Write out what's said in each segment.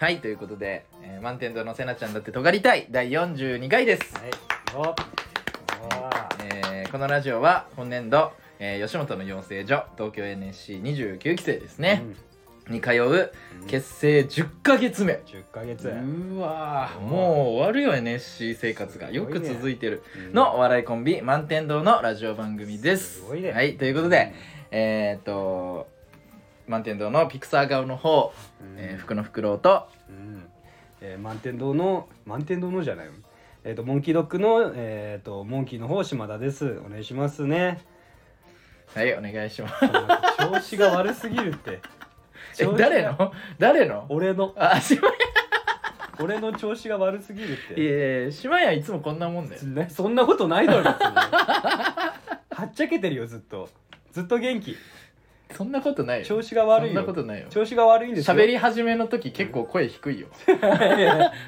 はい、ということで、えー満天堂のせなちゃんだって尖りたい第42回です。はい、よっえーこのラジオは本年度、えー吉本の養成所東京 NSC29 期生ですね、に通う結成10ヶ月目10ヶ月、うわーうんもう終わるよ NSC 生活がすごいよねく続いてるのお笑いコンビ満天堂のラジオ番組ですすごいねはいということでえーっと満天堂のピクサー顔の方、うん、えー福のフクロウとうんえー満天堂の満天堂のじゃないよえっ、とモンキードッグのえっ、とモンキーの方島田ですお願いしますねはいお願いします調子が悪すぎるって え調子が誰の誰の俺のあ島俺の調子が悪すぎるっていやいやいや島屋いつもこんなもんだよねそんなことないだろ別にはっちゃけてるよずっとずっと元気そんなことないよ調子が悪いそよんなことないよ調子が悪いんですよ喋り始めの時結構声低いよ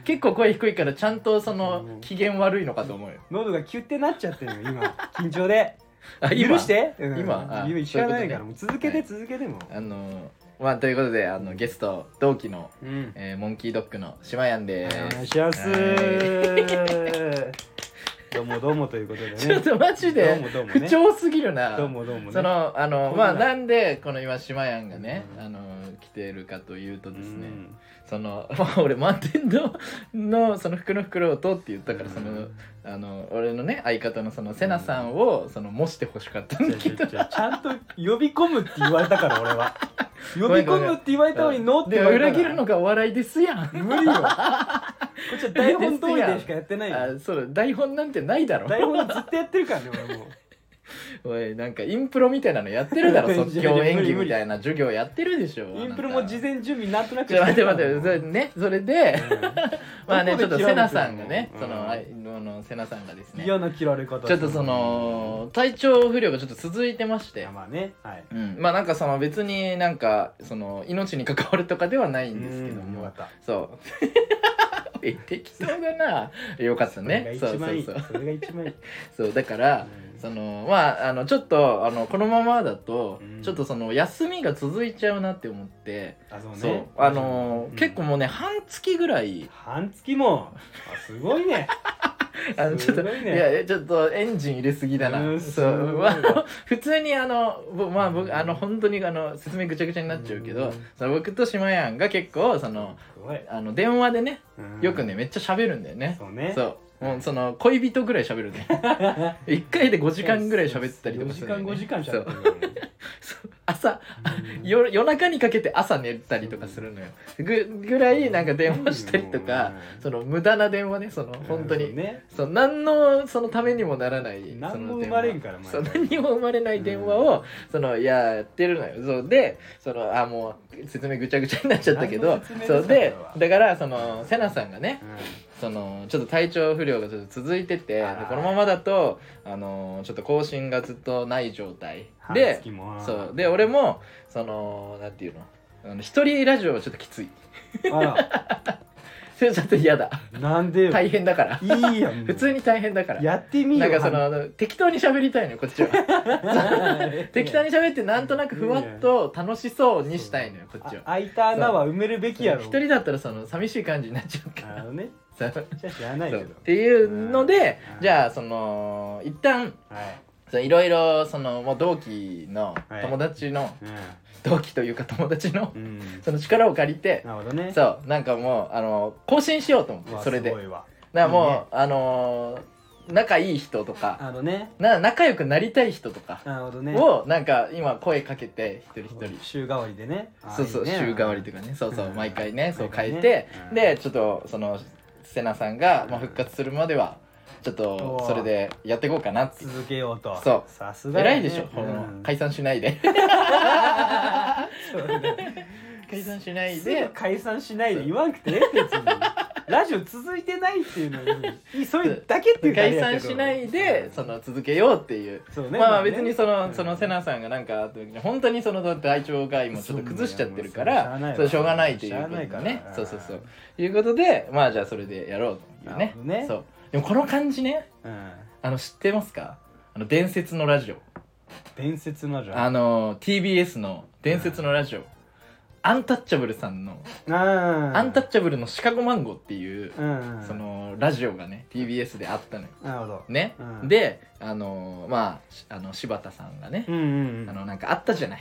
結構声低いからちゃんとそのうん機嫌悪いのかと思うよ喉がキュッてなっちゃってるよ今緊張であ許して今今あ今一緒ないからそういうことねもう続けはてい続けてもあのーまあということであのゲスト同期の、ううんえーモンキードッグの島やんでお願いーしますはどうもどうもということですちょっねとマジどうでもどうも不ね調すぎるなどうもどうもねそのあのこんまなあなんでこの今島やんがね、うんあのー来てるかというとうですね、んその、 まあ、俺満天堂のその服の袋をとって言ったからその、うんあの俺のね相方のそのセナさんをその模してほしかったんだけちどゃちゃちゃんと呼び込むって言われたから俺は呼び込むって言われたのにノーってで言われた裏から切るのがお笑いですやん 無理よこっちは台本通りでしかやってないよあそう台本なんてないだろ台本ずっとやってるからね俺もうおいなんかインプロみたいなのやってる だろ即興演技みたいな授業やってるでしょインプロも事前準備なんとなくちょ待って待ってるそかられねそれで まあねちょっとセナさんがね、うんそのあいあのセナさんがですね嫌な切られ方ちょっとその体調不良がちょっと続いてましいてやまあねはいうん、まあなんかその別になんかその命に関わるとかではないいんですけどもよかっそう え適当だなよかったたねそそうそれがう一そ番ういいそれが一番いいそうだからうんそのまああのちょっとあのこのままだと、うんちょっとその休みが続いちゃうなって思って、あそうねそうあのーうん結構もうね半月ぐらい半月もあすごいね あのちょっと、すごいいねやちょっとエンジン入れすぎだな、うんそすう、ごいわまあ、 普通にあのぼまあうん僕あの本当にあの説明ぐちゃぐちゃになっちゃうけど、うんその僕と島やんが結構そのすごいあの電話でねうんよくねめっちゃ喋るんだよね、そうねそうもうその恋人ぐらい喋るね 一回で5時間ぐらい喋ってたりとか4す時るんだよ間ね、 5時間しゃそう そう朝夜夜中にかけて朝寝たりとかするのよぐぐらいなんか電話したりとかその無駄な電話ねその本当に、ねそう何のそのためにもならない何も生まれんからその電話毎そう回何も生まれない電話を、そのいややってるのよそうでそのあもう説明ぐちゃぐちゃになっちゃったけ何どの説明ですそかうでこれだからそのセナさんがねうんそのちょっと体調不良がちょっと続いててであーこのままだとあのちょっと更新がずっとない状態半で月もそうで俺もそのなんていうのあの一人ラジオはちょっときついあらそれちょっと嫌だなんでよ大変だからいいやんもう普通に大変だからやってみよなうんかその適当に喋りたいのよこっちは 適当に喋ってなんとなくふわっと楽しそうにしたいのよこっちあは開いた穴は埋めるべきやろ一人だったらその寂しい感じになっちゃうかあのね らそうじゃあ知らないそけうどっていうのでうんじゃあその一旦はいそのいろいろそのもう同期のはい友達のう同期というか友達の んうんその力を借りてなるほどねそうなんかもうあの更新しようと思うっわてそれですごだかいわらもういいねあのー仲いい人とかあのねな仲良くなりたい人とかなるほどねをなんか今声かけて一人一人週替わりでねそうそうあいいね週替わりとかねそうそううん毎回ねそう変え毎回てねうんでちょっとそのセナさんがまあうん復活するまではちょっとおーそれでやっていこうかなって続けようとそうさすがだ偉ねいでしょこうのん解散しないでそうね解散しないすぐで解散しないで言わんくてええって別にラジオ続いてないっていうのにそれだけってい う解散しない でその続けようっていうそうねまあまあね別にそのうんそのセナさんがなんかあった時に本当にそのだって体調が今ちょっと崩しちゃってるからそそううしょうがないというこしょうがとでないねからそうそうそういうことでまあじゃあそれでやろうというなるねほどねそうでもこの感じねうんあの知ってますかあの伝説のラジオ伝説のじゃあんの TBS の伝説のラジオアンタッチャブルさんのあーアンタッチャブルのシカゴマンゴーっていううんうんそのラジオがね TBS であったのよなるほどねうんであのーまあしあの柴田さんがねうんうんうあんのなんかあったじゃない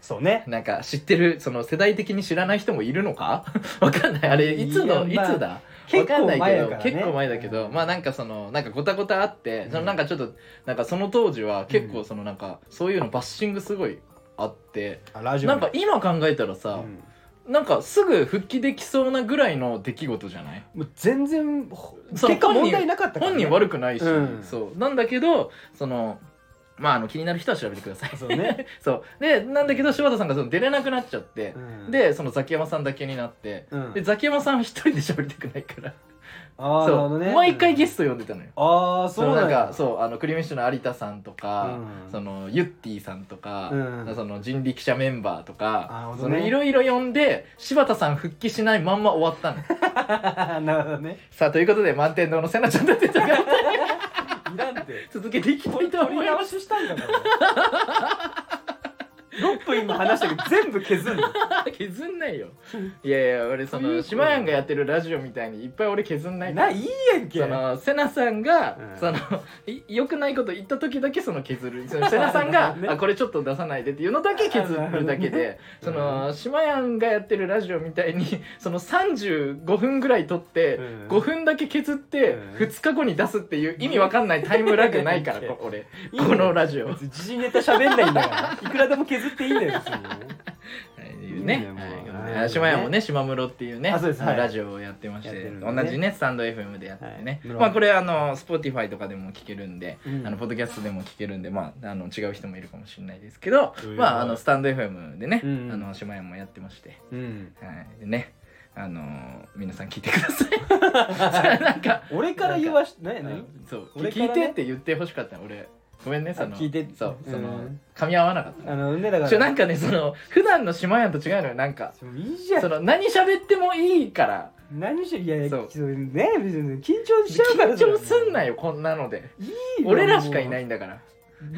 そうねなんか知ってるその世代的に知らない人もいるの かわかんないあれいつのいいやまあつだ結わかん構ない前けやどからね結構前だけどまあなんかそのなんかごたごたあってそのなんかちょっとなんかその当時は結構そのなんかそういうのバッシングすごいあってあラジオなんか今考えたらうさんなんかすぐ復帰できそうなぐらいの出来事じゃないもう全然ほその結果本人問題なかったから本ね人悪くないしうんそうなんだけどそのまああの気になる人は調べてくださいそうねそうでなんだけど柴田さんがその出れなくなっちゃってうんでそのザキヤマさんだけになって、うんでザキヤマさんは一人で喋りたくないからああなそるうほどね毎回ゲススト呼んでたのよ、ああそそうのななんんかだそうあのクリームシチューの有田さんとか、うんそのユッティさんとか、うんその人力車メンバーとなるかほ、どそねのいろいろ呼んで柴田さん復帰しないまんま終わったの なるほどねさあということで満天堂のせなちゃんだってとから いらんて続けていきたいと取思りいま直すししたんだから6分今話したけど全部削るの削んないよいやいや俺そそういうのこと島やんがやってるラジオみたいにいっぱい俺削んないからないいやんけそのセナさんが、うんそのい良くないこと言った時だけその削るそ のセナさんが、ねあこれちょっと出さないでっていうのだけ削るだけで、うん そのシマヤンがやってるラジオみたいにその35分ぐらい撮って、うん5分だけ削って、うん2日後に出すっていう意味わかんないタイムラグないから、うんこ俺 いいねこのラジオ。は別に時事ネタ喋んないんだからいくらでも削っていいんだよ別にいねもうはいはい島屋もね島室っていうねあそうですはいラジオをやってましやっててるんで同ねじねスタンド FM でやってね、はいまあこれあの Spotify とかでも聞けるんで、うんあのポッドキャストでも聞けるんで、まあ、あの違う人もいるかもしれないですけど、うんまあ、あのスタンド FM でね、うんあの島屋もやってまして、うんはい、でね、あのー皆さん聞いてください。そ れなんか、俺から言わしねうねんそう、俺から聞ねいてって言ってほしかったの俺ごめんねそのあ聞いてそううんその、噛み合わなかったあののねだかちょらなんかねその普段の島屋と違うのよなんかそういいじゃそんの何喋ってもいいから何しいやいやそうそうね別に緊張しちゃうから緊張すんなよよこんなのでいいよ俺らしかいないもんだからう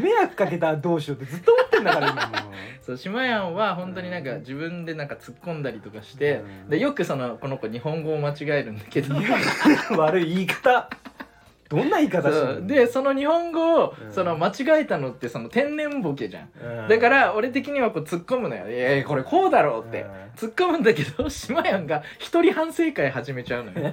迷惑かけたらどうしようってずっと思ってんだから今もうそう島やんは本当になんか自分でなんか突っ込んだりとかして、うんでよくそのこの子日本語を間違えるんだけ ど悪い言い方どんな言い方してそんうのでその日本語をうんその間違えたのってその天然ボケじゃんうんだから俺的にはこう突っ込むのよ「いやいやこれこうだろ」うってうん突っ込むんだけど島やんが一人反省会始めちゃうのよ。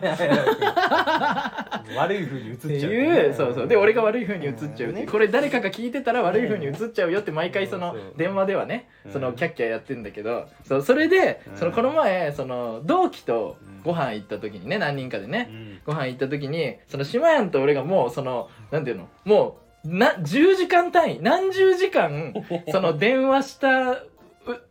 悪い風に映っちってゃういうそうそうで俺が悪い風に映っちゃうっていうこれ誰かが聞いてたら悪い風に映っちゃうよって毎回そのそうそう電話ではねうんそのキャッキャやってんだけどそうそれでうんそのこの前その同期とうんご飯行った時にね何人かでうねんご飯行った時にその島やんと俺がもうそのなんていうのもうな10時間単位何十時間その電話したう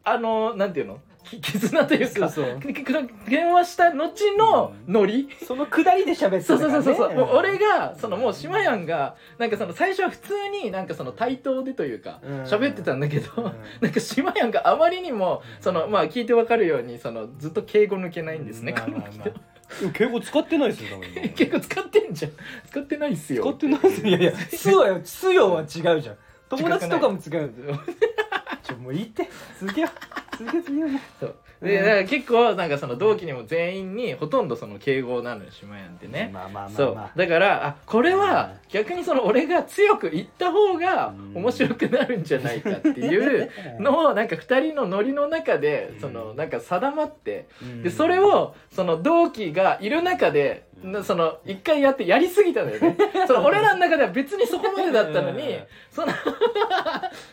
あのなんていうのき絆というそうかそうくく 電話した後のノリ、そのくだりで喋ってそたうかそうらそうそうねそう、もう俺がそのもう島やんがなんかその最初は普通になんかその対等でというかうん喋ってたんだけど、うん なんか島やんがあまりにもうんそのまあ聞いてわかるようにそのずっと敬語抜けないんですね、まあこまあのまあ人、でも敬語使ってないですよ多分 今結構使ってんじゃん使ってないっすよ使ってないですよいやいや「す」はよ「す」よは違うじゃん 友達とかも違うちょもういいって続けよう続け続けようもうそうでだから結構なんかその同期にも全員にほとんどその敬語なのよ島やんってね、まあまあまあそうまあだからあこれうはん逆にその俺が強く言った方がうん面白くなるんじゃないかっていうのをなんか2人のノリの中でうんそのなんか定まってうんでそれをその同期がいる中でうんなその1回やってやりすぎたのよ ねその俺らの中では別にそこまでだったのにうんその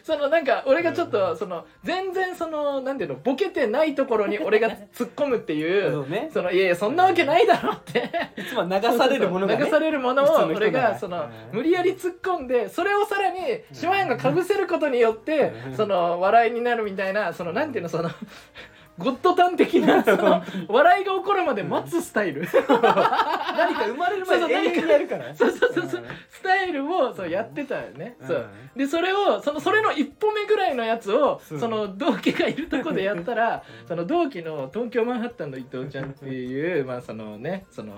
そのなんか俺がちょっとその全然そのなんていうのボケてないところに俺が突っ込むっていそううねそのいやいやそんなわけないだろって。いつもは流されるものがね流されるもの普通をの人が俺がそのうん無理やり突っ込んでそれをさらに島屋がかぶせることによってうんその笑いになるみたいなそのなんていうのそのゴッドタン的なその笑いが起こるまで待つスタイルそう何か生まれる前にそうそう永遠にやるからそうそうそううんスタイルをそうやってたよねうんそうでそれをそのそれの一歩目ぐらいのやつをうんその同期がいるとこでやったらその同期の東京マンハッタンの伊藤ちゃんっていうまあそのねその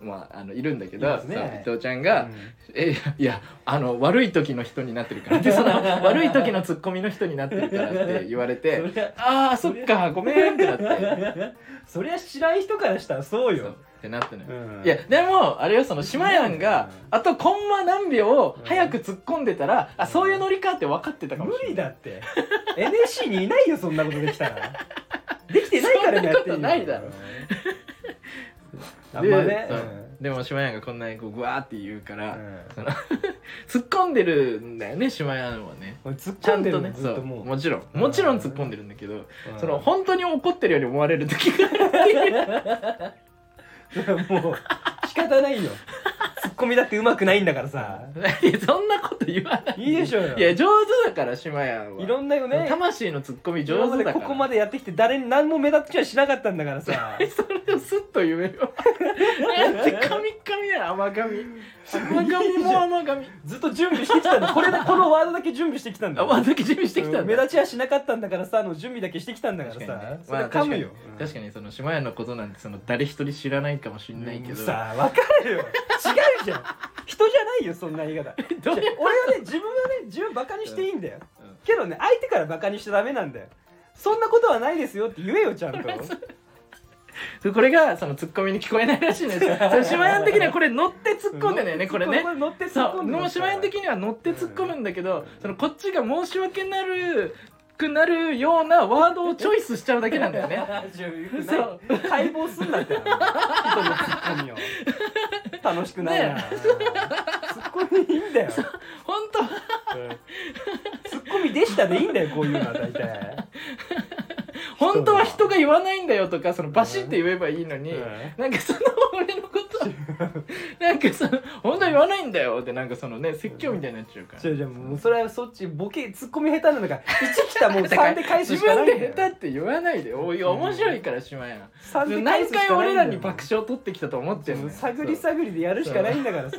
まあ、あのいるんだけいど、ますねそうはい伊藤ちゃんが、えいやあの悪い時の人になってるからってそ の悪い時のツッコミの人になってるからって言われそ てりゃああそっかごめんってなって。そりゃ知らん人からしたらそうそうよってなったのよ、うんいやでもあれよその島やんが、うあんとコンマ何秒を早く突っ込んでたら、あそういうノリかって分かってたかも無しれない理だって NSC にいないよそんなことできたらできてないからやっそてんなことないだろあんでまねそうでも島やんがこんなにこうグワーって言うから、うんうんその突っ込んでるんだよね島やんはね俺突っちゃ込んんでとるのねずそっとうもうもちろんもちろん突っ込んでるんだけど、うんその本当に怒ってるように思われる時があるっていう もう仕方ないよツッコミだってうまくないんだか らさいやそんなこと言わないいいでしょうよいや上手だから島やんはいろんなよね魂のツッコミ今上ま手でだこからこまでやってきて誰に何も目立ちはしなかったんだからさそれをスッと言え よだって神々や甘神甘神も甘神ずっと準備してきたんだこれだこのワードだけ準備してきたんだあまだ準備してきたうんん目だ立ちはしなかったんだからさの準備だけしてきたんだから確かにさ、ねそれまあ噛むよ、確かにその島屋のことなんてその誰一人知らないかもしれないけどうんさあ分かるよ違うじゃん人じゃないよそんな言い方 どういうじゃあ俺はね自分はね自分バカにしていいんだよ、うんけどね相手からバカにしちゃダメなんだよそんなことはないですよって言えよちゃんとそうこれがそのツッコミに聞こえないらしいんですよその島屋的にはこれ乗って突っ込んでんだよねこれねこれ乗って突っそ込うんでもう島屋的には乗って突っ込むんだけどそのこっちが申し訳なるくなるようなワードをチョイスしちゃうだけなんだよ ねそう解剖すんなって人のツッコミを楽しくないな、ねツッコミいいんだよ本当はツッコミでしたでいいんだよこういうのは大体本当は人が言わないんだよとかそのバシッて言えばいいのに、うんなんかその俺のことなんかその本当は言わないんだよってなんかそのね説教みたいになっちゃうからじゃじゃもうそれはそっちボケツッコミ下手なのか1来たもうだから3で返す自しかな分いんでだよ下手って言わないでおい面白いからしまや3で返何すし回かない俺んらだよに爆笑取ってきたと思ってんのよ探りそう探りでやるしかないんだからさ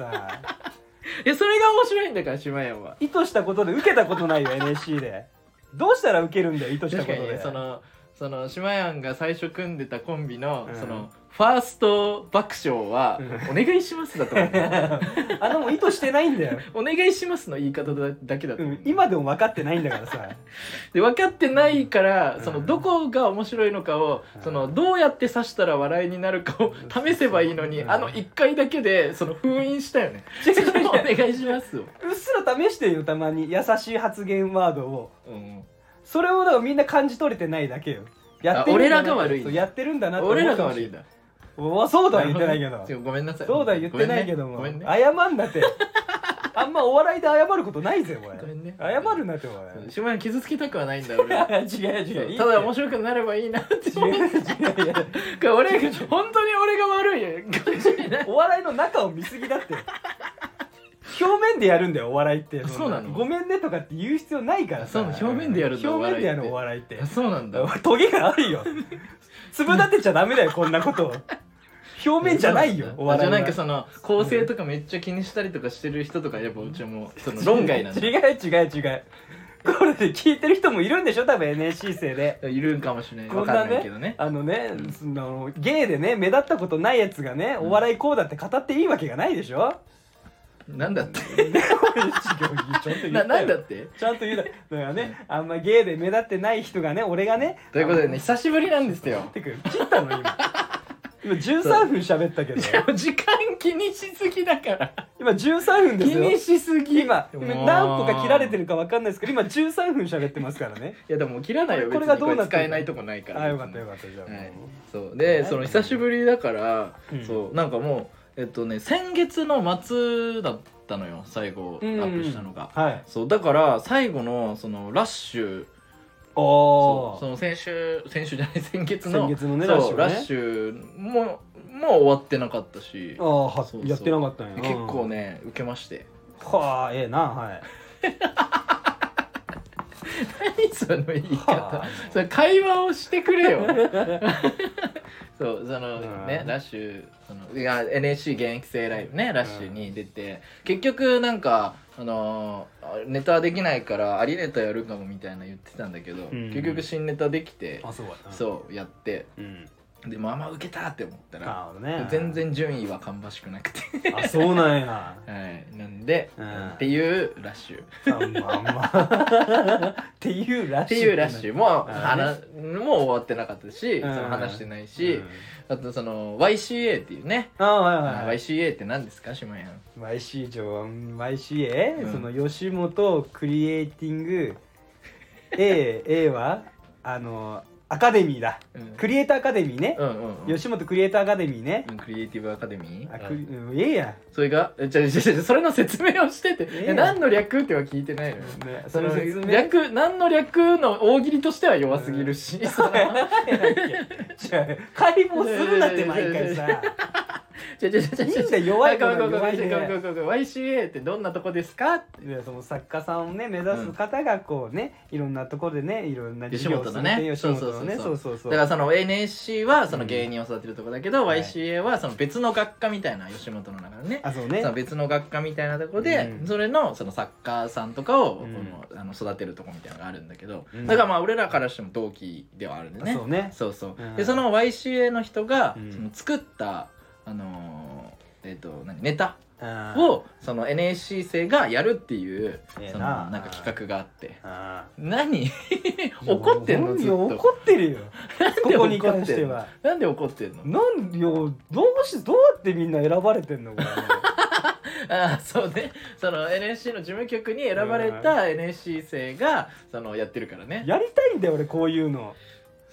いやそれが面白いんだからしまやは意図したことで受けたことないよ NSC でどうしたら受けるんだよ意図した確こかとにでそのその島やんが最初組んでたコンビの、うんそのファースト爆笑は「お願いします」だと思う あのもう意図してないんだよ、お願いしますの言い方だだけだとう思う、ん、今でも分かってないんだからさで分かってないから、んそのどこが面白いのかを、うんそのどうやって指したら笑いになるかを試せばいいのに、うんあの1回だけでその封印した よね「それお願いしますようっすら試してんよたまに優しい発言ワードを」うんそれをだからみんな感じ取れてないだけよやってるんだあ俺らなが悪いそうやってるんだなって思う俺らが悪いんだおそうだは言ってないけちどょごめんなさいそうだは言ってないけども、ごめんねごめんね謝んなって あんまお笑いで謝ることないぜごめんね俺謝るなっておそう前島に傷つけたくはないんだ俺は 違うそう違うただいい面って白くなればいいなって違う 違う違う俺本当に俺が悪い感じにないお笑いの中を見すぎだって表面でやるんだよお笑いってそうなのごめんねとかって言う必要ないからさそうなの表面でやるんだ表面でやるのおお笑いってあそうなんだトゲがあるよ粒立てちゃダメだよこんなことを表面じゃないよおあじゃ笑いあなはんかその構成とかめっちゃ気にしたりとかしてる人とかやっぱうちはもうその論外なんだ違う違う違うこれで聞いてる人もいるんでしょ多分 NSC 生でいるんかもしれないこわんかなんないけねどねあのねそのゲイでね目立ったことないやつがねお笑いこうだって語っていいわけがないでしょ、なんだって違うちょっと言った よななんだってちゃんと言うな。だからね、あんまゲイで目立ってない人がね、俺がね、ということでね久しぶりなんです よてくる。切ったの今。今13分喋ったけどい、やもう時間気にしすぎだから今13分で気すよに。しすぎ今、もう何個か切られてるか分かんないですけど、今13分喋ってますか らね。いやでももう切らないよこ別れがにどうなってる使えないとこないからあ、よかったよかった。じゃあも。はいうそうでその久しぶりだから、うんそうなんかもうえっとね先月の末だったのよ最後アうんップしたのが、はい。そうだから最後のそのラッシュそおうそお。の先週先週じゃない先月の先月のねそうララッッシュももう終わってなかったしああ、はそうそうやってなかったんや。結構。ね受けま してはあ、ええな、はい。何その言いは方それ会話をしてく れよそうそのうんねラッシュそのいや NSC 現役生ライブねラッシュに出て結局なんかあのーネタできないからありネタやるかもみたいな言ってたんだけどうん結局新ネタできてあ、そうだ。そうやってうん。でまあまあ受けたって思ったらなるほどね全然順位は芳しくなくて あそうなんやはいなんで、うんっていうラッシュっあまあまあっていうラッシュていうラッシュもううん話もう終わってなかったし、うんその話してないし、うんあとその YCA っていうね、あはいはい、はい、 YCA って何ですか島屋 YC 上は YCA、うんその吉本クリエイティング A, A はあのアカデミーだうんクリエイターアカデミーねう、んうんうん吉本クリエイターアカデミーね、うんクリエイティブアカデミあークうリんうん、ええやんそれがえちょちょちょそれの説明をしててえええ何の略っては聞いてないのよねそそのの説明略何の略の大喜利としては弱すぎるし、そ のじゃあ解剖するなって毎回さ ちょちょ ちょちいょいちょんだよ弱いごかめらんごめんごめん弱ごいめんごめでんごめん YCA ってどんなとこですかってでその作家さんをね目指す方がこうねいろんなところでねいろんな事業を吉本のね進めて吉本のねそそううそうそだうからその NSC はその芸人を育てるとこだけど、はい YCA はその別の学科みたいな吉本の中でねあそうねその別の学科みたいなとこで、うんそれのそのサッカーさんとかを、うんこのあの育てるとこみたいなのがあるんだけど、うんだからまあ俺らからしても同期ではあるんでねそうねそうそう、うんでその YCA の人が、うんその作ったあのーえっ、と何ネタあーをその NSC 生がやるっていう、ええそのななんか企画があってあ何 怒ってんのいずっやと怒ってるよこで怒ってんこのに関してはなんで怒ってんのなんよどうしどうやってみんな選ばれてんのこれ ああそうねその NSC の事務局に選ばれた NSC 生がそのやってるからねやりたいんだよ俺こういうの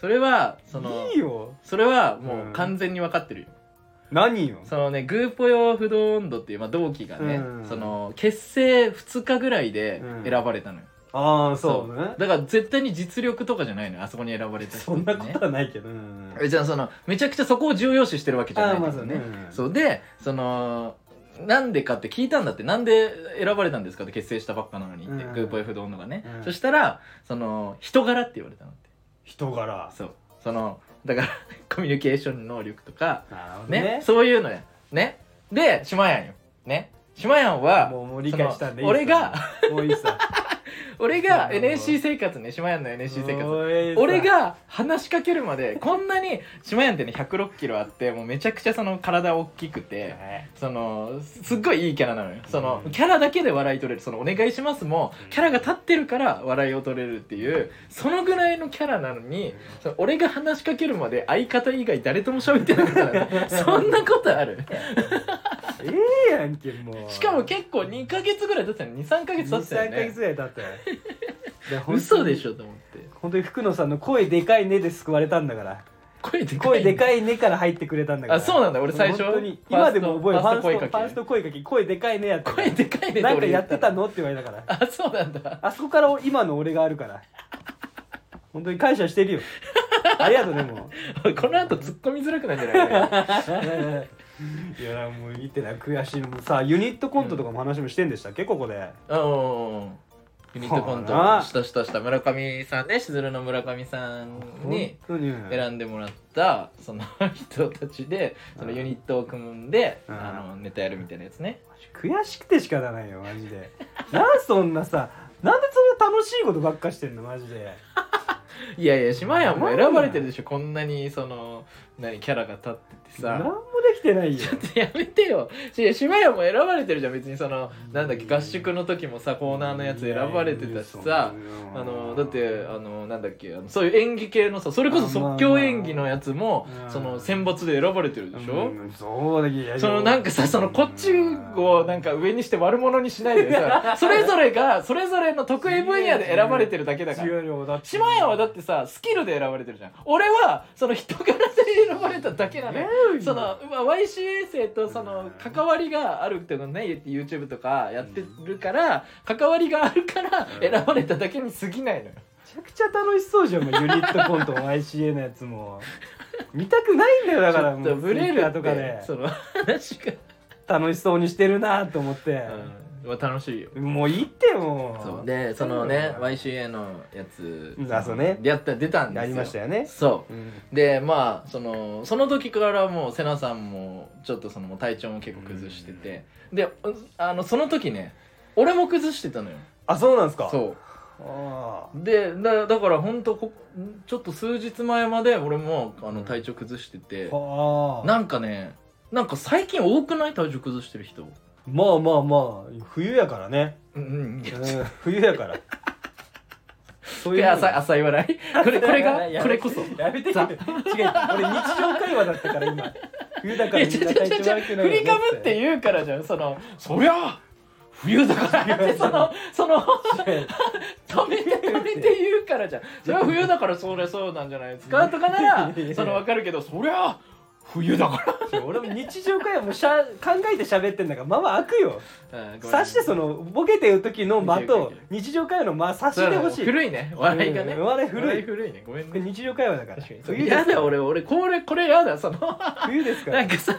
それはそのいいよそれはもううん完全に分かってるよ、何よそのねグーポヨ不動運動っていう、まあ、同期がね、うんその結成2日ぐらいで選ばれたのよ、ああそうねだから絶対に実力とかじゃないのよあそこに選ばれた人そって、んね、なことはないけどうんえじゃあそのめちゃくちゃそこを重要視してるわけじゃないんだけどあーまあそうねうんそうでそのなんでかって聞いたんだってなんで選ばれたんですかって結成したばっかなのにって、うんグーポイ不動のがね、うんそしたらその人柄って言われたのって人柄そうそのだからコミュニケーション能力とかなるほどねねそういうのやねで島やんよね島やんはもうもう理解したんでいいその俺がさもういいさ俺ながるほど NSC 生活ね島やんの NSC 生活もういいさ俺が話しかけるまでこんなに島やんってね106キロあってもうめちゃくちゃその体大きくてはいそのすっごいいいキャラなのよそのうんキャラだけで笑い取れるその「お願いします」もうんキャラが立ってるから笑いを取れるっていうそのぐらいのキャラなのにその俺が話しかけるまで相方以外誰とも喋ってなかったの そんなことあるええやんけもうしかも結構2ヶ月ぐらい経ってたの23ヶ月経ってたよ23ヶね月ぐらい経ったよで本当に嘘でしょと思って本当に福野さんの声でかいねで救われたんだから声でかい声でかいねから入ってくれたんだからあそうなんだ俺最初本当にファー今ストでも覚えるフファァーースストト声かけファースト声かけ声でかいねやって声でかいねなん俺か言やってたのって言われたからあそうなんだあそこから今の俺があるから本当に感謝してるよありがとうねもおういこの後突っ込みづらくなんじゃないか いやもう見てな悔しいのもさユニットコントとかも話もしてんでしたっけここでうんユニットコントほらしたしたした村上さんねしずるの村上さんに本当に選んでもらったその人たちでそのユニットを組んでうんあのネタやるみたいなやつね悔しくて仕方ないよマジでなんそんなさなんでそんな楽しいことばっかしてんのマジでいやいや島屋も選ばれてるでしょこんなにその何キャラが立ってて何さもできてないよやめてよし島屋も選ばれてるじゃん別にそのなんだっけ合宿の時もさコーナーのやつ選ばれてたしさあのだってあのなんだっけあのそういう演技系のさそれこそ即興演技のやつもあまあまあそのうん選抜で選ばれてるでしょ、うんそうだけどいやそのなんかさそのこっちをなんか上にして悪者にしないで さそれぞれがそれぞれの得意分野で選ばれてるだけだか違らうよだって島屋はだってさスキルで選ばれてるじゃん俺はその人柄で選ばれただけなのよ違うよその、まあ、YCA 生とその関わりがあるってことね YouTube とかやってるから関わりがあるから選ばれただけに過ぎないのよめちゃくちゃ楽しそうじゃんもうユニットコントも ICA のやつも見たくないんだよだからもうちょっとブレる Twitter ってとかでその話が、楽しそうにしてるなと思って、うんまあ、楽しいよもういいってもうそうでそのねうん YCA のやつうんあそうねやった出たんですよやりましたよね、そうん、うでまあそのその時からもう瀬名さんもちょっとそのもう体調も結構崩しててであのその時ね俺も崩してたのよあそうなんですかそうあでだだから本当こちょっと数日前まで俺もあうのん体調崩してて、はあなんかねなんか最近多くない体調崩してる人まあまあまあ冬やからね、うんうんいやうん、冬 やからそいやもん浅い浅い笑いこれこれやめてがこれこそやめてざ違う俺日常会話だったから今冬だいからやみちんょなちょ体ちょ調ちょ悪くな振るよねりかぶって言うからじゃんそのそりゃあ冬だから ってそのその止めて止めて言うからじゃんそれは冬だからそれそうなんじゃ ないですかとかならそのわかるけどそりゃあ冬だか違う俺も日常会話もしゃ考えて喋ってんだからまあまあ開くよら察してそのボケてる時の間いやいやといや日常会話の間察そしうだてねほしい古いね笑いがねうん笑い古い笑古いねごめんこれね日常会話だから冬ですやだ俺俺これこれやだその冬ですからなんかその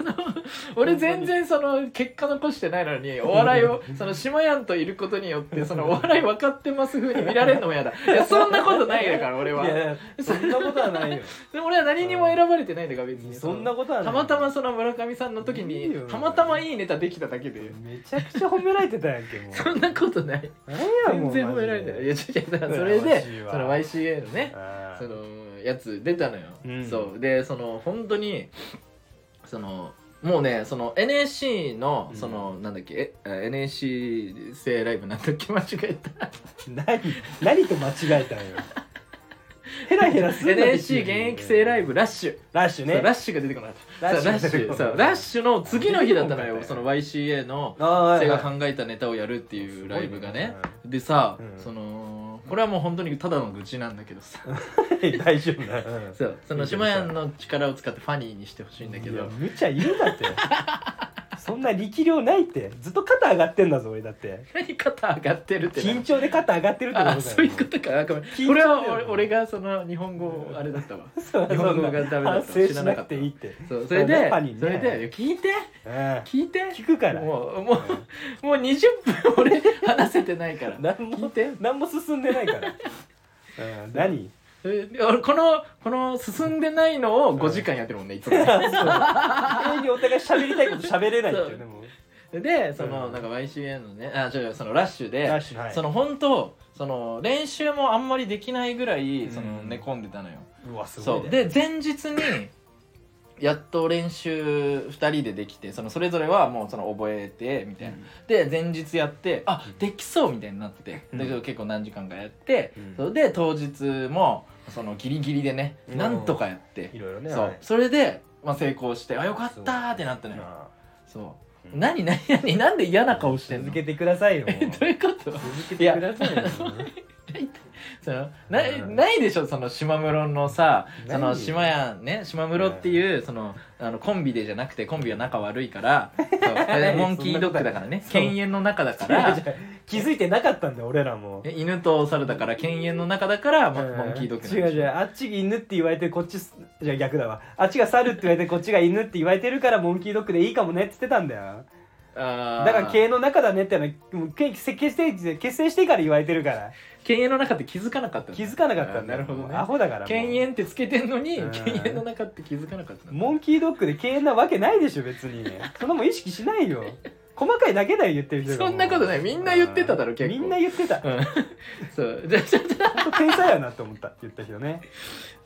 俺全然その結果残してないのにお笑いをその島やんといることによってそのお笑い分かってます風に見られるのも嫌だいやそんなことないだから俺はいやいやそんなことはない よでも俺は何にも選ばれてないんだから別にそんなことはないたまたまその村上さんの時いいによたまたまいいネタできただけでめちゃくちゃ褒められてたやんけも うそんなことない何やも全然う褒められてないいマジでや違う違うそれで羨ましいわその YCA のねあそーのやつ出たのよ、うんそうでその本当にそのもうねその NSC のうんその、なんだっけえ NSC 生ライブなんだっけ間違 えた何何と間違えたんよヘラヘラすんな NSC 現役生ライブラッシュ、ラッシュそねうラッシュが出てこなかったそうラッシュそうラッシュの次の日だったのよその YCA のあ生がっ考えたネタをやるっていうライブがねでさ、うんそのこれはもう本当にただの愚痴なんだけどさ大丈夫だよう んそうその島屋の力を使ってファニーにしてほしいんだけいやどむちゃ言うなってそんな力量ないってずっと肩上がってんだぞ俺だって何肩上がってるってな緊張で肩上がってるってことだあよそういうことかあごめん緊張だよこれは俺俺がその日本語あれだったわそう日そ本ん語ながダメだ反った省知しらななかっくたていいってそうそれでそうやっぱりねそれで聞いてうん聞いて聞くからもうもうもう20分俺話せてないから何聞いもて何も進んでな いからうん何え俺このこの進んでないのを5時間やってるもんねいつもね永遠にお互い喋りたいこと喋れないっていうねもうでそのうんなんか YCN のねあ違う違うそのラッシュでラッシュはいその本当その練習もあんまりできないぐらいそのうん寝込んでたのよ、うわすそうごいねで前日にやっと練習2人でできてそのそれぞれはもうその覚えてみたいな、で前日やってあできそうみたいになってて、うんだけど結構何時間かやって、うんそれで当日もそのギリギリでね、うんなんとかやって、いろいろねそうはいそれで、まあ、成功してあよかったーってなったのよあそうーうん何何何なんで嫌な顔してんの続けてくださいよもう どういうこと続けてくださいよそのないないでしょその島室のさなそいの島屋ね島室っていうそのあのコンビでじゃなくてコンビは仲悪い からそうモンキードッグだからねそんなことない犬猿の中だか 違うら違う気づいてなかったんだよ俺らもえ犬と猿だから犬猿の中だからモうんモンキードッグなんでしょ違う違うあっちが犬って言われてこっちすじゃあ逆だわあっちが猿って言われてこっちが犬って言われてるからモンキードッグでいいかもねって言ってたんだよあだーから毛の中だねってのはもう毛結成結成してから言われてるから犬猿の中って気づかなかったの気づかなかったあーんだなよるほどもうアねホだからもう犬猿ってつけてんのにうん犬猿の中って気づかなかったのモンキードッグで敬遠なわけないでしょ別にそんなもん意識しないよ細かいだけだよ言ってる人がもうそんなことないみんな言ってただろ結構みんな言ってたうんそう じゃあちょっと本当天才やなって思った言った人ね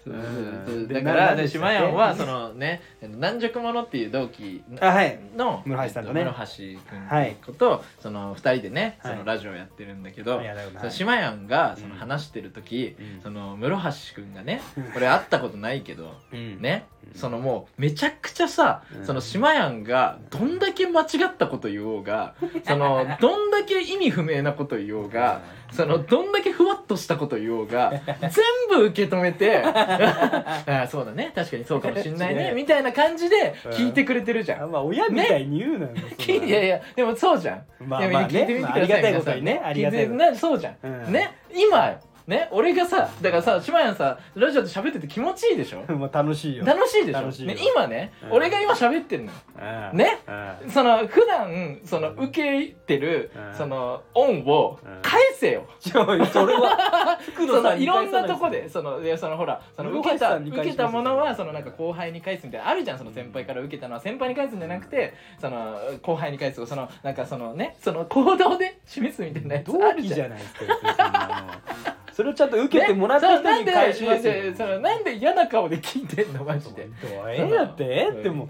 そううんそうでだからな何ねでしたっ島け屋はそのね軟弱者っていう同期あはいの室橋さんとねえっ室橋君っていうこと、その2人でねはそいのラジオやってるんだけど、いやだよそのな島やんがそのうん話してる時、うんその室橋君がね俺会ったことないけどうんねうんそのもうめちゃくちゃさ、うんその島やんがどんだけ間違ったこと言おう がそのどんだけ意味不明なこと言おうがそのどんだけふわっとしたこと言おう が全部受け止めてああそうだね確かにそうかもしんないねみたいな感じで聞いてくれてるじゃんあ。まあ親みたいに言うなよ、いそんなやいやでもそうじゃん。まあいやまあ聞いてみね、てまあ、くだありさがいたいことにねありがたいこ聞いとにてなそうじゃん、うんね今ね俺がさだからさ島やんさラジオで喋ってて気持ちいいでしょまあ楽しいよ。楽しいでしょ楽しいよね、今ね、うん俺が今喋ってるのうんね。うんその普段その受けてる、うんその恩をうん返せよ、ちょいそれ は福そ野さのんいにろ返んさなとこでそのでそのほらその受け室た橋さんに受返しますけたものはそのなんか後輩に返すみたいなあるじゃんその先輩から受けたのは先輩に返すんじゃなくてその後輩に返すそのなんかそのねその行動で示すみたいなやつあ同る期じゃんじ。ゃないですか別にそんなの。それをちゃんと受けてもらった人に返しますよ。ねそうなんでいやいやそのなんで嫌な顔で聞いてんのマジでどうええやってええってもう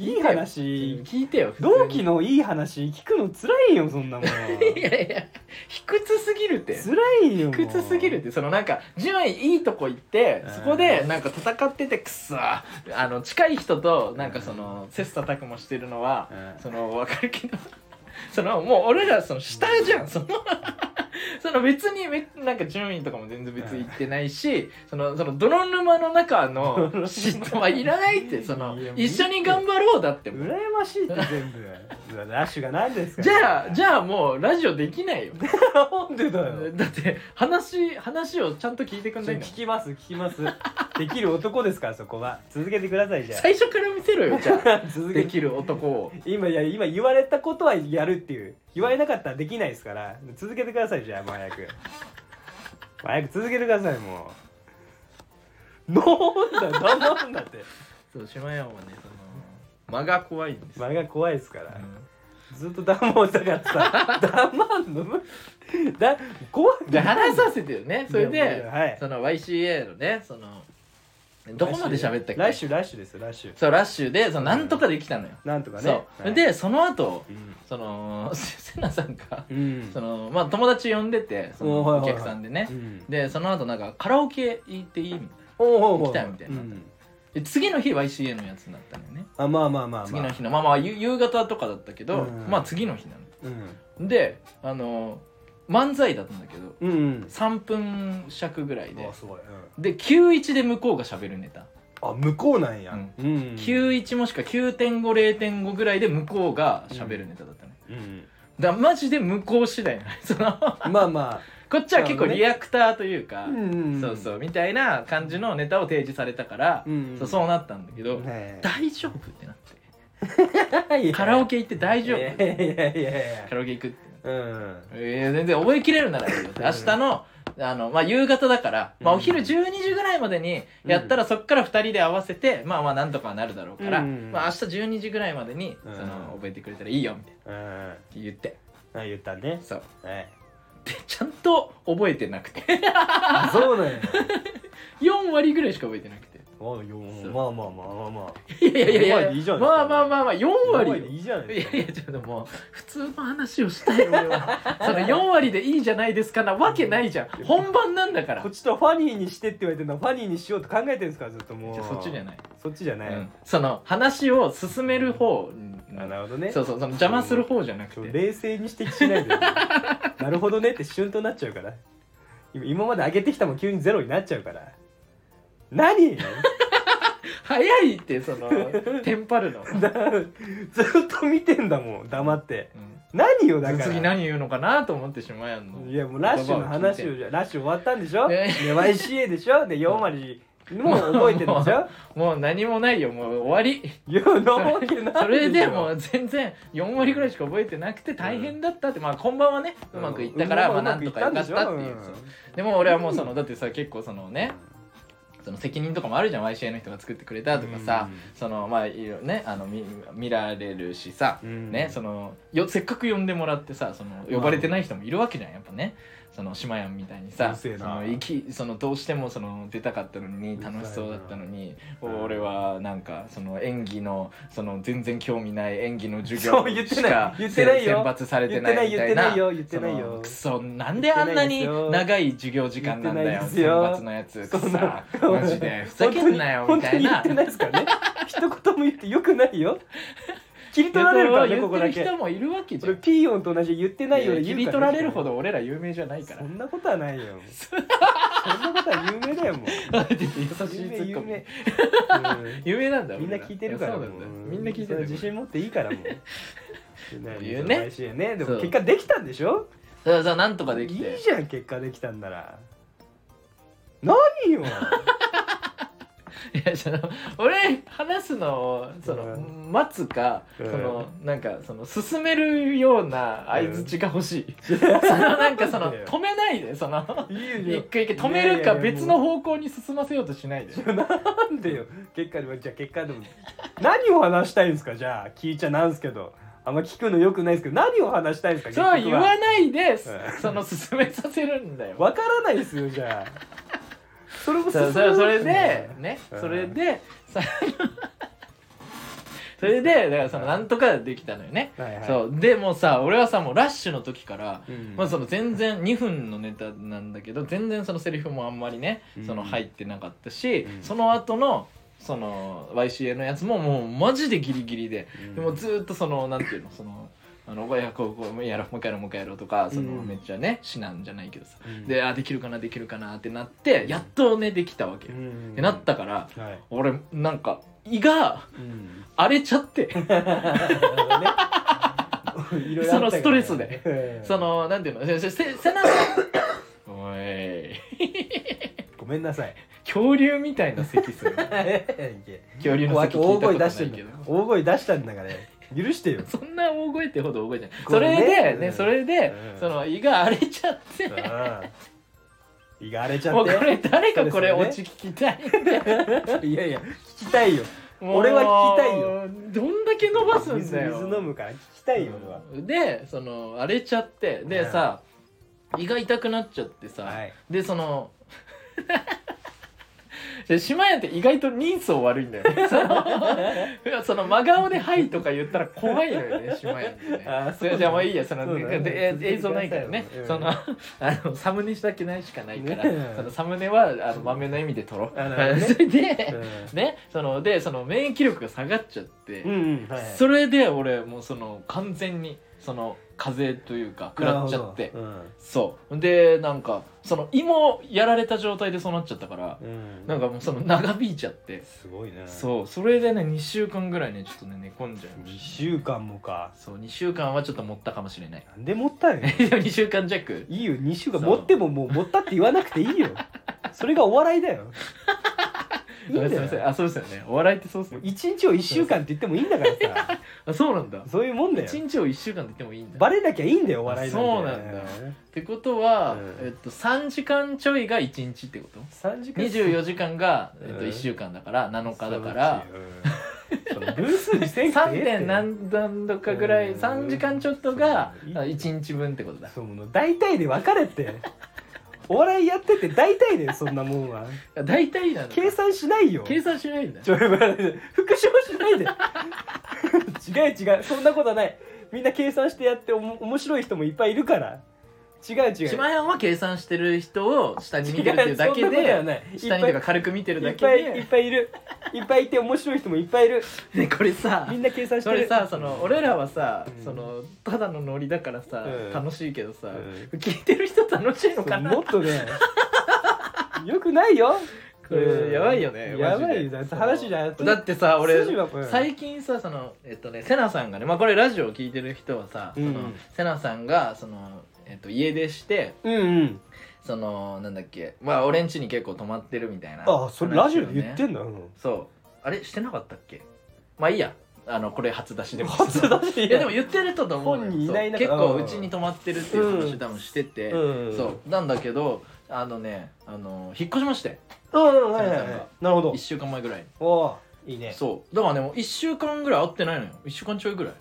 いい話聞いてよ同期ののいい話聞くの辛いよそんなもんい辛やいや卑屈すぎるっていよもう卑屈すぎるってそのなんか順位いいとこ行ってうんそこでなんか戦っててくっそーあの近い人となんかその切磋琢磨してるのはうんその分かるけど そのもう俺らその下じゃんそのその別にめなんか順位とかも全然別に行ってないし、そのその泥沼の中の嫉妬はいらないってそのいや一緒に頑張ろうだってもう羨ましいって全部ラッシュが何ですかじゃあじゃゃあもうラジオできないよあなんでだよだって話話をちゃんと聞いてくんないんだも聞きます聞きますできる男ですからそこは続けてくださいじんゃ最初から見せろよじ ゃああ続けでてきる男を今いや今言われたことはやるっていう言われなかったらできないですから続けてくださいじゃあもう早くもう早く続けてくださいもうなんだよなんだってそう島山はねその間が怖いんですよ、前が怖いですから、うんずっと黙んだからさ黙んのだ怖いで話させてよねそれいやもでうはいその YCA のねそのどこまで喋ったっけラッシュラッシュですよラッシュそうラッシュでそのなんとかできたのよ、なんとかねそう、はいでその後うんその せなさんがうんそのまあ友達呼んでてそのおーはいおはいはい客さんでね、うんでその後なんかカラオケ行っていいみたいなおうおうおう来たみたいなうんで次の日 YCA のやつになったのよねあまあまあまあまあ次の日のまあまあゆ夕方とかだったけど、うんまあ次の日なうんのであの漫才だったんだけどうんうん3分尺ぐらいであすごい、うんで91で向こうが喋るネタ、あ向こうなんや、うんうん91もしくは9.50.5ぐらいで向こうが喋るネタだったね、うんだからマジで向こう次第なの そのまあまこっちは結構なるほどねリアクターというかあ、んそうそうみたいな感じのネタを提示されたから、うんそうそうなったんだけど、ね大丈夫ってなってえ カラオケ行って大丈夫いやいやいやいやカラオケ行くってうんえー全然覚えきれるならいいよって明日のあの、まあ、夕方だから、まあ、うおん昼12時ぐらいまでにやったらそっから2人で合わせて、まあまあなんとかはなるだろうから、うんまあ、明日12時ぐらいまでにそうんの覚えてくれたらいいよみたいなうん言ってあ言ったねそうはい でちゃんと覚えてなくて そうなんや4割ぐらいしか覚えてなくてまあよそうまあまあまあまあまあいやいやいや四割でいいじゃないですかまあまあまあまあ4割よでいいじゃないいですやかいやちょっともう普通の話をしたい俺はその4割でいいじゃないですかなわけないじゃん本番なんだからこっちとファニーにしてって言われてるのはファニーにしようと考えてるんですからずっともうじゃあそっちじゃない、そっちじゃない、うん、その話を進める方あなるほどねそうそうその邪魔する方じゃなちょくて冷静に指摘しない でなるほどねってシュンとなっちゃうから今今まで上げてきたもん急にゼロになっちゃうから 何ず早いってその テンパるの、うんっと見てんだもん黙って何よだから次何言うのかなと思ってしまやんのいやもうラッシュの話を言じゃラッシュ終わったんでしょ、ねね、YCA でしょで4割もう覚えてるでしょ もう何もないよもう終わ りいやなわけないしょそれでもう全然4割ぐらいしか覚えてなくて大変だったって、まあこんばんはねうまくいったから、うんまあなんとかよかったっていう、うまくいたんでしそょうでも俺はもうそのだってさ結構そのねその責任とかもあるじゃん YCA の人が作ってくれたとかさ、うんそのまあいろいろねあの見見られるしさ、うんねそのよせっかく呼んでもらってさその呼ばれてない人もいるわけじゃんやっぱねその島やんみたいにうさるそせえなのいきそのどうしてもその出たかったのに楽しそうだったのにうるさいな俺はなんかその演技のその全然興味ない演技の授そ業う言っしてないか言ってないよ選抜されてないみたいな言ってないよ言ってないよ言ってないよそのくそなんであんなに長い授業時間なんだよ言ってないです選よ抜のやつくそんさなマジでふざけんなよみ本た当いにな本当に言ってないで すからね一言も言ってよくないよ切り取られるからね言こってこるだけ人もいるわけじゃ俺んピーヨンと同じ言ってないようで切言うりから取られるほどね俺ら有名じゃないからそんなことはない よそんなことは有名だよもう優しいツ有名ッコ有ミ名 うん有名なんだみんな聞いてるからそもううなんだようみんな聞いてそれるは自信持っていいからもう 言うね毎週ねでそもう結果できたんでしょそうそうなんとかでいきいてじゃん結果できたんなら何よいやその俺話すのをその、うん待つか、うんそのなんかその進めるような相槌が欲 しい、そのなんかそのいや止めないでそのいい一よ回一回止めるか別の方向に進ませようとしないでなんでよ結果でもじゃあ結果でも何を話したいんですかじゃあ聞いちゃなんですけどあんま聞くのよくないですけど何を話したいんですかそう結言局はわないで、んその進めさせるんだよわからないですよじゃあそれもそう進そうむそれでねうんそれでさ それでだからそのなんとかできたのよね、はいはいそうでもさ俺はさもうラッシュの時から、うんまあ、その全然2分のネタなんだけど全然そのセリフもあんまりねそのうん入ってなかったし、うんその後のその YCA のやつももうマジでギリギリで、うんでもずーっとそのなんていうのその。あのいやこうこうやろうもう一回やろうもう一回やろうとかその、うんめっちゃね指南じゃないけどさうんであできるかなできるかなってなってやっとねできたわけうよ、んってなったからはい俺なんか胃がうん荒れちゃって いろいろあったからねそのストレスでうんそのなんていうのせせせ背中おいごめんなさい恐竜みたいな咳する 恐竜の大咳聞いたこ声と出ないしてんだけど大声出したんだから許して よ そんな大声ってほど大声じゃないごそめんねれでうねんそれでうんその胃が荒れちゃってうん胃が荒れちゃもっうこれて誰かこれそうオですチ聞きたいいやいや聞きたいよもう俺は聞きたいよどんだけ伸ばすん水だよ水飲むから聞きたいよ俺はでその荒れちゃってでさ、胃が痛くなっちゃってさ、はいでその で島屋って意外と人相悪いんだよね そのその真顔で「はい」とか言ったら怖いのよね島屋ってねあーそれじゃあもういいやそのそうだねでえ映像ないからね、うんそのあのサムネしたけないしかないから、ねそのサムネはあの豆の意味で撮ろう、あなるほど ねそれうで、んねそのでその免疫力が下がっちゃって、うんうんはいそれで俺もうその完全にその風邪というか食らっちゃってなるほどそうでなんかその胃もやられた状態でそうなっちゃったからうんうんなんかもうその長引いちゃってすごいねそうそれでね2週間ぐらいねちょっとね寝込んじゃいまし2週間もかたそう2週間はちょっと持ったかもしれない なんで持ったんよ2週間弱いいよ2週間そう持ってももう持ったって言わなくていいよ それがお笑いだよいいんあすいまだせよんあそうですよねお笑いってそうっすよね一日を1週間って言ってもいいんだから さあそうなんだそういうもんだよ1日を1週間って言ってもいいんだバレなきゃいいんだよお笑いなんてそうなんだってことは、うんえっと、3時間ちょいが1日ってこと3時間24時間が、えっと、うん1週間だから7日だからその分数にせんくてええ3って点何段とかぐらいうん3時間ちょっとがうん1日分ってことだそうもう大体で分かれってお笑いやってて大体でそんなもん は大体なの計算しないよ計算しないんだちょ待って復唱しないで違う違うそんなことはないみんな計算してやっておも面白い人もいっぱいいるから違う違う島屋は計算してる人を下に見てるっていうだ違けうそんなことはでないいっ下ぱにといか軽く見てるいだっけぱいいっでぱいいるいっぱいいて面白い人もいっぱいいるねこれさみんな計算してこるれさその俺らはさうんそのただのノリだからさうん楽しいけどさう聞いてる人楽しいのかなもっとねよくないよこれやばいよねやばいよマジで話じゃなくてだってさ俺筋はこれ最近さそのえっとねセナさんがねまあこれラジオを聞いてる人はさ、うんそのセナさんがそのえっと家出してうんうんそのなんだっけまあ俺ん家に結構泊まってるみたいな、あそれラジオで言ってるんだうんそうあれしてなかったっけまあいいやあのこれ初出しでも初出しいやでも言ってると思うのよ本人いないそう中結構うんうちに泊まってるっていう話多分してて、うんそうなんだけどあのねあの引っ越しましてうんうんはいはセナいさんはがいなるほど1週間前ぐらいにおーいいねそうだからねもう1週間ぐらい会ってないのよ1週間ちょいぐらい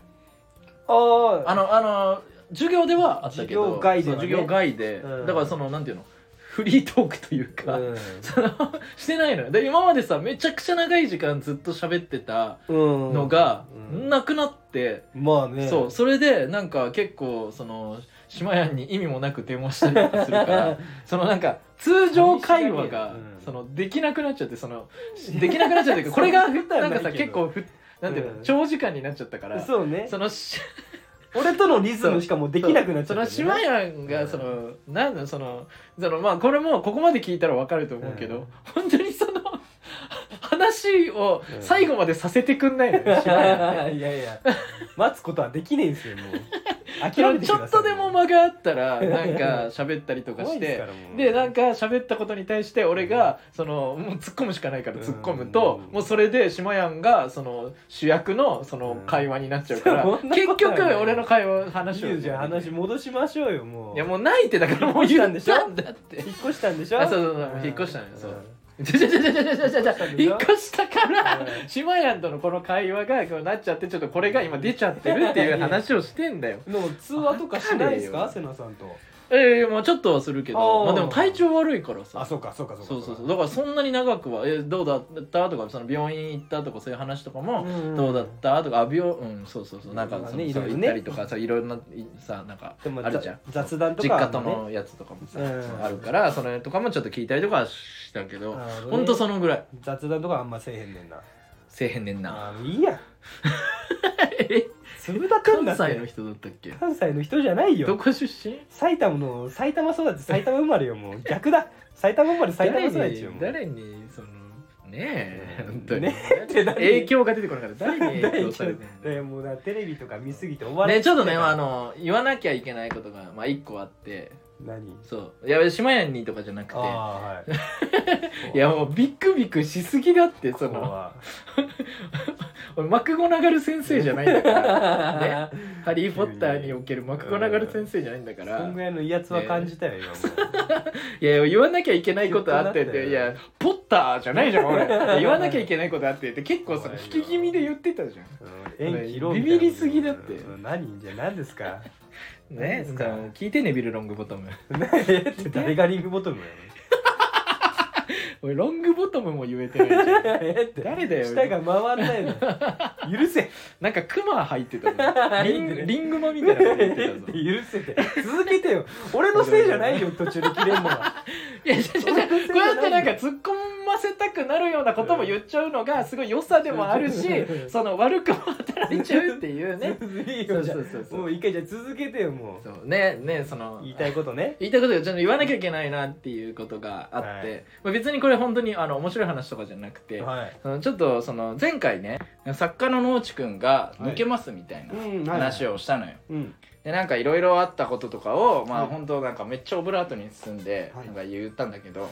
ああ あのあの授業ではあったけど授業外そうではね授業外で、うんだからそのなんていうのフリートークというか、うん そのしてないのよで今までさめちゃくちゃ長い時間ずっと喋ってたうんのが、うんなくなって、まあねそうそれでなんか結構その島屋に意味もなく電話したりとかするから そのなんか通常会話が、うんそのできなくなっちゃってそのできなくなっちゃってこれが そんなふことはなないんけかどさ結構ふなんていうの、うん長時間になっちゃったから そうねそのし俺とのリズムしかもうできなくなっちゃそったよねの 島屋がその、なんだそのそのまあこれもここまで聞いたらわかると思うけど、うん本当にその話をうん最 後までさせてくんないのよ、島屋っていやいや待つことはできねえんすよもうち諦めてくださょい、っとでも間があった らなんか喋ったりとか怖しいですてからもうでなんか喋ったことに対して俺がそのもう突っ込むしかないから突っ込むとうんもうそれで島やんがその主役のそうのん会話になっちゃうからそんな結ことはない局俺の会話話をいいよじゃあ話戻しましょうよもういやもうないってだから もう言ったんでしょんだって引っ越したんでしょあそうそうそう引っ越したのよそうじゃじゃじゃじゃじゃじゃじゃじゃ引っ越したから島やんとのこの会話がこうなっちゃってちょっとこれが今出ちゃってるっていう話をしてんだようんでも通話とかしないですわかか瀬名さんとええまあちょっとはするけあどーまあでも体調悪いからさあそうかそうかそうかそうそうそうだからそんなに長くは「えどうだった?」とかその病院行ったとかそういう話とかも「んどうだった?」とか「あ病うんそうそうそうなんかまあそねのいそろうい行ろっねたりとかさいろんないさなんかでもあるじゃんざ雑談と実か家もとねのやつとかもさうんあるからそれとかもちょっと聞いたりとかはしたけどなるほどねほんとそのぐらい雑談とかあんませえへんねんなせえへんねんなあーいいや えつぶだくんだ関って西の人だったっけ関西の人じゃないどよこ出身埼玉の埼玉育ち埼玉生まれよも う逆だ埼玉生まれ埼玉育ちよもう誰に誰にそのねえ本当にねえって 何影響が出てこなかった誰に影響されてんのえもうだテレビとか見すぎて終わねちょっとね、まあ、あのの言わなきゃいけないことが、まあ、1個あって何そういや島屋にとかじゃなくてああーは いいやもうビクビクしすぎだってそのは俺マクゴナガル先生じゃないんだからね「ハリー・ポッター」におけるマクゴナガル先生じゃないんだか そらんぐらいの威圧は感じたよ、今もいや言わなきゃいけないことあってっちょっとなったよて「いやポッター」じゃないじゃん 俺いや言わなきゃいけないことあってって結構その引き気味で言ってたじゃんう。 演技色みたいなビビりすぎだってうん何じゃあ何ですか ねそうですか聞いてねビル・ロングボトムえって誰がリングボトムや俺ロングボトムも言えてないじゃんえって誰だよ舌が回んないの 許せなんかクマ入ってたリンリングマみた いえなこと言っっててた許ぞせて続けてよ俺のせいじゃないよ途中で切れんのはいや違う違う違う こうやってなんか突っ込ませたくなるようなことも言っちゃうのがすごい良さでもあるし その悪くも働いちゃうっていうね続け そようじゃそあうそうそもうう一回じゃあ続けてよもうそうねねその言いたいことね言いたいことがちょっと言わなきゃいけないなっていうことがあって、はいまあ、別にこれ本当にあの面白い話とかじゃなくて、はいそのちょっとその前回ね作家の農地くんが抜けますみたいなうん話ををしたのよ。うんでなんかいろいろあったこととかを、まはあ、い本当なんかめっちゃオブラートに包んではいなんか言ったんだけど、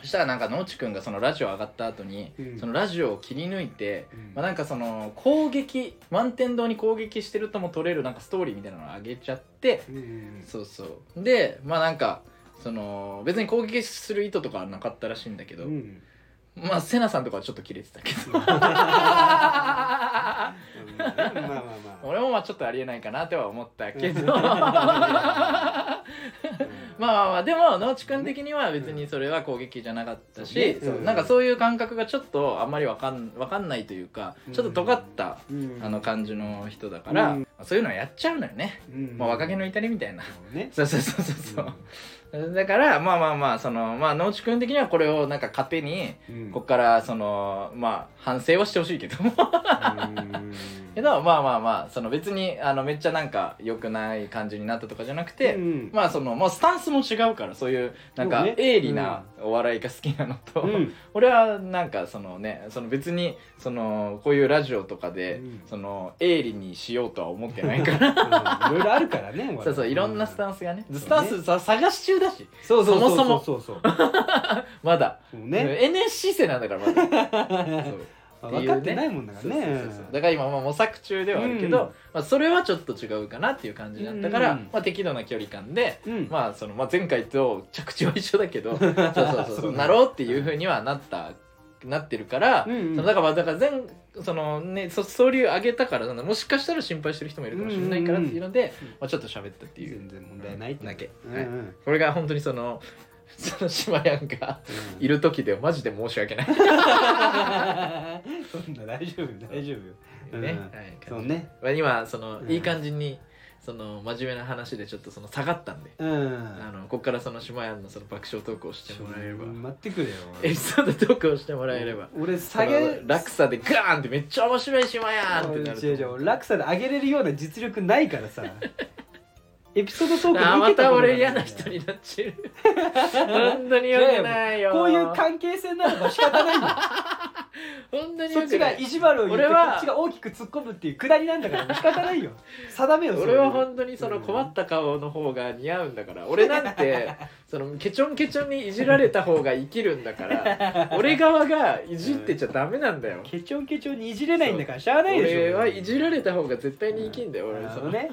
そしたらなんか農地くんがそのラジオ上がった後に、うんそのラジオを切り抜いて、うんまあ、なんかその攻撃満天堂に攻撃してるとも取れるなんかストーリーみたいなのを上げちゃって、うんそうそうでまあなんかその別に攻撃する意図とかはなかったらしいんだけど、 うんまあセナさんとかはちょっとキレてた けどうんまあまあまあ 俺もまあちょっとありえないかなとは思ったけ どうんまあままあまあでも農地君的には別にそれは攻撃じゃなかったし、そうねそううんなんかそういう感覚がちょっとあんまりわかんわかんないというかちょっと尖った、あの感じの人だから、うんそういうのはやっちゃうのよね、うんまあ、若気の至りみたいな、ねそうそうそうそうそう、だからまあまあまあそのまあ農地君的にはこれをなんか糧にうんこっからそのまあ反省はしてほしいけども うんけどまあまあまあその別にあのめっちゃなんか良くない感じになったとかじゃなくて、うんまあそのもうスタンスも違うからそういうなんかそうね鋭利なお笑いが好きなのと、うん俺はなんかそのねその別にそのこういうラジオとかで、うんその鋭利にしようとは思ってないから うんいろいろあるか らねそうそういろんなスタンンスがねんスタンスさ探し中だしスそうそうそもそうそうそうそまだ、うね NSC 生なんだからま だ。そうあ分かってないもんだからそうねそうそうそうだから今まあ模索中ではあるけど、うんまあ、それはちょっと違うかなっていう感じだったから、うんまあ、適度な距離感で、うんまあそのまあ、前回と着地は一緒だけ どそうそうそうそうねなろうっていうふうにはなったなってるから、うんうんそのだからまあだから前そのねそ総流上げたからそのもしかしたら心配してる人もいるかもしれないからっていうので、うんうんまあ、ちょっと喋ったっていう全然問題ないってだけ、うんはういんこれが本当にそのその島やんがうんいる時でマジで申し訳ない そんな大丈夫大丈夫ね、ようんはいそうねまあ今その、うんいい感じにその真面目な話でちょっとその下がったんで、うんあのここからその島屋のその爆笑トークをしてもらえれば、待ってくれよエピソードトークをしてもらえれば、俺下げその落差でガーンってめっちゃ面白い島屋ってなると違う違う落差で上げれるような実力ないから さ エピソードトークあーま抜けたことが俺い嫌な人になっちゃう本当によくないよこういう関係性ならば仕方ないんだよそんなにそっよちくがない意地悪を言って俺こはっちが大きく突っ込むっていうくだりなんだからもう仕 方ないよ定めよ俺はそれ本当にその困った顔の方が似合うんだから俺なんてそのケチョンケチョンにいじられた方が生きるんだから俺側がいじってちゃダメなんだよケチョンケチョンにいじれないんだからしゃあないでしょ俺はいじられた方が絶対に生きんだようん俺なるそほどのね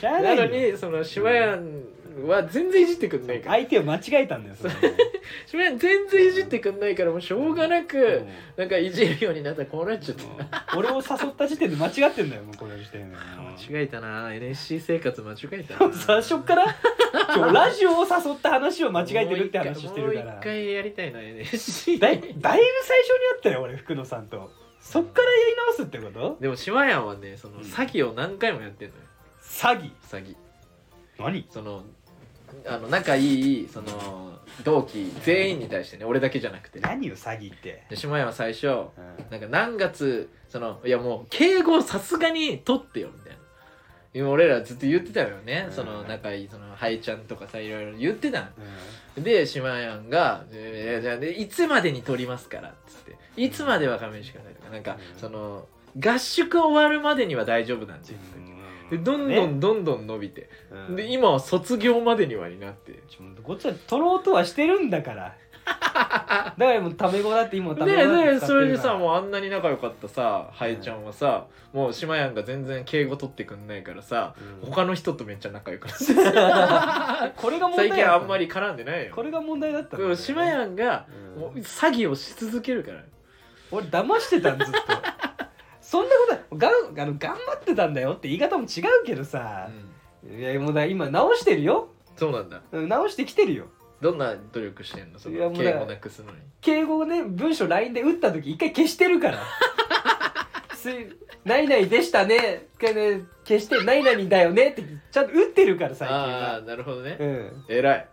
しゃあなないよのにその島屋は全然いじってくんないから相手を間違えたんだよそれ島屋全然いじってくんないからもうしょうがなうくんなんかいじるようになったらこうなっちゃった俺を誘った時点で間違ってんだよもうこの時 点で間違えたな NSC 生活間違えた最初っから今日ラジオを誘った話を間違えてるって話してるもう一回もかうら一回やりたいな NSC だいだいぶ最初にあったよ俺福野さんとそっからやり直すってことでも島屋はねそのうん詐欺を何回もやってんのよ詐欺詐欺何そのあの仲いいその同期全員に対してね俺だけじゃなくてね何よ詐欺って、で島屋は最初うんなんか何月そのいやもう敬語をさすがに取ってよみたいな今俺らずっと言ってたのよね、うんその仲いいそのハイちゃんとかさいろいろ言ってたので島やんが「えーじゃあでいつまでに撮りますから」っつって「いつまでは勘弁してください」とかなんかうんその合宿終わるまでには大丈夫なんでうでどんどんどんどん伸びて、うんで今は卒業までにはになってちょこっちは取ろうとはしてるんだから だからもうタメ語だって今もタメ語だでってで使ってるからそれでさもうあんなに仲良かったさハエちゃんはさ、もう島やんが全然敬語取ってくんないからさう ん他の人とめっちゃ仲良くなってこれが問最題だった近あんまり絡んでないよこれが問題だったんだでよもね島やんがうんもう詐欺をし続けるから俺騙してたんずっと そんなことがんあの頑張ってたんだよって言い方も違うけどさ、いやもうだ今直してるよそうなんだうん直してきてるよどんな努力してんのそいやのもう敬ね語なくすのに敬語をね文章 LINE で打った時一回消してるから 「すないないでしたね」けね消して「ないないだよね」ってちゃんと打ってるから最近ああはーなるほどねうん偉い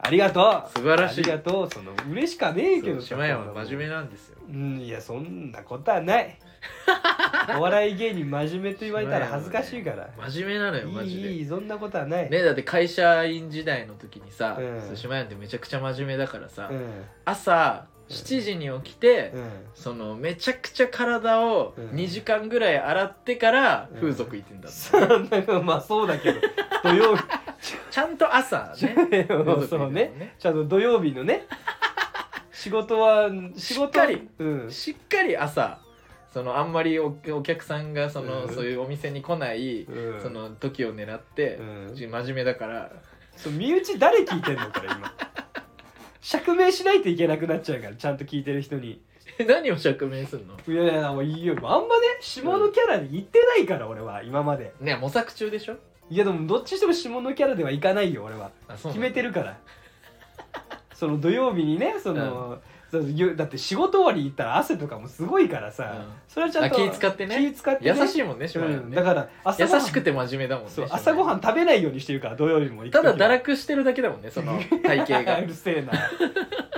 ありがとう素晴らしいありがとうその嬉しかねえけど島屋は真面目なんですようんいやそんなこと はないお笑い芸人真面目と言われたら恥ずかしいから、真面目なのよマいジいいでいそんなことはない、ねだって会社員時代の時にさうんそう島屋ってめちゃくちゃ真面目だからさうん朝7時に起きてうんそのめちゃくちゃ体をうん2時間ぐらい洗ってからうん風俗行ってんだってそんなのまあそうだけ ど土曜日ちゃんと朝ね 風俗 そ行うってねんだねちゃんと土曜日の ね仕事は仕し事っかりうんしっかり朝そのあんまりおお客さんがその、うんそういうお店に来ない、うんその時を狙って、うんうち真面目だから そう身内誰聞いてんのこれ今釈明しないといけなくなっちゃうからちゃんと聞いてる人にえ何を釈明すんのいやいやもういいよあんまね下のキャラで言ってないから俺は今までね模索中でしょいやでもどっちにしても下のキャラではいかないよ俺はあそうな決んだめてるからその土曜日にねその、そのゆだって仕事終わり行ったら汗とかもすごいからさ、うんそれはちゃんとあ気使ってね気使ってね優しいもんね島根はうんね、だから朝ごはん優しくて真面目だもんねそう島根朝ごはん食べないようにしてるから土曜日も行くた時だ堕は落してるだけだもんねその体型が うるせえな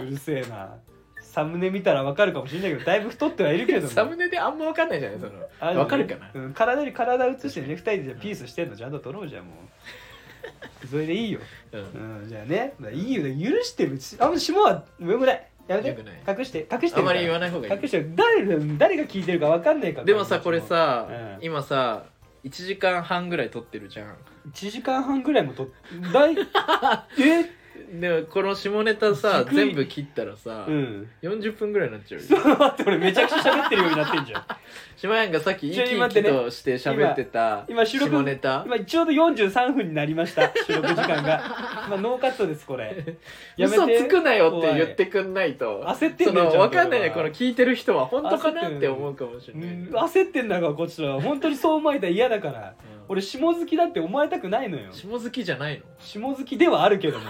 うるせえなサムネ見たらわかるかもしれないけどだいぶ太ってはいるけどもサムネであんま分かんないじゃないそあのる分かるかな、うん、体に体映してね二人でじゃあピースしてんのちゃんと撮ろうじゃんもうそれでいいようんうん、じゃあね、まあ、いいよ、許してるし、あんま下は上ぐらい。やめてよくない、隠して、隠してあるまり言わかない方がら。い隠いしてる、誰が、誰が聞いてるかわかんないから。でもさこれ、さ、うん今さ1時間半ぐらい撮ってるじゃん一時間半ぐらいもと、 だい、え、でもこの下ネタさ低い全部切ったらさ、うん。 40分ぐらいになっちゃうよちょっと待って、俺めちゃくちゃ喋ってるようになってんじゃん。島やんがさっきち生ょき今生待っきてねとして喋ってた今収録下ネタ今ちょうど四十三分になりました。 収録時間が。まあノーカットですこれ。やめ嘘て。つくなよって言ってくんないと怖い焦ってんそねんのちゃんと分かんないねこの聞いてる人は本当か焦ってなんって思うかもしれうない、ん焦ってんだからこっちは本当にそう思われたら嫌だからうん俺下好きだって思われたくないのよ下好きじゃないの下好きではあるけ ども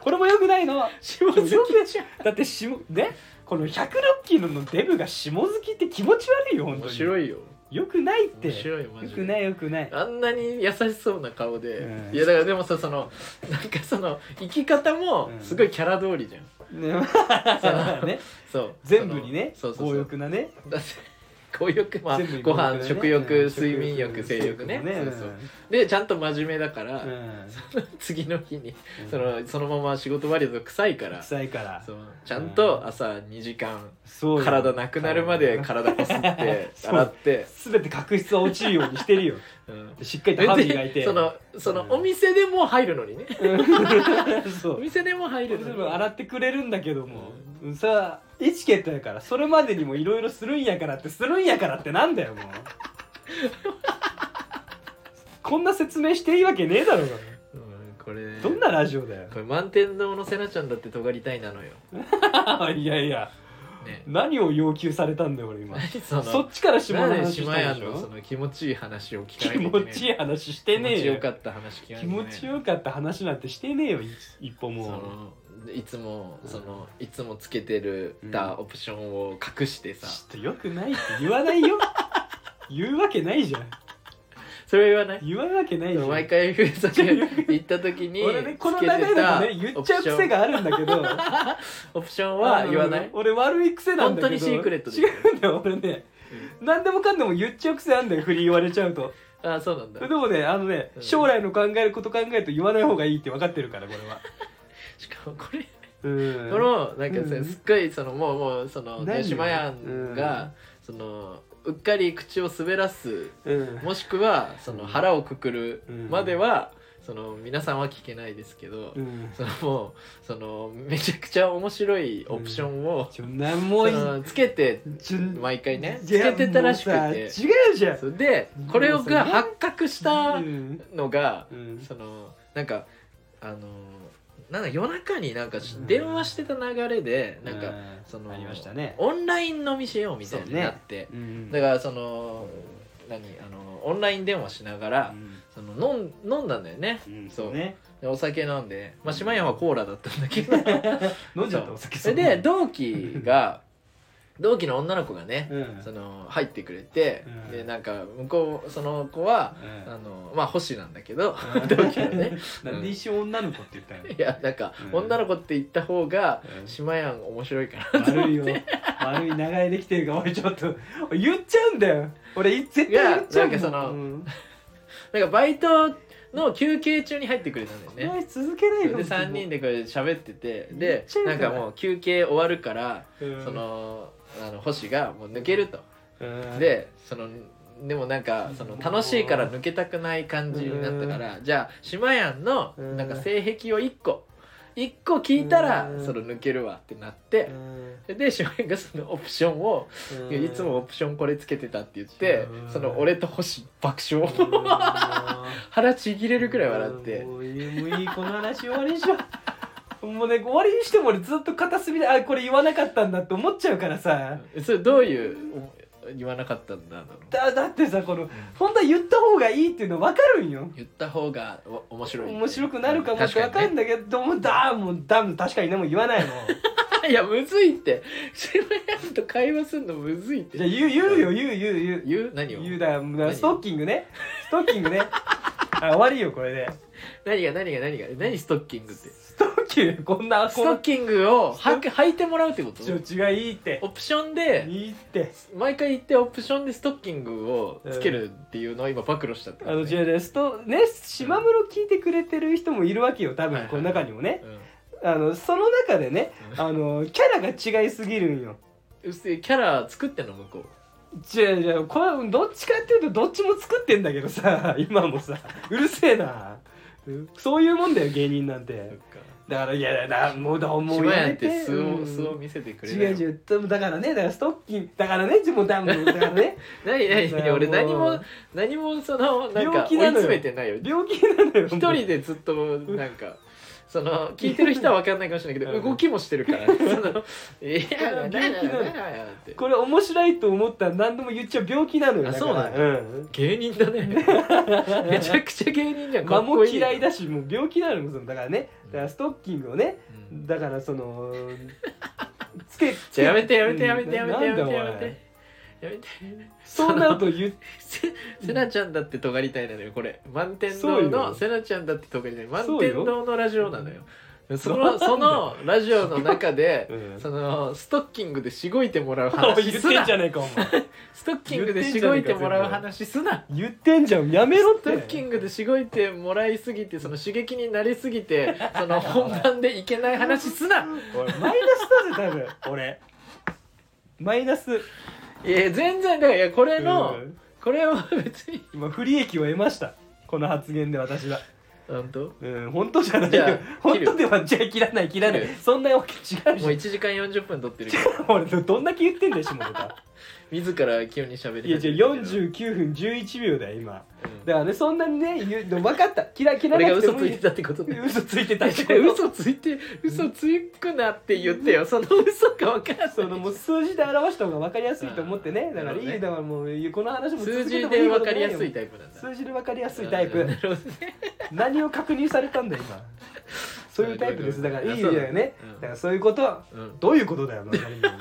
これもよくないの下好きよく だって下ねこの106キロのデブが下好きって気持ち悪いよ本当に面白いよよくないって面白いよマよジくでないよくないあんなに優しそうな顔で、うんいやだからでもさそのなんかその生き方もすごいキャラ通りじゃん、 ねそのねそう全部にねそのそうそう強そう欲なねだってこう欲まあ全部ご飯食欲睡眠欲性欲ねそうそうそそううでちゃんと真面目だから、んうん 次の日にうんそのそのまま仕事終わりだと臭いから臭いからそうちゃんと朝2時間そうよ体なくなるまで体こすって そう洗って、全て角質は落ちるようにしてるようんしっかりと歯磨いてでそのそのお店でも入るのにねうん そおう店でも入るの全に部洗ってくれるんだけども、うんさあエチケットやからそれまでにもいろいろするんやからってするんやからってなんだ よもうこんな説明していいわけねえだろうがうんこれどんなラジオだよこれ満天堂のせなちゃんだって尖りたいなのよ、 いやいやね、何を要求されたんだよ俺今 そのそっちから下のなんで話し島た屋んでしのそょの気持ちいい話を聞か気なきゃ持いちいけい話してなねい気持ちえよよかった話聞かなきゃい気けない持ちよかった話なんてしてねえよい一歩そものいつもそのいつもつけてるうたんオプションを隠してちさょっとよくないって言わ ないよ言うわけないじゃんそれは言わない言わんわけないじゃん毎回ふう さちが行った時に俺ねこのつけ流れてだたとね言っちゃう癖があるんだけどオプションは言わない俺悪い癖なんだけど本当にシークレットで違うんだよ俺ね何でもかんでも言っちゃう癖あんだよ振り言われちゃうとあそうなんだでもねあのねうん将来の考えること考えると言わない方がいいって分かってるからこれはしかもこれうん このなんかさ、うんすっごいそのもうもうその何よね島やんが、そのうっかり口を滑らすうんもしくはその腹をくくるまでは、その皆さんは聞けないですけど、うんそのもうそのめちゃくちゃ面白いオプションを、ちょ何もそのつけてちょ毎回ねい つやけてたらしくもうてさ違うじゃんそうでこれもうさが発覚したうんのが、うん そのなんかあのなんか夜中になんか電話してた流れで、なんうかそのありましたねオンライン飲みしようみたいになって、うんだからその何あのオンライン電話しながら、その飲ん飲んだんだよねうんそうそうねでお酒飲んでまあ島屋はコーラだったんだけど飲んじゃったお酒それ で同期が同期の女の子がね、うんその入ってくれて、うんでなんか向こうその子は、あのまあ星なんだけど、うん同期のねなんで一瞬女の子って言っ たのいやなんか、うん女の子って言った方がうん島屋面白いかな悪いよ悪い流れできてるから俺ちょっと言っちゃうんだよ俺い絶対言っちゃうもいやなんかそのうん なんかバイトの休憩中に入ってくれたんだよねお前続けないでよ3人でこれ喋ってて言っでちゃうかならんかもう休憩終わるから、うんそのあの星がもう抜けると、うんでそのでもなんかその楽しいから抜けたくない感じになったから、じゃあ島やんのうんなんか性癖を1個1個聞いたら、うんその抜けるわってなってう、んで島やんがそのオプションを、うんいやいつもオプションこれつけてたって言って、うんその俺と星爆うん笑 腹ちぎれるくらい笑って。もういいもういいこの話終わりにしようもうね終わりにしても俺ずっと片隅であこれ言わなかったんだって思っちゃうからさそれどういうお言わなかったんだなのだだってさこの本当は言った方がいいっていうの分かるんよ言った方がお面白い面白くなるかもって分確かかるにんだけどもうだもうだもう確かにねもう言わないもんね、いやむずいって渋谷と会話するのむずいってじゃあ言う言うよ言う言う言う言う何を言うだよだから何ストッキングねストッキングねあ終わりよこれで何が何が何が何ストッキングってスストッキングこんなトこッのキングをはく履いてもらうってことちょ違がいいってオプションでいいって毎回言ってオプションでストッキングをつけるっていうのを今暴露したってこあとのね、違う違うストね島村聞いてくれてる人もいるわけよ多はい分はいこの中にもねうんあのその中でねうんあのキャラが違いすぎるんようっせキャラ作ってんの向こうじゃあじゃあこれどっちかっていうとどっちも作ってんだけどさ 今もさうるせえなそういうもんだよ芸人なんてだからいやだもうだもう島や屋めって素うをん素を見せてくれない違う違うでもだからねだからストッキングだからねもうだもうだか らねないないない俺何ももう何もそのなんか病追気いなのよ詰めてないよ病気なのよ一もう人でずっとなんかその聞いてる人は分かんないかもしれないけうどん動きもしてるからその「いやなななな病気なのなな」ってこれ面白いと思ったら何度も言っちゃう病気なのよあだかそらうなうん芸人だねめちゃくちゃ芸人じゃんか間っもこいい嫌いだしもう病気なのよそのだからねだからストッキングをねうんだからそのつけつじ けゃあやめてやめてやめてやめてやなめんだておや前めてやめてそうなると言っ せせなちゃんだって尖りたいなのよこれ満天そ堂うよのせなちゃんだって尖りたいそ満うよ天堂のラジオなのよそのそのラジオの中で、 うんそのストッキングでしごいてもらう おい話言っすてなんじゃねえかお前ストッキングでしごいてもらう話すな 言ってんじゃんやめろっストてッキングでしごいてもらいすぎてその刺激になりすぎてその本番でいけない話すなおいマイナスだぜ多分俺マイナスいや全然だからいやこれの、うんこれは別に今不利益を得ましたこの発言で私は本当もうん本当じゃないじゃよあ本当ではじゃあ切らない切らない切るそんなわけ違ううじゃん1時間40分撮って るけど俺どんだけ言ってんだよ下ネタ自ら急に喋りいやじゃあ40、 49分11秒だよ今だからねそんなにね言うの分かった嫌いうん、嫌い俺がなくて嘘もついいいてたってことね嘘ついてたってこ と嘘ついて嘘つくなって言ってよその嘘か分からんそのもう数字で表した方が分かりやすいと思ってねだからいいなるほどねだからもうこの話も数続けて字もいでいこ分とかなりいよやすいタイプなんだ数字で分かりやすいタイプなるほどね何を確認されたんだよ 今そういうタイプですだからいいそうだねだよねうんだからそういうことはうんどういうことだよな何も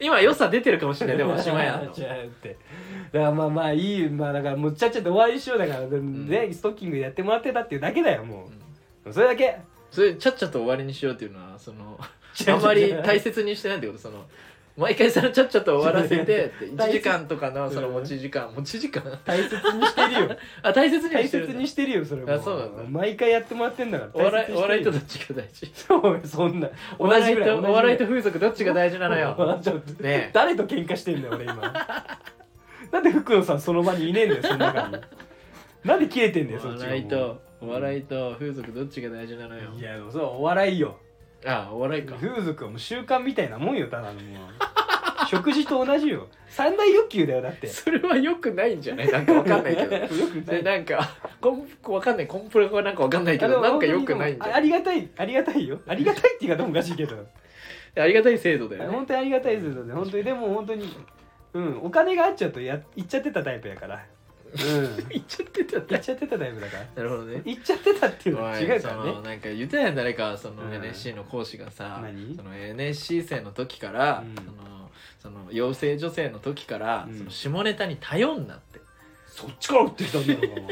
今良さ出てるかもしれないで も島屋の違うってだからまあまあいいまあだからもうちゃっちゃと終わりしようだからでね、ストッキングやってもらってたっていうだけだよもう、それだけそれちゃっちゃと終わりにしようっていうのはその違うあんまり違う大切にしてないってことその毎回そのちゃっちゃと終わらせて って1時間とかのその持ち時間 持ち時間大切にし てるよあ大切には大してる切んだにしてるよそれもあそうなんだ毎回やってもらってんだからお笑いお笑いとどとっちが大事そんな同じと お笑いと風俗どっちが大事なのよ ちょっとねえ誰と喧嘩してんだよ俺今なんで福野さんその場にいねえんだよその中になんで切れてんだよおそっちが笑いとお笑いと風俗どっちが大事なのよいやでもそうお笑いよあお笑いか風俗はもう習慣みたいなもんよただのもう 食事と同じよ三大欲求だよだってそれはよくないんじゃ ないなんかわかんないけどよくないでなんかコンわかんないコンプラかなんかわかんないけあでどもなんかよくないんじあゃあんりがたいありがたいよありがたいって言い方もおかしいけどありがたい制度だよね本当にありがたいですよね本当にでも本当にうんお金があっちゃうとやいっちゃってたタイプやからうん言っちゃってたんいっだちゃってたタイプだかならるほど ねいっちゃってたっていうのはおい違うかそらのねなんか言ってたやん誰かそのうん NSC の講師がさ、何その NSC 生の時から、うんそのその養成女性の時から、うんその下ネタに頼んなってそっちから売ってきたんだ ろうなも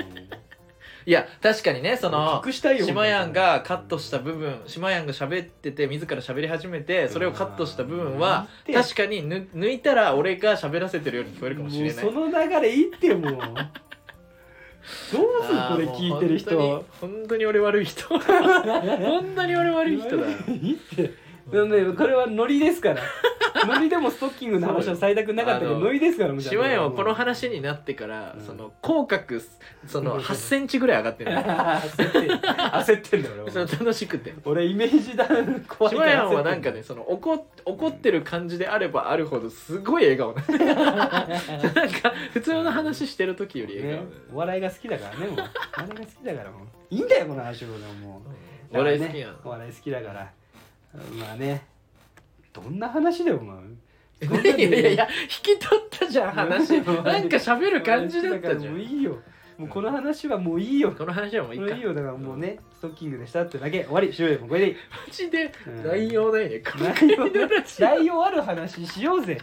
いや確かにねそうの隠したいよ島やんがカットした部分島やんが喋ってて自ら喋り始めてそれをカットした部分はうん確かに抜抜いたら俺が喋らせてるように聞こえるかもしれないもうその流れいいってもうどうするあーこれ聞いてる人もう本当に本当に俺悪い人本当に俺悪い人だいいってなんでこれはノリですから ノリでもストッキングの話はされたくなかったけあどのノリですからもうシワヤンはこの話になってから、うんその口角そのうん8センチぐらい上がってる焦ってん焦ってんだよその俺楽しくて俺イメージだ怖いシかワヤらンはなんかねその怒怒ってる感じであればあるほどすごい笑顔ななんか普通の話してる時より笑ね顔、お笑いが好きだからねもうお笑いが好きだからもういいんだよこの話もでももうお笑い好きやん、だからねお笑い好きだからまあねどんな話でもまあ いやいやいや引き取ったじゃん 話うんなんか喋る感じだったじゃもうんいいよもうこの話はもういいよこの話はもういいもかういいよだからもうね、ストッキングでしたってだけ終わり終了もうこれでいいマジでうん内容ないねこの内容 国のラジオ内容ある話しようぜ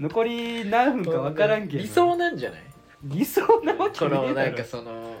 残り何分か分からんけど理想なんじゃない理想 なわけこねのえだなんろかその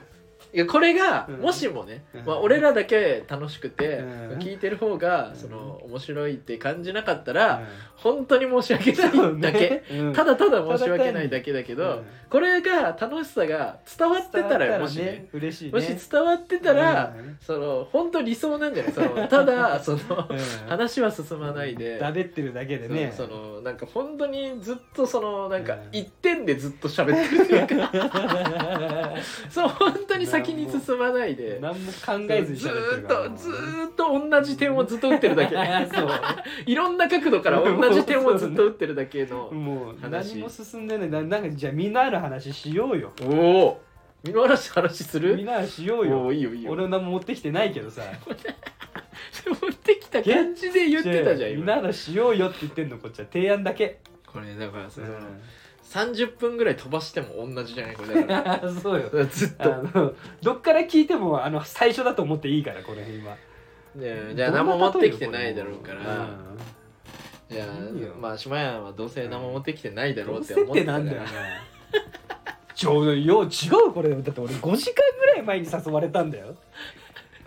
いやこれがうんもしもね、うんまあ、俺らだけ楽しくて、うん聞いてる方うがんその面白いって感じなかったら、本当に申し訳うんないだけ、そうねうん ただただ申し訳ないだけだけど、うんこれが楽しさが伝わってたらもしねね嬉しいねもし伝わってたら、うんその本当理想なんじゃないそのた だそのうん話は進まないで。だべってるだけでねそそのなんか本当にずっとそのなんかうん一点でずっと喋ってるっていうか そう本当に先に進まないで 何も考えずにず喋ってーるっからとずーっと同じ点をずっと打ってるだ けそいろんな角度から同じ点をずっと打ってるだけのうもう話何も進んでないななんかじゃあみんなある話しようよおお見晴らし話すみんるなあるしよおうよーいいよいいよ俺何も持ってきてないけどさ持ってきた感じで言ってたじゃんみんな今あるしようよって言ってんのこっちは提案だけ、これだからうさ、ん、 30分ぐらい飛ばしても同じじゃないこれだからあ そうよだから ずっあと、ねのどっから聞いてもあの最初だと思っていいからこの辺はえ、じゃあ何も持ってきてないだろうから、うんじゃいいよあまあ島屋はどうせ何も持ってきてないだろうどうってせ思っっててなたんかだよらなちょうどよ違うこれだって俺5時間ぐらい前に誘われたんだよ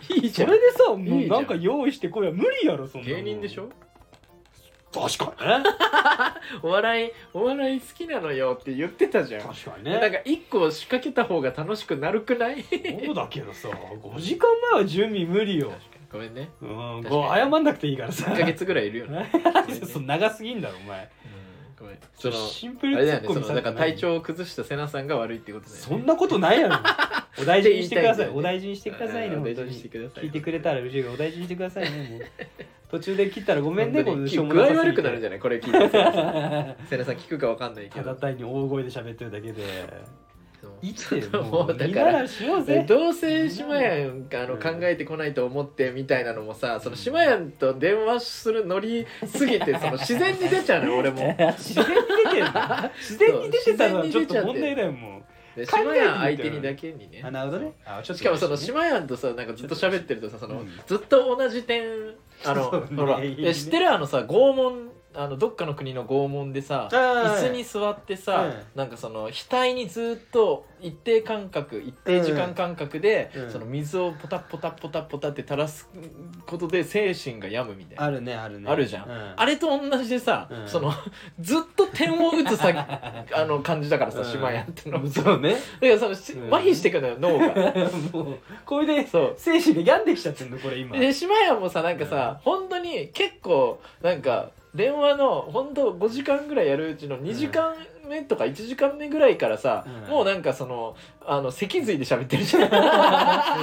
いいじそゃ んれでさいもいうじゃんなんか用意してこいや無理やろそんなの芸人でしょ確かにねお笑いお笑い好きなのよって言ってたじゃん確かになんねか一個仕掛けた方が楽しくなるくない そうだけどさ5時間前は準備無理よごめんねうん確かにこう謝んなくていいからさ1ヶ月ぐらいいるよね、 そう長すぎんだろお前ごめんそのシンプあルれだツよねッコそミのさなんか体調を崩した瀬名さんが悪いってことだよねそんなことない やろお大事にしてくださいって言いたいんだよねお大事にしてくださいねあーお本大当事ににしてください聞いてくれたら嬉しいからお大事にしてくださいねもう途中で切ったらごめんね本こ当のにしょうも具合さすぎて悪くなるんじゃないこれ聞いて瀬名 さん瀬名さん聞くかわかんないけただど単に大声で喋ってるだけで生きてちょっと よも もううだだかかららしようぜどうせ島やんがあのうん考えてこないと思ってみたいなのもさその島やんと電話するノリすぎてその自然に出ちゃうの俺 も自然に出てる自然に出てたのはちょっと問題だよもうで考えて島やん相手にだけにねあなるほどねあちょっとしかもそのね島やんとさなんかずっと喋ってるとさその、うんずっと同じ点あの、そうねほらいいねいや知ってるあのさ拷問あのどっかの国の拷問でさあー椅子に座ってさ、うんなんかその額にずっと一定間隔一定時間間隔で、うんその水をポタポタポタポタって垂らすことで精神が病むみたいな。あるねあるねあるじゃんうんあれと同じでさ、うんそのずっと点を打つさ あの感じだからさ、島やんってのだかそうねらその、しうん麻痺してくのよ脳 がもうこれでそう精神が病んできちゃってんのこれ今で島屋もさなんかさ、本当に結構なんか電話の本当5時間ぐらいやるうちの2時間目とか1時間目ぐらいからさ、うんもうなんかそのあの脊髄で喋ってる じゃん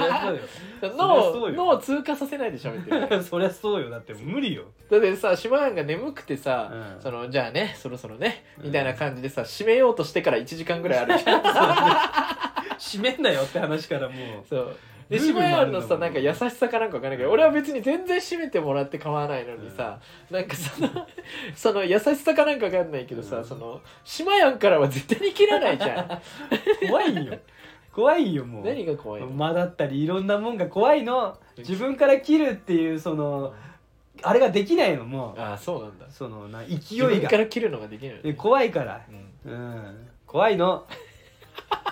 脳そりゃそうをよ脳を通過させないで喋ってるじゃん そりゃそうよだって無理よだってさ島屋が眠くてさ、うんそのじゃあねそろそろねうんみたいな感じでさ締めようとしてから1時間ぐらいあるじゃん締めんなよって話からもうそうでルール島もあ屋るんだのもんさなんか優しさかなんかわかんないけど俺は別に全然締めてもらって構わないのにさ、なんかその その優しさかなんかわかんないけどさ、うんその島屋からは絶対に切らないじゃん怖いよ怖いよもう何が怖いの間だったりいろんなもんが怖いの自分から切るっていうそのあれができないのもああそうなんだうそのな自勢い分がから切るのができないのでね怖いからうんうん怖いの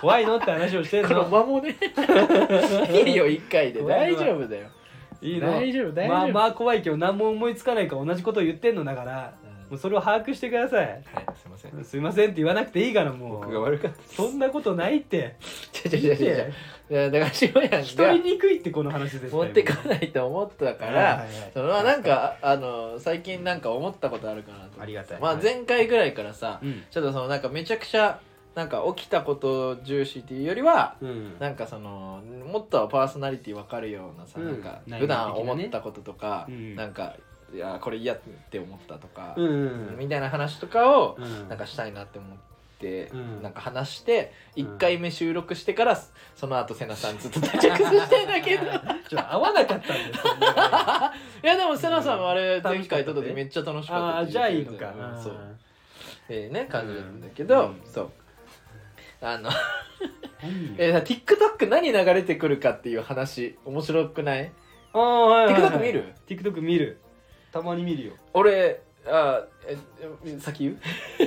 怖いのって話をして んこのの間もねいいよ1回で怖い大わ丈夫だよいいの大丈夫大丈夫、まあまあ怖いけど何も思いつかないから同じことを言ってんのだからうもんうそれを把握してくださいはいすいませんすいませんって言わなくていいからも僕がう悪かったですそんなことないって違う違う違う違ういやだから島屋一人がにくいってこの話です持ってかないと思ったから、それはなんかああの最近なんか思ったことあるかなと思ってありがたいまあ、はい前回ぐらいからさ、うんちょっとそのなんかめちゃくちゃなんか起きたことを重視っていうよりはうんなんかそのもっとパーソナリティ分かるようなさ、うんなんか内容的なね普段思ったこととか、うんなんかいやこれ嫌って思ったとか、うんうんみたいな話とかをうんなんかしたいなって思って、うんなんか話してうん1回目収録してからその後瀬名さんずっと 立ち崩してんだけど。ちょ合わなかったんですそんなことあいやでもセナさんもあれうん前回撮った時めっちゃ楽しかった あっーてじゃあいいのかうん そうあええね感じだったんだけど、うんそうあのー何よえー、TikTok 何流れてくるかっていう話面白くないあーはいはいはい TikTok 見る TikTok 見るたまに見る よ俺あーええ先言う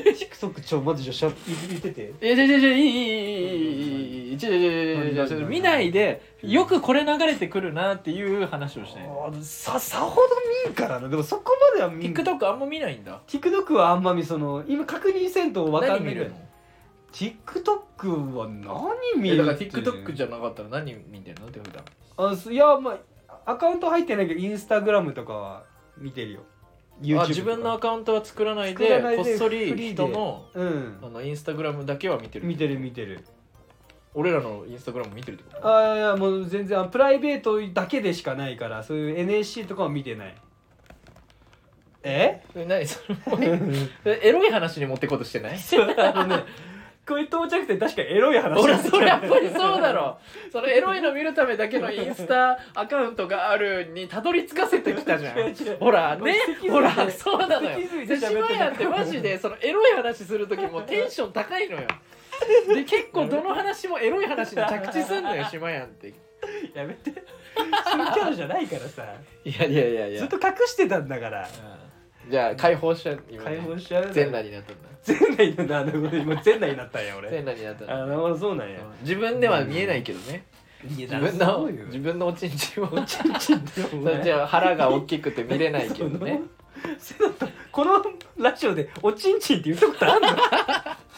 TikTok ちょ待ってじゃあしゃ言ってていやいやいやいやいいいいいいいいいいいいいいいちょちょちょちょちょちょ見ないでよくこれ流れてくるなっていう話をしたいあーささほど見んからなでもそこまでは見ん TikTok あんま見ないんだ TikTok はあんまりその今確認せんと分か何んな見いるの TikTok は何見えるだから TikTok じゃゃなかったら何見てるのって普段あすいやまあアカウント入ってないけどインスタグラムとかは見てるよ YouTube あ自分のアとかカウントは作らない作でらないこでっそフリりーで人のうんあのインスタグラムだけは見てる見てる見てる俺らのインスタグラム見てるってことああいやもう全然あプライベートだけでしかないからそういう NSC とかは見てない ええ何 それエロい話に持ってこうとしてないそうあのねこういう到着点確かにエロい話俺そ れやっぱりそうだろそのエロいの見るためだけのインスタアカウントがあるにたどり着かせてきたじゃ違うん 違うほらね俺脊髄でほらそうなのよ脊髄でで喋って島た屋ってマジでそのエロい話する時もテンション高いのよで結構どの話もエロい話に着地すん のよ島屋ってやめてそういうキャラじゃないからさいやいやいやいずっと隠してたんだからじゃあ解放しちゃう今ね解放しちゃう全裸になったんだ全裸にな ったあの今全裸になったんや俺全裸になったんだあなるほどそうなんや自分では見えないけどねいや自分だからすのごいよ自分のおちんちんおはち んちんってお前じゃあ腹が大きくて見れないけどねその瀬戸 この ラジオでおちんちんって言ったことあるの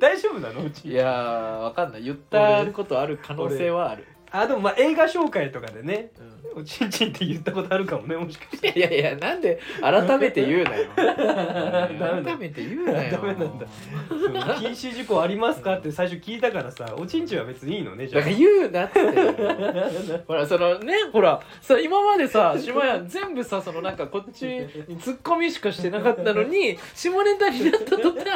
大丈夫なのおちんいちんやーわかんない言ったことある可能性はある、あでもまあ映画紹介とかでねうんおちんちんって言ったことあるかもねもしかしていやいやなんで改めて言うな よダメだ改めて言うなよ ダメなんだその 禁止事項ありますかって最初聞いたからさおちんちんは別にいいのねじゃだあから言うなってほらそのねほらさ今までさ島屋全部さそのなんかこっちにツッコミしかしてなかったのに下ネタになった途端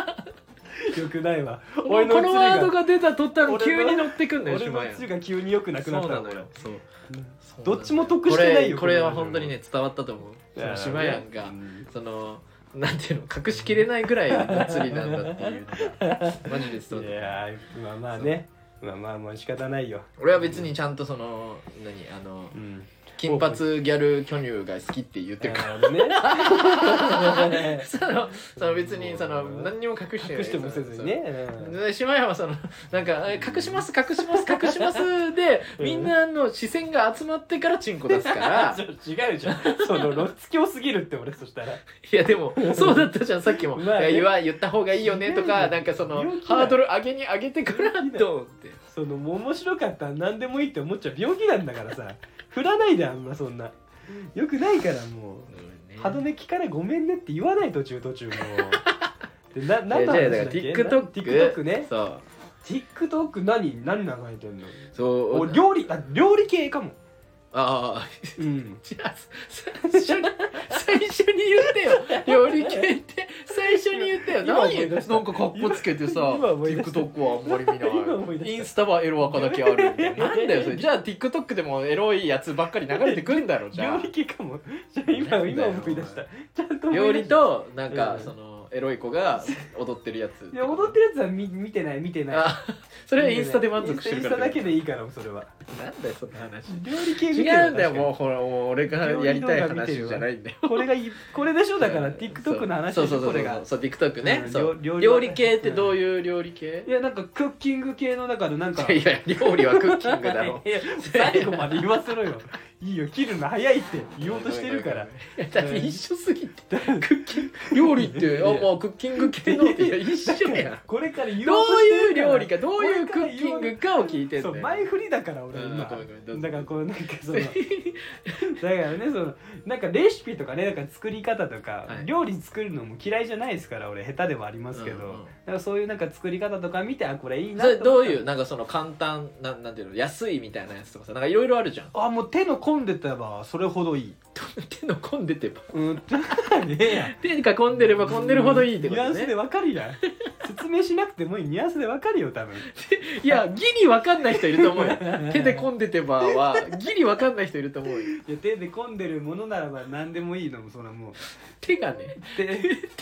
よくないわ こ俺ののワード映がが出た途端俺の急に乗ってくんだよ俺島の屋映が急に良くなくなったそうなのよそうそうどっちも得してないよこれこれはこのラジオ本当にね伝わったと思ういそのや島屋が、うんそのなんていうの隠しきれないぐらいがっつりなんだっていうのがマジで伝わっいたやーまあまあねまあまあまあ仕方ないよ俺は別にちゃんとその何あのうん金髪ギャル巨乳が好きって言ってるからあ のねそのその別にその何にも隠してない隠してもせずにねうんで島屋はそのなんかえ隠します隠します隠しますで うんみんなの視線が集まってからチンコ出すから ちょ違うじゃんその露出狂すぎるって俺そしたらいやでもそうだったじゃんさっきも「い まあねや言わ言った方がいいよね」と違うよかなんかその病気だよハードル上げに上げてから病気だよドンってそのもう面白かったら何でもいいって思っちゃう病気なんだからさ振らないであんまそんなよくないからもう歯止め聞かないごめんねって言わない途中途中も うでな何のいや話じゃだあっだけからな TikTok, TikTok ねそう TikTok 何何流れてんのそう俺料理あ料理系かもああうんじゃあさ最初に最初に言ってよ料理系って最初に言ってよ今思何いな出んしかたカッコつけてさ今思い出した TikTok はあんまり見今思いな出いしイたンスタはエロ赤だけあるみたいななんだよそ れじゃあ TikTok でもエロいやつばっかり流れてくんだろ じゃ料あ理系かもじゃあ今なんだ今よ思い出したちゃんと思い出した料理となんうかんそのエロい子が踊ってるやついや踊ってるやつは見見てない見てないあそれはインスタで満足してるからインスタだけでいいからそれはなんだよそんな話料理系見てる違うんだよもうほらもう俺がやりたい話じゃないんだようこれがいこれでしょだからうん TikTok の話そでうしそうょそうこそうれがそう TikTok ね、うんそう料料料理理はね系ってどういう料理系、いやなんかクッキング系の中のなんかいやいや料理はクッキングだろ いや最後まで言わせろよいいよ切るの早いって言おうとしてるからいやだって一緒すぎてだクッキング料理ってあまあクッキング系のっていや一緒だやかんらこれから言どおうとうしているうから料理かどういうクッキングかを聞いてんそだよう前振りだから俺うん今だごめんごめんどうぞからこうなんか そのだからねそのなんかレシピとかねなんか作り方とか、はい料理作るのも嫌いじゃないですから俺下手ではありますけど、うんうんなんかそういうなんか作り方とか見てあこれいいなそれとど思うったいうなんかその簡単なんなんていうの安いみたいなやつとかさなんかいろいろあるじゃんあもう手の込んでたばそれほどいい手の込んでてばうんねえや手が 込んでれば込んでるほどいいってこニュアとンスでねわかるやん説明しなくてもいいニュアンスでわかるよ多分いやギリわかんない人いると思うよ 手で込んでてばはギリわかんない人いると思うよいや手で込んでるものならば何でもいいのもそのもう手がね手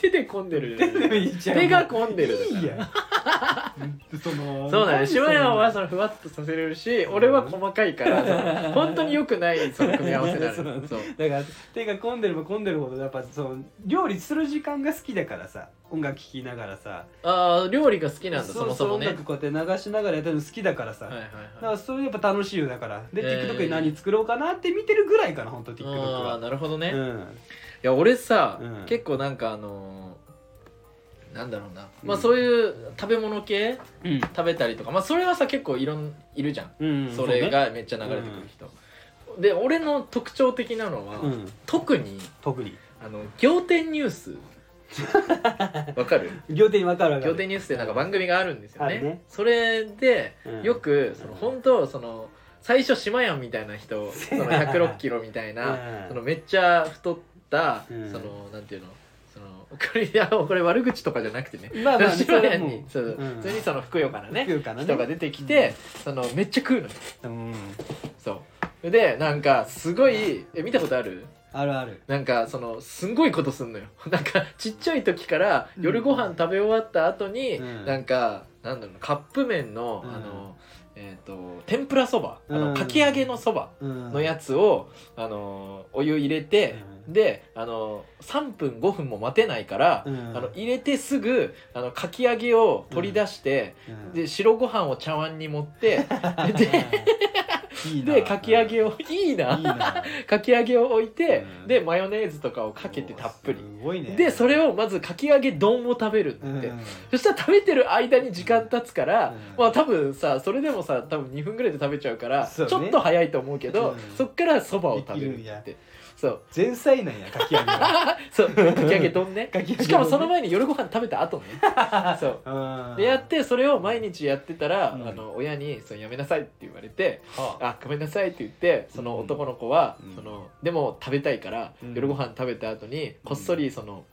手で込んでる手でもいいじゃん手が込んでるいいやんそのそうだね島山はそそのふわっとさせれるし俺は細かいからその本当に良くないその組み合わせなそうだのねそうだから手が込んでれば込んでるほどやっぱその料理する時間が好きだからさ音楽聴きながらさああ料理が好きなんだうそもそうもね音楽こうやって流しながらやってるの好きだからさ、はいはいだかはいらそれやっぱ楽しいよだからで、えー TikTok で何作ろうかなって見てるぐらいかな本当 TikTok ああはなるほどね、ういんや俺さ、うん結構なんかあのーなんだろうな、まうあんそういう食べ物系うん、食べたりとかまあそれはさ結構いろんいるじゃん、うん、それがめっちゃ流れてくる人、で俺の特徴的なのは、そうね、うん、特に特にあの仰天ニュースわ かる両手に分かるわかる仰天ニュースってなんか番組があるんですよあねるねそれでうんよくその本当その最初島やんみたいな人その106キロみたいうんなそのめっちゃ太ったうんそのなんていうのそのこれいやこれ悪口とかじゃなくてねまあまあ島屋に そそれはうもううん普通にそのふくよかなねふくよかなね人が出てきてそのめっちゃ食うのようんそうでなんかすごいえ見たことあるあるあるなんかそのすんごいことすんのよ なんかちっちゃい時から夜ご飯食べ終わった後に、うんなんかなんだろうカップ麺の、うんあのえっ、と天ぷらそばあうんのかき揚げのそばうんのやつを、あのお湯入れて、うんであの3分5分も待てないから、うんあの入れてすぐあのかき揚げを取り出して、うん で白ご飯を茶碗に盛っていいなでかき揚げをいいいいななかき揚げを置いて、うんでマヨネーズとかをかけてたっぷりす、ごいねでそれををまずかき揚げ丼を食べるって、そしたら食べてる間に時間経つから、うんまあ多分さそれでもさ多分2分ぐらいで食べちゃうからそうねちょっと早いと思うけど、うんそっからそばを食べるできるんっやてそう 前菜なんやかき揚げはそうかき揚げ丼ねかき揚げ丼ねし かもその前に夜ご飯食べた 後ねそううんでやってそれを毎日やってたら、うんあの親に「そのやめなさい」って言われては「ああごめんなさい」って言ってその男の子は、うんそのでも食べたいから、うん夜ご飯食べた後にこっそりその。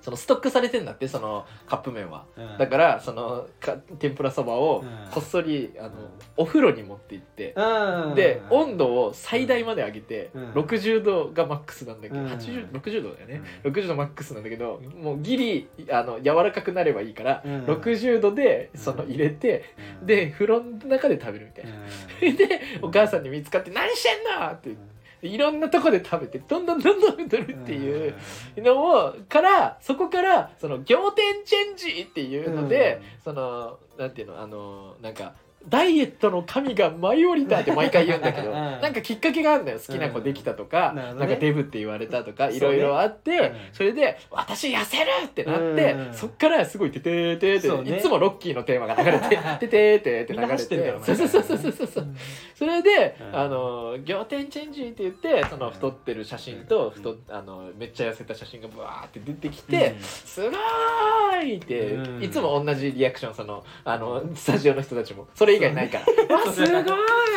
そのストックされてんだってそのカップ麺はうんだからそのか天ぷらそばをうんこっそりあの、うんお風呂に持って行って、うんで温度を最大まで上げて、うん60度がマックスなんだけど、うん80 60度だよね、うん60度マックスなんだけどもうギリあの柔らかくなればいいから、うん60度でそのうん入れて、うんで風呂の中で食べるみたいな。うんでお母さんに見つかって「何してんの!」って言っていろんなとこで食べてどんどんどんどん太る っていう。のをからそこからその仰天チェンジっていうので、そのなんていうのあのなんかダイエットの神が舞い降りたっ て毎回言うんだけど、うんなんかきっかけがあるんだよ好きな子できたとか、うんなるなんほどねかデブって言われたとかそうねいろいろあって、うんそれで「私痩せる!」ってなって、うんそっからすごい「ててーてーてー」そうねいつもロッキーのテーマが流れて「ててーてー」ってみ流んなれ走ってるからてそうそうそうそうそうそうそれで、うんあの仰天チェンジって言ってそのうん太ってる写真と、うん太っあのめっちゃ痩せた写真がブワーって出てきて、すごーいって、うんいつも同じリアクションそのあのスタジオの人たちもそれ以外ないから「わすそごうね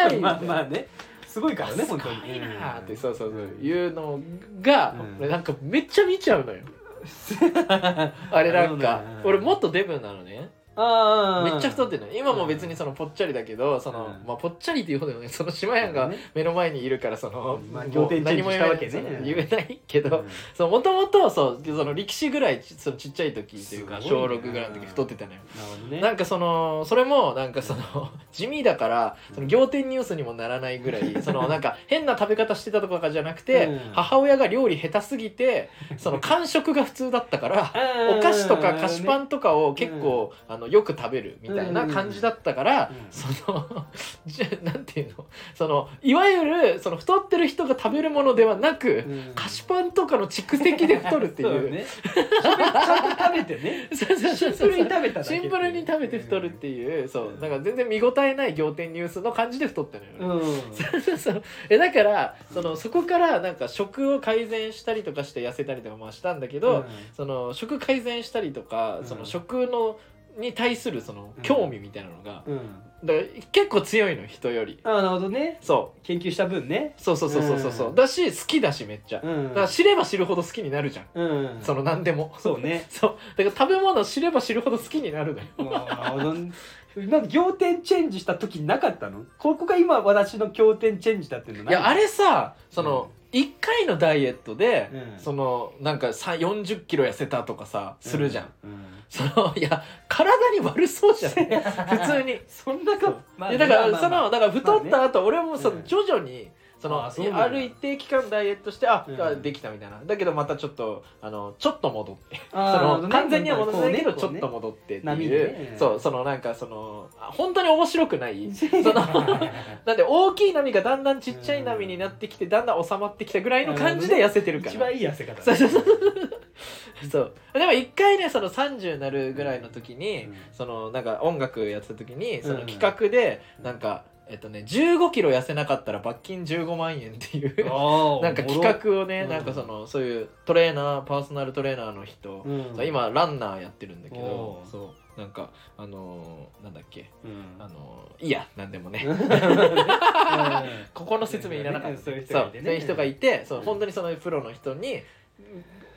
ーい!」まあまあねすごいからねすご本当にいなーってそうそうそううんいうのが、うん俺なんかめっちゃ見ちゃ うのよあれなんなかるほどねうん俺もっとデブなのねあめっちゃ太っててるの今も別にそのぽっちゃりだけどその、うんまあぽっちゃりっていうほどねその島屋が目の前にいるからその、まあもう仰天チェンジしたわけね何も言えない言えないけど、そうもともとそうその力士ぐらいちそのちっちゃい時っていうか、すご小いな6ぐらいの時太ってたのよなるほどねなんかそのそれもなんかその地味だからその仰天ニュースにもならないぐら いそのなんか変な食べ方してたとかじゃなくて、うん母親が料理下手すぎてその間食が普通だったから。お菓子とか菓子パンンとかを結構、あのよく食べるみたいな感じだったから、うんその じゃなんていうのそのいわゆるその太ってる人が食べるものではなく、菓子パンとかの蓄積で太るっていう。ねちゃんと食べてねそうそうシそうンそうプルに食べただけシンプルに食べて太るっていう、そううんなんか全然見応えない仰天ニュースの感じで太ってるのよ、うんそうそうえだからそのそこからなんか食を改善したりとかして痩せたりとかまあしたんだけど、その食改善したりとか、うんその食のに対するその興味みたいなのが、うんだから結構強いの人よりああなるほどねそう研究した分ねそうそうそうそうそうそううんだし好きだしめっちゃ、うだんから知れば知るほど好きになるじゃん、うんその何でもそうね そうだから食べ物知れば知るほど好きになるのよなるほど今仰天チェンジした時なかったのここが今私の仰天チェンジだっていうのいないやあれさその、1回のダイエットで、うんそのなんかさ40キロ痩せたとかさするじゃん、うそのいや体に悪そうじゃない 普通にそんなそうかいやだからそののだから太った後、俺もそのうん徐々にそのあそうなんだある一定期間ダイエットしてあ、うんあできたみたいなだけどまたちょっとあのちょっと戻ってそその完全には戻らないけどちょっと戻ってって波いでう、ねうんそうそのなんかそのあ本当に面白くないそそ のだって大きい波がだんだんちっちゃい波になってきてだんだん収まってきたぐらいの感じで痩せてるか一ら番いい痩せ方そうそうそうそうでも一回ねその30になるぐらいの時 に、うんそのなんか音楽やってた時にそのうん企画でうんなんか、えっとね1 5キロ痩せなかったら罰金15万円っていう な なんか企画をね、うんなんかそのそういうトレーナーパーソナルトレーナーの人、そう今ランナーやってるんだけどおーそうなんかあのーなんだっけ ああのーいいやなんでもねの ここの説明いらなかった、 そういう人そがいうてねそういう人がいてそううん本当にそのプロの人に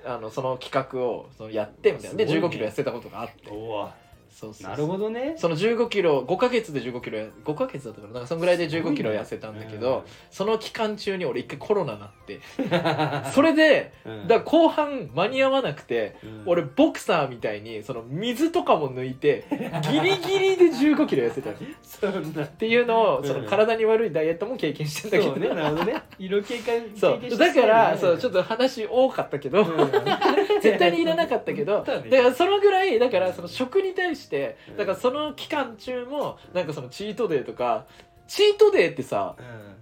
あのその企画をそのやってみたいなですご1 5いねキロ痩せたことがあっておおそうそうそうなるほどねその15キロ5ヶ月で15キロや5ヶ月だったからなんかそのぐらいで15キロ痩せたんだけど、その期間中に俺一回コロナな ってそれでうんだから後半間に合わなくてうん俺ボクサーみたいにその水とかも抜いてギリギリで1 5キロ痩せたのっそんなていうのをうんその体に悪いダイエットも経験してんだけそどうねなるほどね色経験そうだからそうちょっっと話多かったけど、と絶対にいらなかったけどだからそのぐらいだからその食に対してだからその期間中もなんかそのチートデーとかチートデーってさ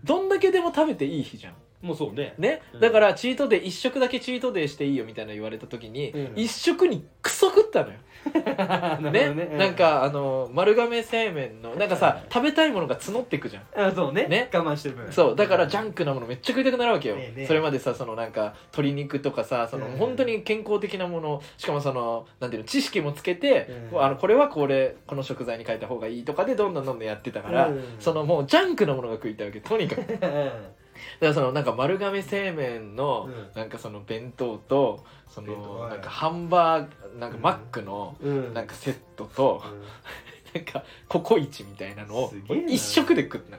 どんだけでも食べていい日じゃんもうそうねねうんだからチートデー1食だけチートデーしていいよみたいな言われた時にうん1食にクソ食ったのよなるほどねうなんかあの丸亀製麺のなんかさうん食べたいものが募ってくじゃんあそうねね我慢してる分そうだからジンャンクなものめっちゃ食いたくなるわけよ、ねえねえそれまでさそのなんか鶏肉とかさそのうん本当に健康的なものしかもそのなんていうの知識もつけて、うんあのこれはこれこの食材に変えた方がいいとかでどんどんどんどんやってたから、うんそのもうジャンクなものが食いたいわけとに かくだかうんらそのなんか丸亀製麺の、うんなんかその弁当とそ弁当のはいなんかハンバーグなんかマックの、うんなんかセットと、なんかココイチみたいなのをすげえな一食で食った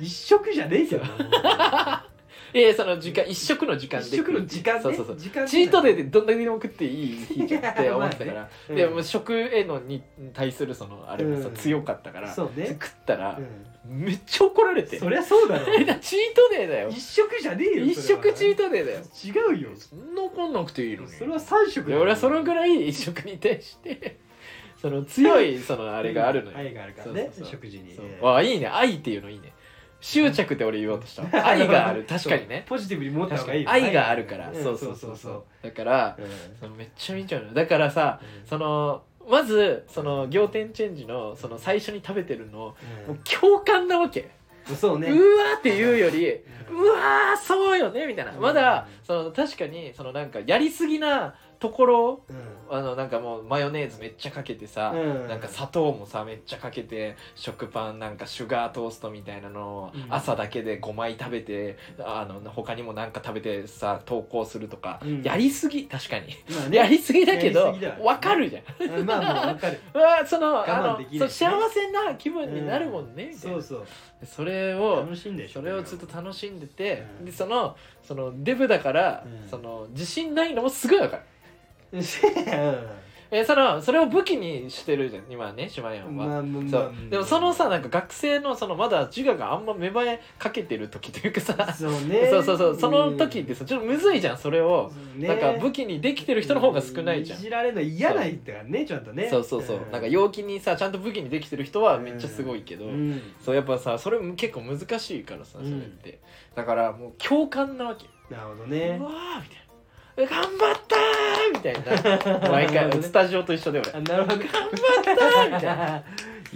一食じゃねえけどないやいやその時間一食の時間で一食の時間ねそうそうそう時間ねチートデーでどんだけでも食っていい日じゃんって思ってたかまら、うんでもう食へのに対するそのあれもさ、うん強かったから、そうね食ったらう、めっちゃ怒られてんそりゃそうだろ えだチートデーだよ一食じゃねえよ一それは食チートデーだよ違うよそんな怒んなくていいのにそれは三い食だやよ俺はそのぐらい一食に対して その強いそのあれがあ るのよ、愛があるからねそうそうそう食事にそうええわあいいね愛っていうのいいね執着って俺言おうとした 愛がある確かにねポジティブに持った確方かがいいによ愛があるから、うんそうそうそうそうそうだからそうそのめっちゃ見ちゃうのよだからさそのまずその仰天チェンジのその最初に食べてるのもううん共感なわけ、うんそうねうわーって言うよりうわーそうよねみたいなうんまだその確かにそのなんかやりすぎなところうんあのなんかもうマヨネーズめっちゃかけてさ、うんなんか砂糖もさめっちゃかけて食パンなんかシュガートーストみたいなのをうん朝だけで5枚食べてあの他にもなんか食べてさ投稿するとか、うんやりすぎ確かにまあねやりすぎだけやどりすぎだわかるじゃんうんまあまあわかるうわそのあ我慢のできそなうい幸せな気分になるもんね、み たいそなうそうそれを楽しんでそれを ずっと楽しんでて、うんでそのそのデブだから、うんその自信ないのもすごいわかる。うんえーそのそれを武器にしてるじゃん今ね島屋は、まあまあまあそうでもそのさなんかか学生のそのまだ自我があんま芽生えかけてる時というかさそう ねそうそうそうその時ってさちょっとむずいじゃんそれを、なんか武器器にできてる人の方が少ないじゃん、いじられるの嫌ないってからねちゃんとねそうそうそう、なんか陽気にさちゃんと武器にできてる人はめっちゃすごいけど、うんそうやっぱさそれも結構難しいからさそれって、だからもう共感なわけなるほどうねわーみたいなえ頑張った ーみたいな 毎回スタジオと一緒 で俺 あなるほどみたい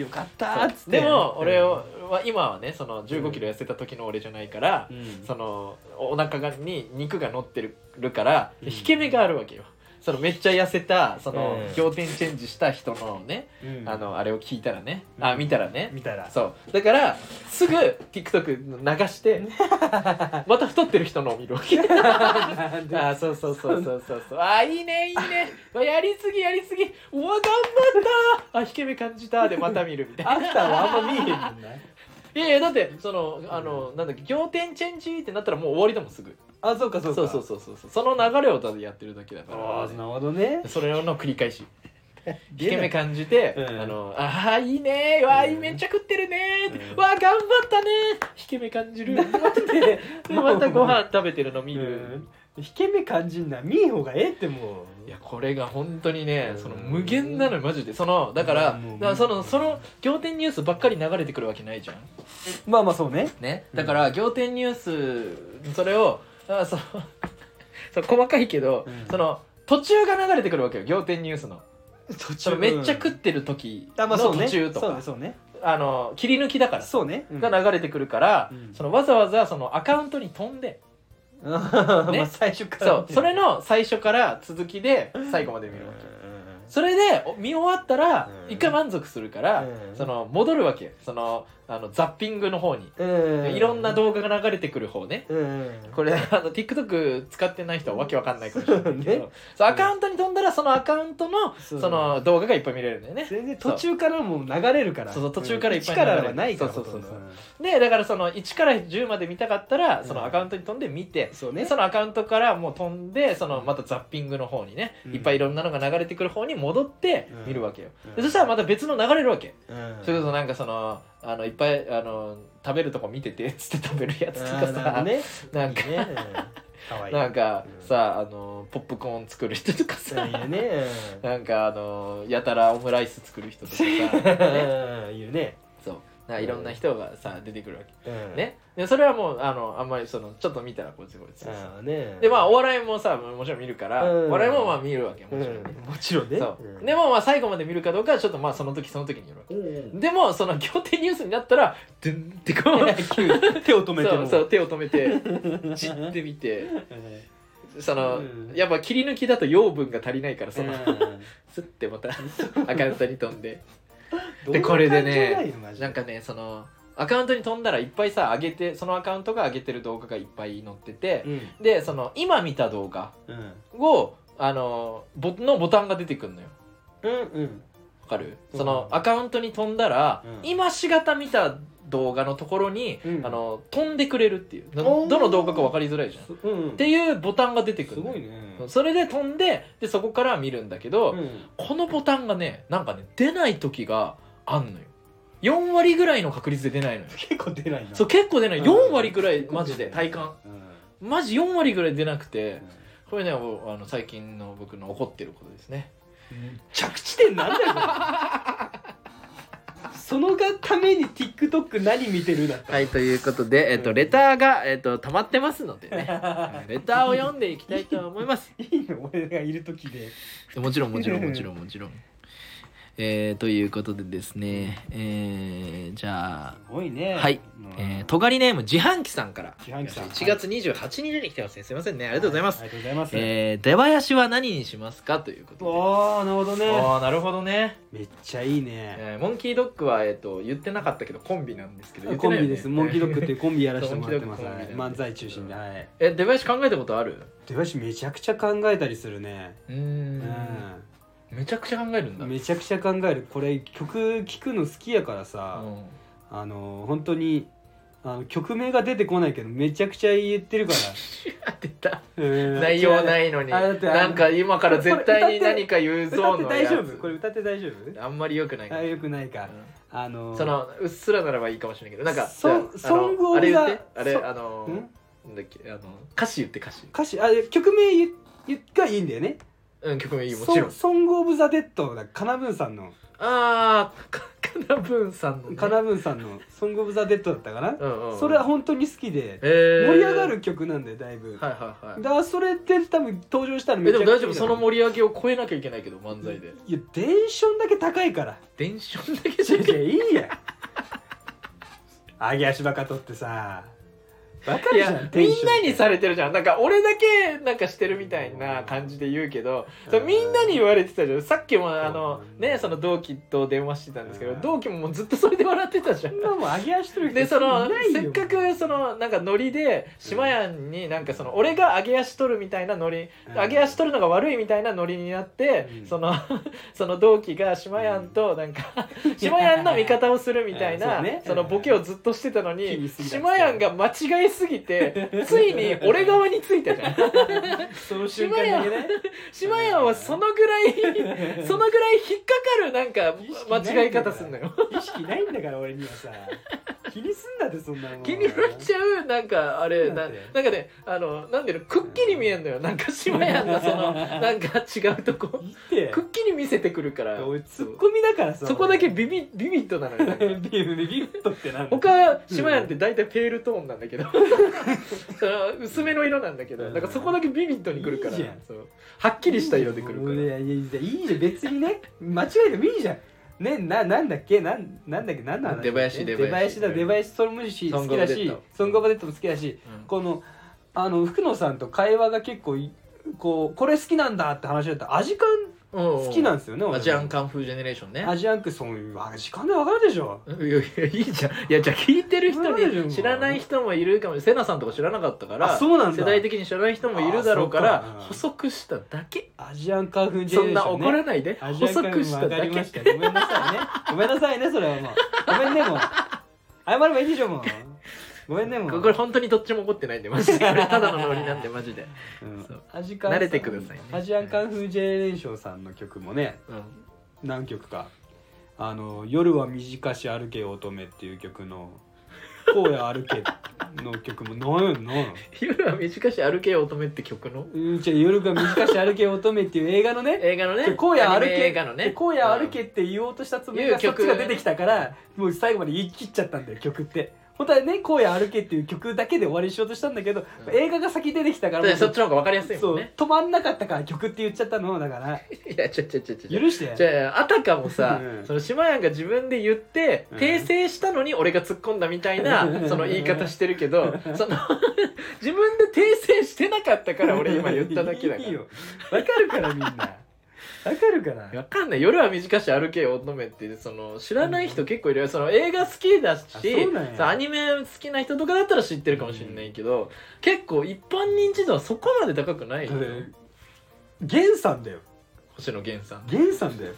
よかったーっつっでても俺は今はねその1 5キロ痩せた時の俺じゃないから、うんそのお腹がに肉が乗ってるからうん引け目があるわけよ。そのめっちゃ痩せたそのうん仰天チェンジした人のね、うんあのあれを聞いたらね、うんあ見たらね、見たら そうだからすぐ TikTok 流して また太ってる人のを見るわ けあーそうそうそうそうそうそうあーいいねいいねうわやりすぎやりすぎうわ頑張ったあ引け目感じたでまた見るみたいなアフターはあんま見えへんもんねいやいやだってそのあのなんだっけ仰天チェンジってなったらもう終わりだもんすぐあそうかそそううかそうそうそうそうその流れをただやってるだけだかああならるほどねそれの繰り返し 出引ないけ目感じて、うんあのああいいねーわあうんめっちゃ食ってるねー、うんわあ頑張ったねー引け目感じ るででまたご飯食べてるの見うる、ん引け目感じんな見えん方がええってもういやこれが本当にね、うんその無限なのよマジでそのだから,、うんもだうからそのその仰天ニュースばっかり流れてくるわけないじゃんまあまあそうねねだから仰天ニュースそれをあその そう細かいけど、うんその途中が流れてくるわけよ仰天ニュースの途そのめっちゃ食ってる時あまのあそう途ね中とか、そうねあの切り抜きだからそうねそうねが流れてくるから、うんそのわざわざそのアカウントに飛んで、うん まねあ最初からそうそれのの最初から続きで最後まで見るわけ、それでお見終わったらうん一回満足するから、うんその戻るわけそのあのザッピングの方に、うんいろんな動画が流れてくる方ねうんこれあの TikTok 使ってない人はわけわかんないかもしれないけど、 そうねそうアカウントに飛んだらそのアカウントのそうその動画がいっぱい見れるんだよね全然途中からもう流れるからそうそう途中からいっぱいん一流れるからはないからそうそうそうほとんどでだからその1から10まで見たかったらそのアカウントに飛んで見て、そうでねそのアカウントからもう飛んでそのまたザッピングの方にね、うんいっぱいいろんなのが流れてくる方に戻ってうん見るわけよ、うんでそしたらまた別の流れるわけ、うんそれこそなんかそのあのいっぱいあの食べるとこ見ててっ つって食べるやつとあかーなるほさどね なんかいいねうん可愛いなんかうんさあのポップコーン作る人とかさ、いるねなんかあのやたらオムライス作る人とかさ、 ねうんいるねそうなんかいろんな人がさ出てくるわけ、うんねでそれはもうあのあんまりそのちょっと見たらこっちこっちあーねでまあお笑いもさもちろん見るから、うんお笑いもまあ見るわけもうちんろんね、もちろんねそう、うんでもまあ最後まで見るかどうかはちょっとまあその時その時によるわけでもその仰天ニュースになったらドゥンってこう 急に手を止めてそもうそう手を止め てじってみてその、うんやっぱ切り抜きだと養分が足りないからその、うんスッてまたアカウントに飛んでど うでこれでねいう感情だよマジでなんかねそのアカウントに飛んだらいっぱいさ上げてそのアカウントが上げてる動画がいっぱい載っててう、んでその今見た動画うんをあのボのボタンが出てくるのようんうんわかる、うんそのアカウントに飛んだら、うん今しがた見た動画のところに、うんあの飛んでくれるっていうどおーどの動画か分かりづらいじゃんっうんていうボタンが出てくするのごよいねそれで飛んででそこから見るんだけど、うんこのボタンがねなんかね出ない時があんのよ4割ぐらいの確率で出ないのよ結構出ないなそう結構出ないうん4割ぐらいマジで体感うんマジ4割ぐらい出なくてうこれねもうあの最近の僕の怒ってることですねん着地点なんだよこれそのがために TikTok 何見てるだったはいということで、えっと、うんレターが、えっと、溜まってますので ねレターを読んでいきたいと 思いますいいの俺がいる時でもちろんもちろんもちろんも ちろんえー、ということでですねえー、じゃあすごいねはいうんえー、とがりネーム自販機さんから自販機さん1月28日に来てますねすいませんねありがとうございます、ありがとうございますえー、出囃子は何にしますかということでおーなるほどねあーなるほどね、めっちゃいいねえーモンキードッグは、えー、と言ってなかったけどコンビなんですけど言ってコないンよねビですモンキードッグっていうコンビやらせてもらってますそうモンキードッグコンビ漫才中心でうんはい え出囃子考えたことある出囃子めちゃくちゃ考えたりするねううんんめちゃくちゃ考えるんだめちゃくちゃ考えるこれ曲聴くの好きやからさうんあの本当にあの曲名が出てこないけどめちゃくちゃ言ってるか 出たらうん内容ないのにあだってあのなんか今から絶対に何か言う歌ぞっての大や丈夫これつ歌って大丈あんまり良くない夫かあもよくないかあのそのうっすらならばいいかもしれないけどなんかソンあのソングオブあれ言ザってあれソンあのんなんだっけあの歌詞言って歌詞歌詞あ曲名言言がいいんだよねうん曲名いいもちろんソソング・オブ・ザ・デッドだカナブンさんのあーかかなぶんさんのねカナブンさんの「ソング・オブ・ザ・デッド」だったかな、うんうんそれは本当に好きでえー盛り上がる曲なんだよだいぶ、はいはいはいだからそれで多分登場したらえでも大いい丈夫だそろのう盛り上げを超えなきゃいけないけど漫才でいやテンションだけ高いからテンションだけいじゃやいやいいや上げ足ばか取ってさわかいるじゃやんテンみションんなにされてるじゃんなんか俺だけなんかしてるみたいな感じで言うけどそうみんなに言われてたじゃんさっきもあのねその同期と電話してたんですけどうん同期ももうずっとそれで笑ってたじゃんそんなもん上げ足取る 人でそのいないよせっかくそのなんかノリで島屋になんかその俺が上げ足取るみたいなノリ、うん上げ足取るのが悪いみたいなノリになって、うんその その同期が島屋となんか 島屋の味方をするみたい な、うんそうねそのボケをずっとしてたの気ににしすぎだ島屋が間違えすぎて ついに俺側についたじゃんその瞬間に上げない島屋はそのぐらいそのぐらい引っかかるなんか意識ないんだ間違からい方すんのよ意識ないんだから俺にはさ気にすんなってそんなもん気になっちゃうなんかあれなななんんでかねあのなんでのくっきり見えんのよなんか島屋がそ のなんか違うとこいいってくっきり見せてくるから俺ツッコミだからさそこだけビビビビッとなのよなんか ビビビッとってなんだ他島屋って大体ペールトーンなんだけどその薄めの色なんだけどなんかそこだけビビッとにくるからいいじゃんそうはっきりした色でくるからいやいやいやいいじゃん別にね間違えてもいいじゃんねななんだっけなんなんだっけなんなん出囃子出出囃子囃子だ出囃子それもいいしソ好ングきオブだデッしドソングオブデッドも好きだしうんこのあの福野さんと会話が結構いこうこれ好きなんだって話だったらアジカン好好きなんんですよね俺アジアンカンフージェネレーションねアジアンクソンあ時間でわかるでしょいやいやいいじゃんいやじゃあ聞いてる人なんでだよに知らない人もいるかもセナさんとか知らなかったからあそうなんだ世代的に知らない人もいるだろうからあそうか補足しただけアジアンカンフージェそネんレーなション、ね、怒らないでア補ジアンカン足フーしわたかだりまけしたごめんなさい ねごめんなさいねそれはもうごめんねもう謝ればいいでしょもうごめんねもうこれ本当にどっちも怒ってないんでマジでこれただのノリなんでマジで、うんそうアジカン慣れてくださいねアジアンカンフージェネレーションさんの曲もねうん、何曲かあの「夜は短し歩け乙女」っていう曲の「荒野歩け」の曲もなんやなんや夜は短し歩けよ乙女って曲のうんじゃあ夜が短し歩け乙女っていう映画のね映画のねで荒野ア歩ニメけ映画のねで荒野歩けって言おうとしたつもりうがんそっちが出てきたからもう最後まで言い切っちゃったんだよ曲って本当はね荒野歩けっていう曲だけで終わりにしようとしたんだけど、うん映画が先出てきたかだからもらうそっちの方が分かりやすいそもんうね止まんなかったから曲って言っちゃったのだからいやちょちょちょちょ許してじゃああたかもさ、うんその島やんが自分で言って、うん訂正したのに俺が突っ込んだみたいな、うんその言い方してるけどその 自分で訂正してなかったから俺今言っただけだか いいらよわかるからみんなわかるからわかんない夜は短し歩けよ乙女ってその知らない人結構いるよその映画好きだしあそうなんやそうアニメ好きな人とかだったら知ってるかもしれないけど、結構一般認知度はそこまで高くないよ、源さんだよ星野源さん源さんだよ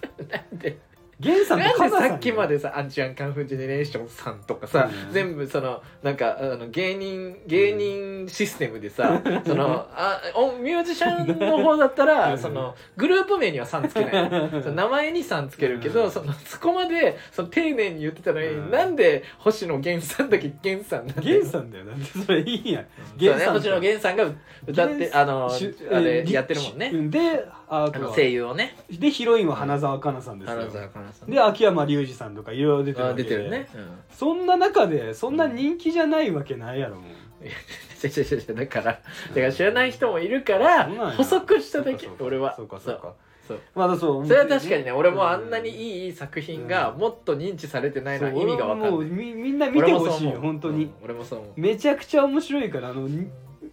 なんで源さんとなカんでナさんだよさっきま でさアンチアンカンフージェネレーションさんとかさ、うん全部そのなんかあの芸人芸人システムでさ、そのあおミュージシャンの方だったうらんそのグループ名にはさんつけないその名前にさんつけるけど、うんそのそこまでその丁寧に言ってたのに、うんなんで星野源さんだけ源さんなんだよ源さんだよなんでそれいいやんそう源ねさん星野源さんが歌ってあのしゅあえれーりやってるもんねうんでああとのは声優をねでヒロインは花澤香菜さんですよ花澤香菜さんで秋山竜二さんとかいろいろ出てるあわけ出でてるね、うんそんな中でそんな人気じゃないわけないやろもう 違う違う違うだからだから知らない人もいるからそうなんや補足しただけそうかそうか俺はそうかそうかそうまだそうそれは確かにね俺もあんなにいいい作品がもっと認知されてないのはそう意味が分か俺ももうんないみみんな見俺てもそうほ思しいよう本当に、うん俺もそう思うめちゃくちゃ面白いからあのに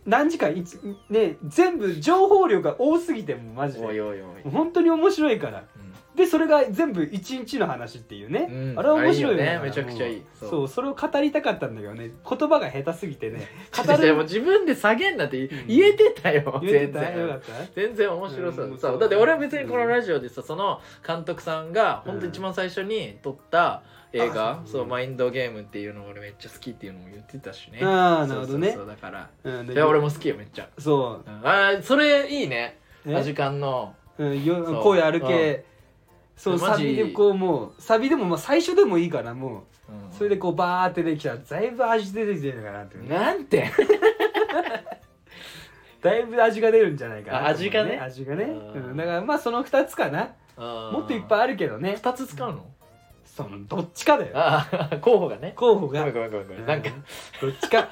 何時間いつね全部情報量が多すぎてもうマジでおいおいおいもう本当に面白いからうんでそれが全部一日の話っていうね、うんあれは面白いよあれいいよねめちゃくちゃいいそそううそれを語りたかったんだけどね言葉が下手すぎてね違う違うもう語る自分で下げんなってうん言えてたよ言 えて全たよか然った全然面白そううんそうだって俺は別にこのラジオでさその監督さんが本当一番最初に撮った映あ画そうそうマインドゲームっていうのを俺めっちゃ好きっていうのも言ってたしねあーなるほどねそうそうそうだからうんでいや俺も好きよめっちゃそうんあーそれいいねうラジカンのうん、よそう声歩け、そうマサジビでこうもうサビでもまあ最初でもいいからもうそれでこうバーって出てきたらだいぶ味出てきてるかなっていうねなん てだいぶ味が出るんじゃないかなあ味がね味がね、うんうん、だからまあその2つかなももっといっぱいいあるけどね2つ使うのそのどっちかだよああ候補がね候補ごめがんごめんごめんごめんなんかう どっちか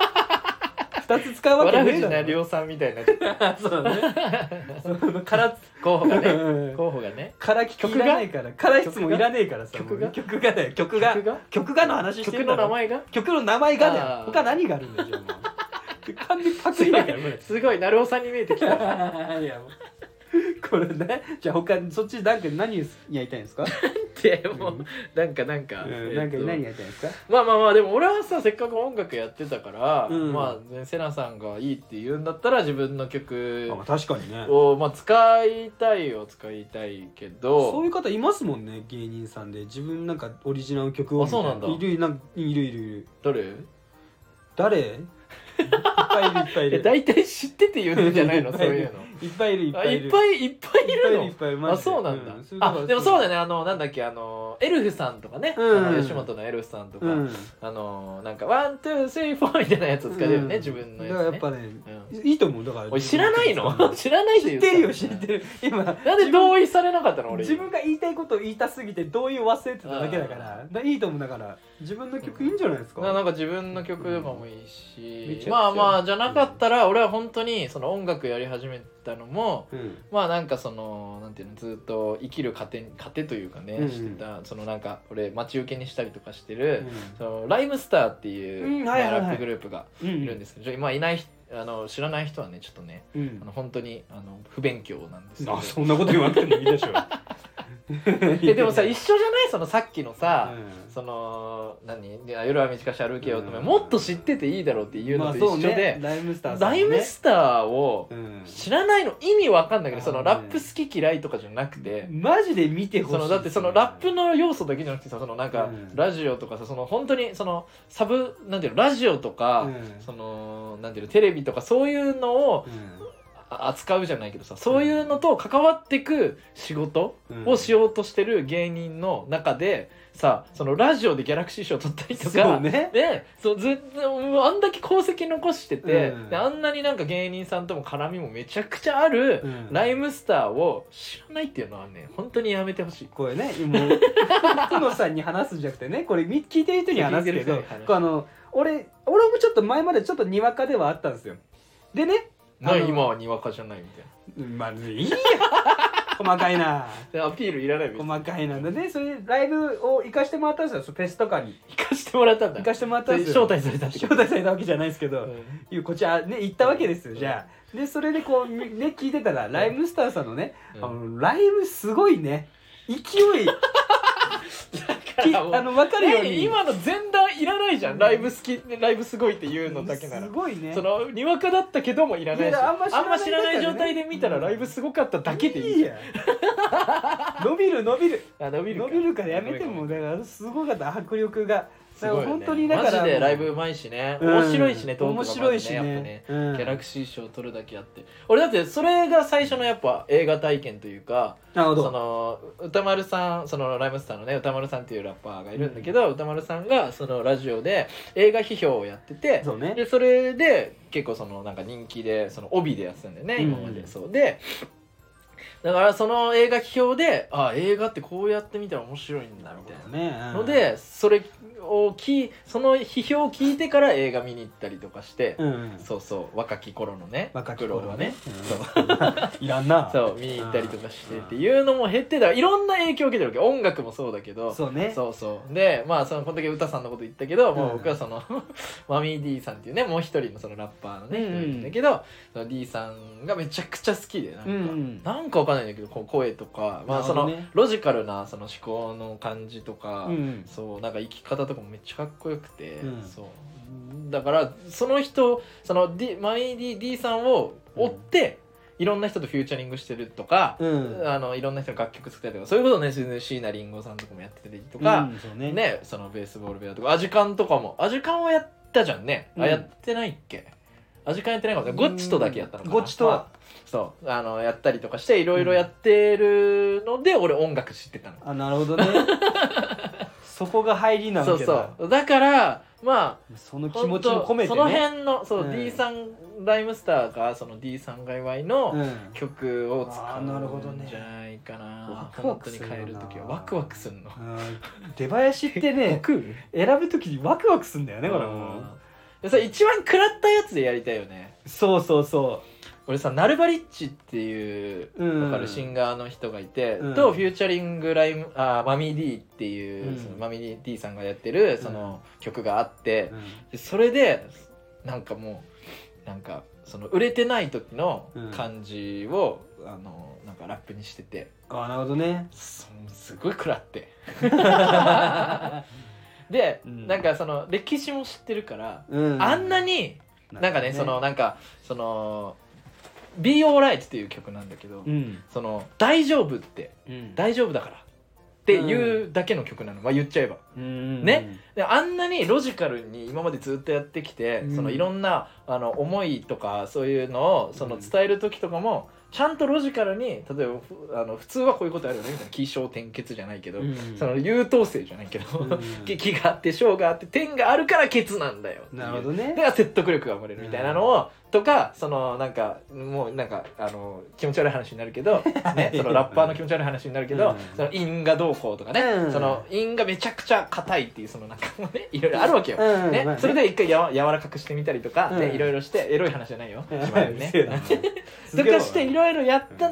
2つ使うわけわね藤えだ成ろ夫さんみたいになっちゃっ そうねたそ のから候補がねうん候補がねから聞きいらないからから質問いらねえからさ曲がもう曲がだよ曲が曲が曲がの話し曲てるんだのろ名前が曲の名前がだよあー他何があるんだよじゃあもう完全にパクリ だからこすごい成尾さんに見えてきたれいやもう これねじゃあ他そっちなんか何やりたいんですか、 ってもうなんかなんかうんえっとなんか何やりたいんですかまあまあまあでも俺はさせっかく音楽やってたからうんまあセナさんがいいって言うんだったら自分の曲あ確かにねを、まあ、使いたいを使いたいけどそういう方いますもんね芸人さんで自分なんかオリジナルの曲をあそうなんだいるなんいるいるいるどれ誰いっぱいいるいっぱいいえる大体知ってて言うんじゃないのいっそうぱいいうのいっぱいいるいっあぱいいいるっぱいいっぱいいるいっのぱいいるマジあそうなんだ、うんそういう方あでもそうだねねあのなんだっけあのエルフさんとかね、うんあの吉本のエルフさんとか、うんあのなんかワンツースリーフォーみたいなやつ使ってるよね、うん自分のだからやつやっねぱねういいと思うだからおい知らないの知らない知でってる言よう知さってる今なんで同意されなかったの俺自分が言いたいことを言いたすぎて同意を忘れてただけだからだいいと思うだから自分の曲いいんじゃないですか、ななんか自分の曲とかもいいめちしゃく、ちゃまあまあじゃなかったら俺は本当にその音楽やり始めたのもうんまあなんかそのなんていうのずっと生きる糧に糧というかね、うんうんしてたそのなんか俺待ち受けにしたりとかしてうる、んそのライムスターっていう、うんはいはいはいまあラップグループがうんいるんですけど、ちょ今いない人あの知らない人はねちょっとねうあんの本当にあの不勉強なんですけどあそんなこと言わなくてもいいでしょ えでもさ一緒じゃないそのさっきのさ、うんその何で夜は短し歩けよとか、うんもっと知ってていいだろうっていうのと一緒で、まあそうねライムスターさんラねイムスターをうん知らないの意味わかんないけどそあのーねラップ好き嫌いとかじゃなくて。マジで見てほしそいのだってそのラップの要素だけじゃなくてさそのなんかうんラジオとかさその本当にそのサブなんていうのラジオとか、うんそのなんていうのテレビとかそういうのをうあ扱うじゃないけどさそういうのと関わってく仕事んをしようとしてる芸人の中でさそのラジオでギャラクシー賞取ったりとそうか、ねでそうずっともうあんだけ功績残してて、うんであんなになんか芸人さんとも絡みもめちゃくちゃある、うんライムスターを知らないっていうのはね本当にやめてほしい。これねもう久野さんに話すんじゃなくてねこれみ聞いてる人に話すけ聞どいてる人に話すこうあの俺俺もちょっと前までちょっとにわかではあったんですよでねなあの今はにわかじゃないみたいまあいいや細かいなな。でアピールいらないみたいな。細かいなでそれでライブを行かしてもらったんですよそうフェスとかに行かしてもらったんだ行。かしてもらったんです招よ待されたって招こと。待されたわけじゃないですけど、うんいうこちらね行ったわけですよじゃあでそれでこうみね聞いてたらライムスターさんのね、うんあのライブすごいね勢いきあの分かるよう何に今の前段いらないじゃん。ライブ好き、ライブすごいっていうのだけならす。ごいねそのにわかだったけどもいらないしいやあんま知らあないんま知らない状態で見たらうんライブすごかっただけでいいいや伸びる伸びるあ伸びる伸びるからやめてもねだからすごかった迫力がすだごかいらよね本当にだからマジでライブうまいしねうん面白いしねトークがまずね面白いしねやっぱねギうんャラクシー賞取るだけあって俺だってそれが最初のやっぱ映画体験というかなるほそどの歌丸さんそのライムスターのね歌丸さんっていうラッパーがいるんだけど、歌丸さんがそのラジオで映画批評をやっててそうねでそれで結構そのなんか人気でその帯でやってたんだよね、今まうでんそうでだからその映画批評であ映画ってこうやって見たら面白いんだみたいなねうんのでそれを聞いその批評を聞いてから映画見に行ったりとかして、うんそうそう若き頃のね若き頃苦労はね、そううんい らんなそう見に行ったりとかしてっていうのも減ってだからいろんな影響を受けてるわけ音楽もそうだけどそうねそうそうでまあそのこんだけ歌さんのこと言ったけど、もううん僕はその マミー D さんっていうねもう一人のそのラッパーのねうん人がいるんだけど、その D さんがめちゃくちゃ好きでなんか、うんうんなんかわかんないんだけどこう声とか、まあ、その、なるほどねロジカルなその思考の感じとか、うんそうなんか生き方とかもめっちゃかっこよくて、うんそうだからその人その D マイディ D さんを追って、いろんな人とフューチャリングしてるとか、うんあのいろんな人の楽曲作ったりとかそういうことね椎名林檎さんとかもやってたりとうか、んそうねねそのベースボールベアとかアジカンとかもアジカンはやったじゃんね、うあんやってないっけアジカンやってないかもねゴッチとだけやったのかなゴッチとはそうあのやったりとかしていろいろやってるので、俺音楽知ってたのあなる ほどねそこが入りなんそうけどそうだからまあその気持ちを込めてねほんとその辺のそう、うん D さんライムスターがその D さんが祝いのうん曲を使あーなるほどうねんじゃないかな,、ワクワ本ク当すにるよ変えなる時はワクワクするのうん出囃子ってね 僕選ぶ時にワクワクすんだよねこれもうでさ一番食らったやつでやりたいよねそうそうそ俺さナルバリッチっていうううんわかるシンガーの人がいて、うんとフューチャリングライムあーマミー D っていう、うんそのマミー D さんがやってるその曲があって、うんでそれでなんかもうなんかその売れてない時の感じを、あのなんかラップにしててあなるほどねそすごい食らって で、うんなんかその歴史も知ってるから、うあんなになんかねそのなんかその「BeAlright」っていう曲なんだけど、うんその「大丈夫」ってう「ん大丈夫だから」っていうだけの曲なの、まあ言っちゃえばうんねであんなにロジカルに今までずっとやってきて、うんそのいろんなあの思いとかそういうのをその伝える時とかも、ちゃんとロジカルに例えばふあの普通はこういうことあるよねみたいな起承転結じゃないけど、うんその優等生じゃないけど、うんき 気があって小があって点があるからケツなんだよっていうなるほどねだから説得力が生まれるみたいなのを、とかそのなんかもうなんかあの気持ち悪い話になるけ ど、ね、そのラッパーの気持ち悪い話になるけど、うんその韻がどうこうとかね、うんその韻がめちゃくちゃ硬いっていうそのなんかもねいろいろあるわけよ。うんねまあねそれで一回やわ柔らかくしてみたりとか、うんでいろいろしてエロい話じゃないよ。うんしまうよ ねせや なとかしていろいろやった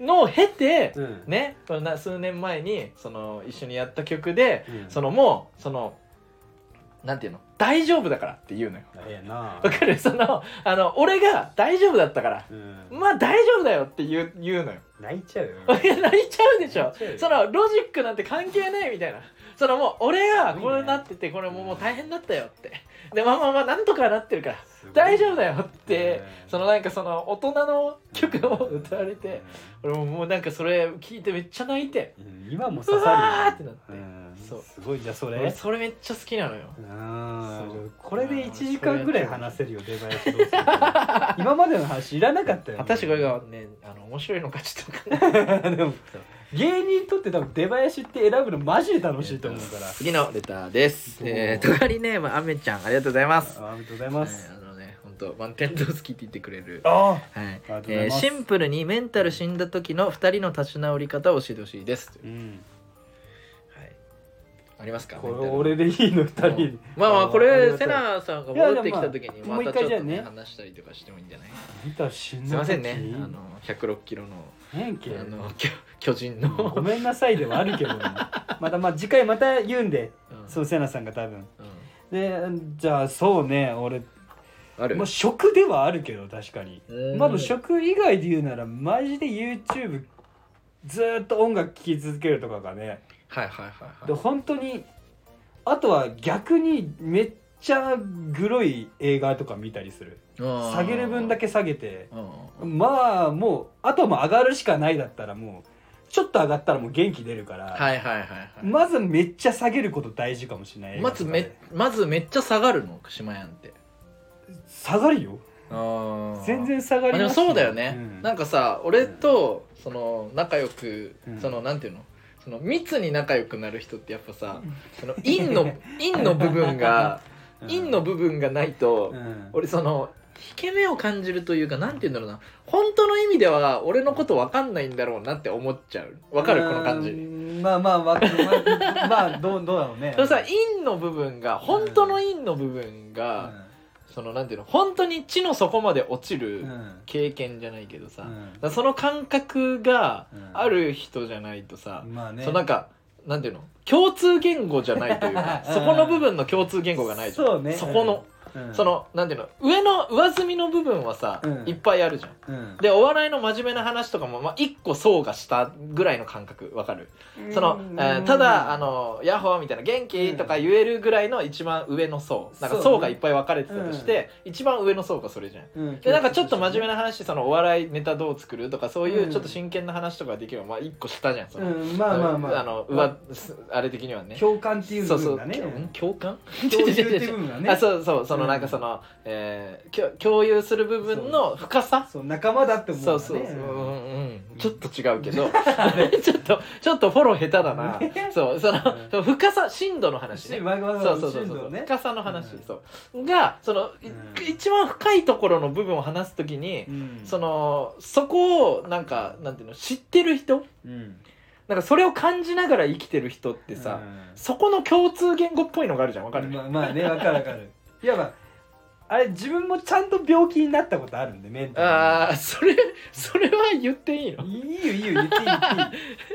のを経て、うんねそのな数年前にその一緒にやった曲で、うんそのもうそのなんていうの大丈夫だからって言うのよええなわかるそのあの俺が大丈夫だったからうんまあ大丈夫だよって言う言うのよ泣いちゃうよいや 泣いちゃうでしょ泣いちゃうよそのロジックなんて関係ないみたいなそのもう俺がすこごいねれなっててこれもうもう大変だったよってでまあまあまあなんとかなってるから大丈夫だよってそのなんかその大人の曲を歌われて俺ももうなんかそれ聞いてめっちゃ泣いてうん今もう刺わーさってるよなってうんそうすごいじゃあそ俺れそれめっちゃ好きなのようんそうこれで1時間ぐらい話せるよ出前とど うするか今までの話いらなかったよ果たしてこれがねあの面白いのかちょっと分かんない でも芸人にとって多分出囃子って選ぶのマジで楽しいと思うから、次のレターですどうもえー、とがりネームあめちゃんありがとうございますあありがとうございます、はいあのね本当満点ト好きって言ってくれるああはいがとうごえざいーますシンプルにメンタル死んだ時の2人の立ち直り方を教えてほしいです、うんはい、ありますかこれメンタル俺でいいの二人まあまあこありれがたセいナさんが戻ってきた時いにやでもまあまたちょっもう一回じゃあとねね話したりとかしてもいいんじゃない見た死んすいませんね時あの106キロの変形あの巨巨人ごのめんなさいではあるけどねまたまあ次回また言うんでうん そうセナさんが多分うんでじゃあそうね俺あるもう食ではあるけど確かにうんまあでも食以外で言うならマジで YouTube ずーっと音楽聴き続けるとかがねはいはいはいではい本当にあとは逆にめっちゃグロい映画とか見たりするうん下げる分だけ下げてうんまあもうあともう上がるしかないだったらもうちょっと上がったらもう元気出るから、はいはいはいはいまずめっちゃ下げること大事かもしれないまずめまずめっちゃ下がるの島やんって下がるよあー全然下がまありでもますそうだよね、うんなんかさ俺とその仲良く、うんそのなんていうのその密に仲良くなる人ってやっぱさ、その陰 の陰の部分がうん陰の部分がないと、うん俺その引け目を感じるというかなんて言うんだろうな本当の意味では俺のことわかんないんだろうなって思っちゃうわかるこの感うじんまあまあわかるまあまあどうどうだろうねそのさ陰の部分が本当の陰の部分が、そのなんていうの本当に地の底まで落ちうんうるん経験じゃないけどさ、うんだからその感覚がうんある人じゃないとさ、まあねそのなんかなんていうの共通言語じゃないというか うんそこの部分の共通言語がないじゃんそうねこの、うんそのなんていうの上の上積みの部分はさ、うんいっぱいあるじゃんうんでお笑いの真面目な話とかも、まあ、1個層がしたぐらいの感覚わかるその、えーただあの「ヤッホー」みたいな「元気?」とか言えるぐらいの一番上の層なんかそうね層がいっぱい分かれてたとして、一番上の層がそれじゃんうんでなんかちょっと真面目な話そのお笑いネタどう作るとかそういううんちょっと真剣な話とかができればまあ一個下じゃんその、うんまあまあまああのうわすあれ的にはね共感っていうそ部うそう分がねうん共感共有っていう部分がねあそうそうそのうんなんかその、えーきょ共有する部分の深さそう仲間だって思うそうそうそう、うんうん、ちょっと違うけ ど ちょっとちょっとフォロー下手だなそうそのうんその深さ深度の話ねマグマそさうんそのうそう進そう、路ね深さの話、うんそうがその、いうん一番深いところの部分を話すときに、うんそのそこをなんかなんていうの知ってる人うんなんかそれを感じながら生きてる人ってさ、うんそこの共通言語っぽいのがあるじゃんわかる、まあまあねわかるわかるいやまああれ自分もちゃんと病気になったことあるんでメンタああそれそれは言っていいのルにいいよいいよ言っていい言っていい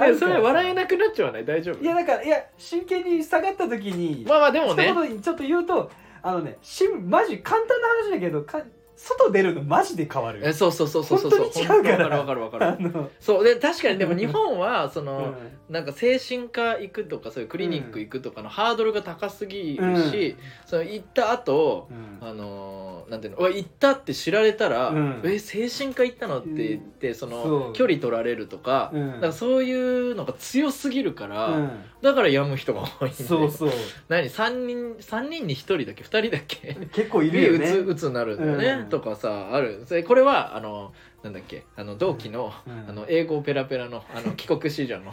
えそれ笑えいなくなっちゃわない大丈夫いやだからいや真剣に下がった時にまあまあでも一ね言にちょっと言うとあのねしマジ簡単な話だけどか外出るのマジで変わるえそうそうそうそうそう本当に違うからわかるわかるわあかるのそうで確かにでも日本はその、うんなんか精神科行くとかそういうクリニック行くとかのハードルが高すぎるし、その行った後、うんあのーなんていうのうわ行ったって知られたら「うんえ精神科行ったの?」って言ってそそのう距離取られるとか,、うんなんかそういうのが強すぎるから、うんだから病む人が多いんでそうそう何3人三人に1人だっけ2人だっけ結構いでるようねつうつになるんだよね、うんとかさあるそれこれはあのなんだっけあの同期の,、うんあの英語ペラペラの あの帰国子女の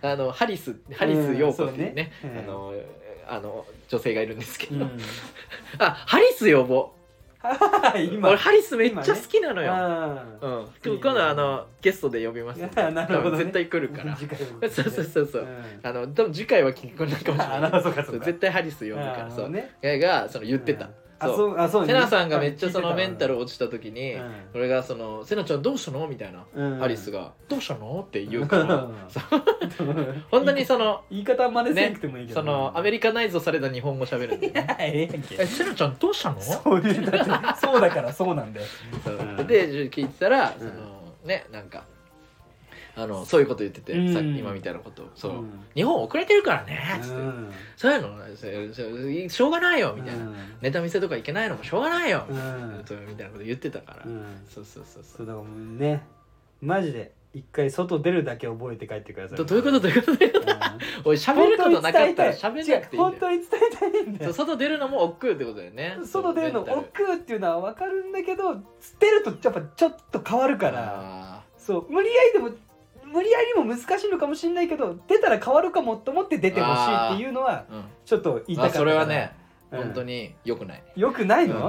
あのハリスハリうスん陽子っていうね,、そうねうんあのあの女性がいるんですけうど、ん あハリス呼ぼう今俺ハリスめっちゃ好きなのよ、あうん、今日今度あのゲストで呼びますんであなるほどね多分絶対来るから次回もそうそうそうそう、んあの多分次回は聞こえないかもしれ あないなるほどそうかそうか絶対ハリス呼ぶからあそうねががその言ってた、うんあそうそうあそうセナさんがめっちゃそのメンタルを、落ちた時に、うん俺がその「セナちゃんどうしたの?」みたいな、うんアリスが「どうしたの?」って言うからそううん本当にその言い方真似せんくてもいいけどそな、、のアメリカナイズをされた日本語喋るんで、ねええやんけえセナちゃんどうしたのそういうだってそうだからそうなんだよそうで聞いてたら、んそのねなんかあのそういうこと言ってて、うんさっき今みたいなことをそう、ん日本遅れてるからね」つって、うんそういうのそうそうしょうがないよ」みたいな、ネタ見せとか行けないのもしょうがないよ」うみたいなんそうみたいなこと言ってたから、うんそうそうそうそそうだからもうねマジで一回外出るだけ覚えて帰ってくだうさいどどういうことどういうこと おい喋ることなかったら喋んなくていいん本だよ当に伝えたい んだそうよ外出るのも億劫ってことだよね外出るのそうメンタル億劫っていうのは分かるんだけど出るとやっぱちょっと変わるからあそう無理やりでも無理やりも難しいのかもしれないけど出たら変わるかもと思って出てほしいっていうのはーうんちょっと言いたかあったかそられはね、うん本当に良くないよくないの、う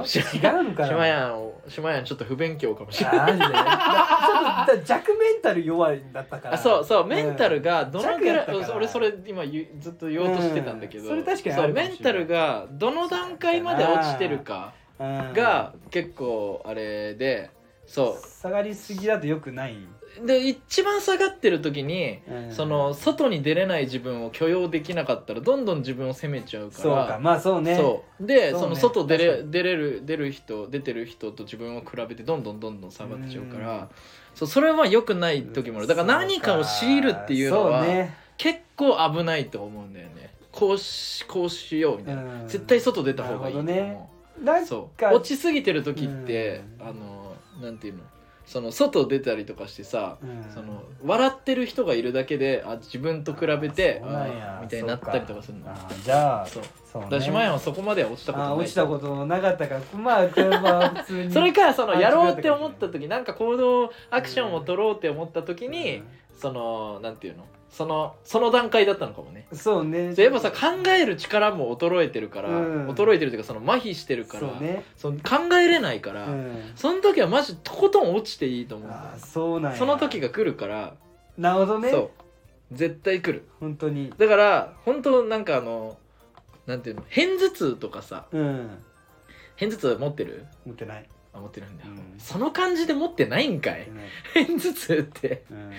ん違うのか島なやんを島やんちょっと不勉強かもしれないあマジでだからちょっとだから弱メンタル弱いんだったからあそうそうメンタルがどのぐ弱やらっいたからそう俺それ今言うずっと言おうとしてたんだけど、うんそれ確かにあそうるかもしれなメいンタルがどの段階まで落ちてるかうんが結構あれでそ下がりすぎだとよくない、うで一番下がってる時にうんその外に出れない自分を許容できなかったらどんどん自分を責めちゃうからそうかまあそうねそうでそそうねの外出確かれ出れる出る人出てる人と自分を比べてどんどんどんどん下がっちゃうかうんらそうそれは良くない時もあるだから何かを強いるっていうのはそうね結構危ないと思うんだよねこうしこうしようみたいな、うん絶対外出た方がいいと思う、なるほなんそかう落ちすぎてる時って、うんあのなんていうのその外出たりとかしてさ、うんその笑ってる人がいるだけであ自分と比べてあそうなんやあみたいになったりとかするのあーじゃあそうそうねだし前はそこまでは落ちたことあないー落ちたことなかったからまあこれは普通にそれかそのあやろうって思った時なんか行動アクションを取ろうって思った時に、そのなんていうのそのその段階だったのかもねうんそうねそうやっぱさ考える力も衰えてるから、うん衰えてるというかその麻痺してるからそうねその考えれないかうら、んその時はマジとことん落ちていいと思うんだよあーそうなんやその時が来るから、なるほどねそう絶対来る本当にだから本当なんかあのなんていうの片頭痛とかさうん片頭痛持ってる持ってないあ持ってないんだ、うんその感じで持ってないんか持っいてない片頭痛ってうん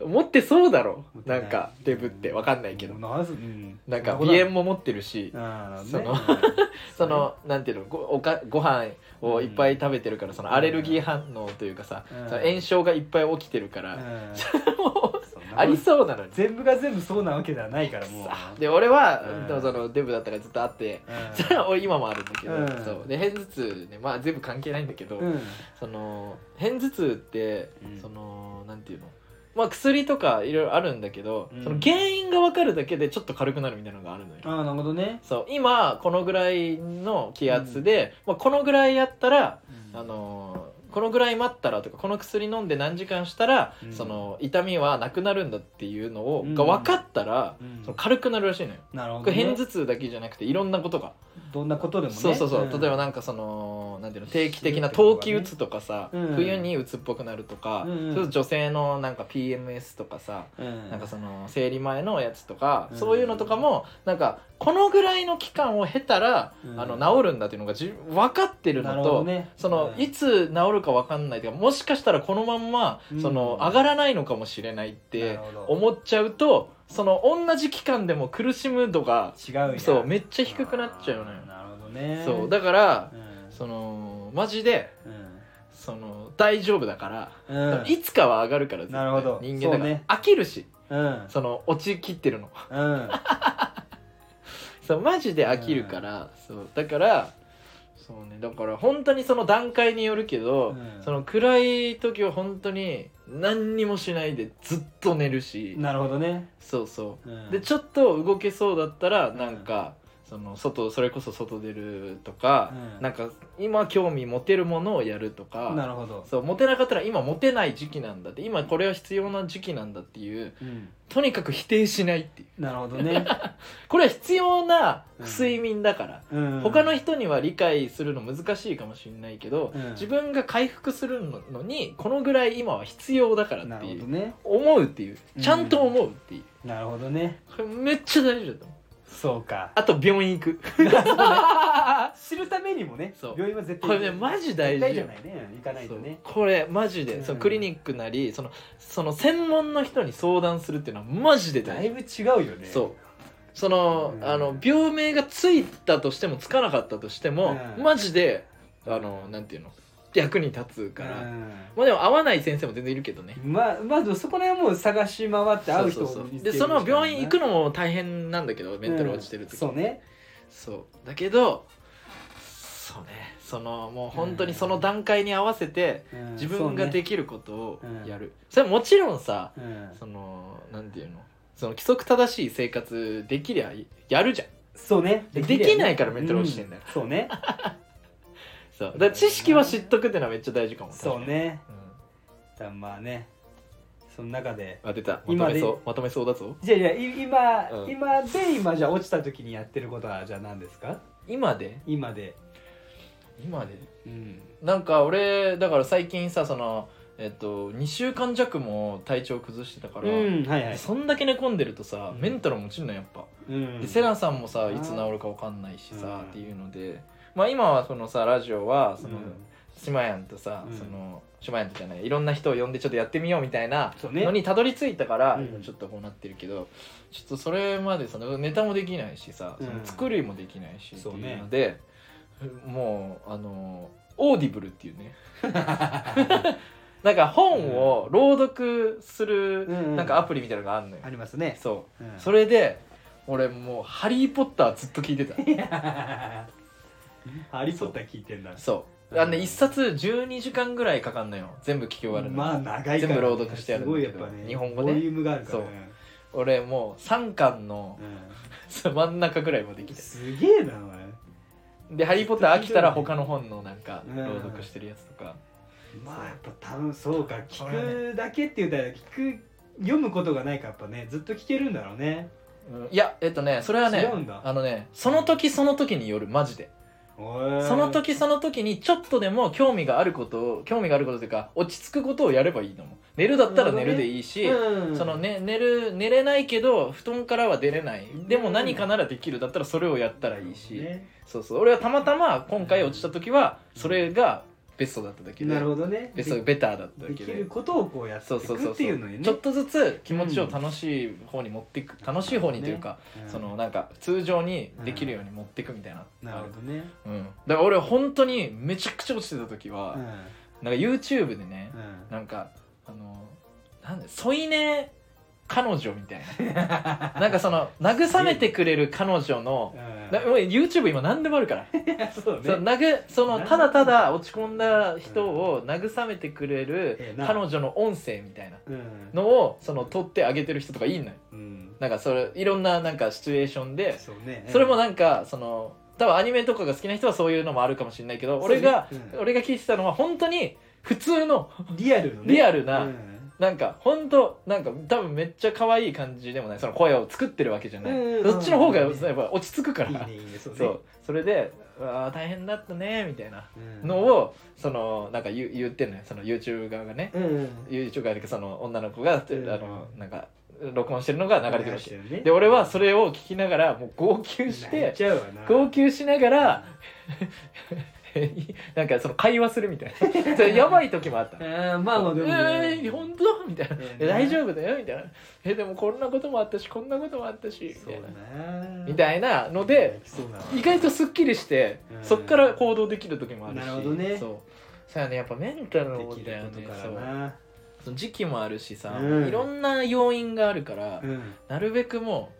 持ってそうだろ持ってないんかデブってわかんないけど、うんなぜうんなんかそ鼻炎こも持ってるし、とないそのあーなるほどね そのなんていうのごおかご飯をいっぱい食べてるからそのアレルギー反応というかさ、うんその炎症がいっぱい起きてるかうら、んもうそんなことありそうなのに全部が全部そうなわけではないからもうさで俺は、うんでもそのデブだったからずっとあって、うんそれは俺今もあるんだけど、うんそうで片頭痛ねまあ全部関係ないんだけど、うんその片頭痛って、うんそのなんていうのまあ薬とかいろいろあるんだけど、うんその原因が分かるだけでちょっと軽くなるみたいなのがあるのよ。ああなるほどねそう今このぐらいの気圧で、まあ、このぐらいやったら、あのーこのぐらい待ったらとかこの薬飲んで何時間したら、うんその痛みはなくなるんだっていうのを、うんが分かったら、うんその軽くなるらしいのよ。なるほこどれね片頭痛だけじゃなくていろんなことが、どんなことでもねそうそうそう、ん例えばなんかそのなんていうの定期的な冬季うつとかさ、うん冬にうつっぽくなるとか、うんうんそれこそ女性のなんか PMS とかさ、うんなんかその生理前のやつとか、うんそういうのとかもなんかこのぐらいの期間を経たら、うんあの治るんだっていうのがじ分かってるなのるほどと。ねそのうんいつ治るか分かんないというかもしかしたらこのまんまうんその上がらないのかもしれないっなるてほど思っちゃうとその同じ期間でも苦しむ度が違うんやそうめっちゃ低くなっちゃうのよあーなるほどねそうだからうんそのマジでうんその大丈夫だからうんいつかは上がるから絶対なるほど人間だかそうらね飽きるしうんその落ちきってるの うんそうマジで飽きるから、そうだからそうねだから本当にその段階によるけど、うんその暗い時は本当に何にもしないでずっと寝るし、なるほどねそうそうう、んでちょっと動けそうだったらんなんか、その外それこそ外出るとか、うんなんか今興味持てるものをやるとか。なるほどそうモテなかったら今モテない時期なんだって今これは必要な時期なんだっていううんとにかく否定しないっていうなるほどねこれは必要な睡眠だから、うん他の人には理解するの難しいかもしれないけど、うん自分が回復するのにこのぐらい今は必要だからなってるほいう、どね思うっていううんちゃんと思うっていう、なるほどねこれめっちゃ大事だと思うそうかあと病院行くさ知るためにもねそう病院は絶対これねマジ大絶対事じゃよないね行かないとねそうこれマジで、うんそのクリニックなりそのその専門の人に相談するっていうのはマジでだ大い事ぶ違うよねそうその,、うんあの病名がついたとしてもつかなかったとしても、うんマジであのなんていうの役に立つうから、んまあでも合わない先生も全然いるけどねまあまずそこら辺はもう探し回って会う人をそうそうそう見つけでるその病院行くしかのも大変なんだけどなメいなンタル落ちてる時、うんそうねそうだけどそうねそのもう本当にその段階に合わせてうん自分がそうねできることをうんやる、それもちろんさうんそのなんていうのその規則正しい生活できりゃやるじゃんそうねできるよねできないからメンタル落ちてんだようそうねそうだから知識は知っとくってのはめっちゃ大事かもそう、ね確かにうんだからまあねその中であ出たま今とでめそうまとめそうだぞじゃあじゃあい今、うん今で今じゃあ落ちた時にやってることはじゃあ何ですか今で今で今でうんなんか俺だから最近さそのえっと2週間弱も体調崩してたから、うんはいはい、そんだけ寝込んでるとさうんメンタルも落ちんのやっぱ、うんでセラさんもさうんいつ治るか分かんないしさ、うんっていうのでまあ今はそのさラジオはうその、ん島やんとさ、うんその島やんとじゃないいろんな人を呼んでちょっとやってみようみたいなそうねのにたどり着いたから、うん今ちょっとこうなってるけどちょっとそれまでそのネタもできないしさ、うんその作りもできないしってそういねうのでもうあのオーディブルっていうね なんか本を朗読する、うんなんかアプリみたいなのがあるのよ、ありますね、そううん それで俺もう「ハリー・ポッター」ずっと聞いてたハリー・ポッター聞いてんだそうあのね一冊12時間ぐらいかかんのよ全部聞き終わるの、まあ長いから、全部朗読してやるすんごだいけやっどぱね日本語ボねリュームがあるからね俺もう3巻の う、その真ん中ぐらいまでん来てすげえなお前で「ハリー・ポッター」飽きたら他の本のなんかうん朗読してるやつとか、まあやっぱ多分そうかこれはね聞くだけって言うたら聞く読むことがないからやっぱねずっと聞けるんだろうねうんいやえっとねそれは違ねうんだあのねその時その時によるマジでそその時その時にちょっとでも興味があることを興味があることというか落ち着くことをやればいいのも寝るだったら寝るでいいし、そのね寝る寝れないけど布団からは出れないでも何かならできるだったらそれをやったらいいし、そうそう俺はたまたま今回落ちた時はそれがベストだっただけでなるほどねベストベターだっただでけきでることをこうやってそいうそうくそうっていそうう、のにねちょっとずつ気持ちを楽しい方に持っていく、楽しい方にというか、うんそのなんか通常にできるように持っていくみたいな、なるほどねうん、だから俺本当にめちゃくちゃ落ちてた時は、うんなんか YouTube でね、うんなんかあのなんで添い寝彼女みたい ななんかその慰めてくれる彼女のうんなもう YouTube 今何でもあるから、 そうそのねなぐそのただただ落ち込んだ人うんを慰めてくれえるえな彼女の音声みたいなうんのをその撮ってあげてる人とかいいのようんなんかそれいろんななんかシチュエーションでそうねそれもなんかその多分アニメとかが好きな人はそういうのもあるかもしれないけど俺が、そうねうん俺が聞いてたのは本当に普通のリアルのねリアルなうんなんかほんとなんか多分めっちゃ可愛い感じでもないその声を作ってるわけじゃない、うんうんそっちの方がやうんっぱ落ち着くかいいらねいいねそうねそうそれで「ああ大変だったね」みたいなうんのをそのなんか言う言ってんのよその YouTube 側がね、うん YouTube 側でその女の子が、うんあのなんか録音してるのが流れてるらしい流れてるねで俺はそれを聞きながらもう号泣し泣いてちゃうわな号泣しながら なんかその会話するみたい なそれやばい時もあったのあーまあまあでもねえー、本当みたいな、ええー大丈夫だよみたいな、えでもこんなこともあったしこんなこともあったしみそたういなだなみたいなのでそうだわ意外とすっきりして、うんそっから行動できる時もあるしなるほどねそうそうやねやっぱメンタルのでこときだよるねことかそらうなその時期もあるしさ、うんいろんな要因があるから、うんなるべくも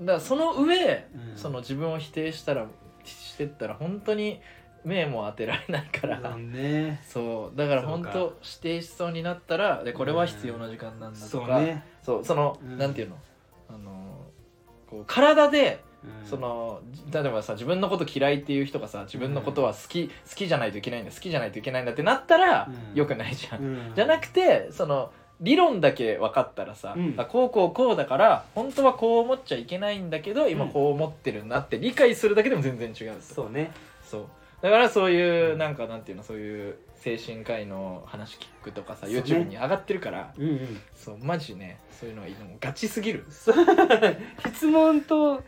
うだからその上、うんその自分を否定したらしてったら本当に目も当てられないから、そうねそうだから本そう当指定しそうになったらでこれは必要な時間なんだとそうか、ねそうその、うんなんていうのあのこう体でうんその例えばさ自分のこと嫌いっていう人がさ自分のことは好き、好きじゃないといけないんだ好きじゃないといけないんだってなったら、うんよくないじゃん、うんじゃなくてその理論だけ分かったらさ、うんあこうこうこうだから本当はこう思っちゃいけないんだけど今うんこう思ってるなって理解するだけでも全然違うとそうねそうだからそういう、うんなんかなんていうのそういう精神科医の話聞くとかさ、そうね YouTube に上がってるからうんうんそうマジねそういうのはいいのもうガチすぎるそう質問と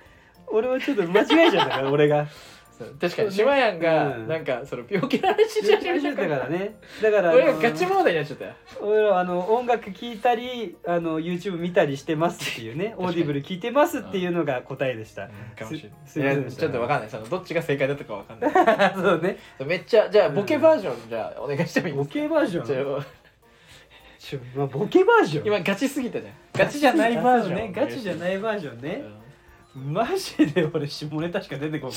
俺はちょっと間違えちゃったから俺が確かに島やんがうんなんかその病気の話し始めただかかららねだからあの俺がガチモードになっちゃったよ俺らあの音楽聴いたりあの YouTube 見たりしてますっていうねオーディブル聴いてますっていうのが答え でした、かもしれないすすいませいんやでしたちょっとわかんないそのどっちが正解だったかわかんないそうねめっちゃじゃあボケバージョンじゃあお願いしてもいいでボすかケバージちョン、ょちょまあ、ボケバージョン今ガチすぎたじゃんガチじゃないバージョン ねガチじゃいないバージョンね、マジで俺下ネタしか出てこ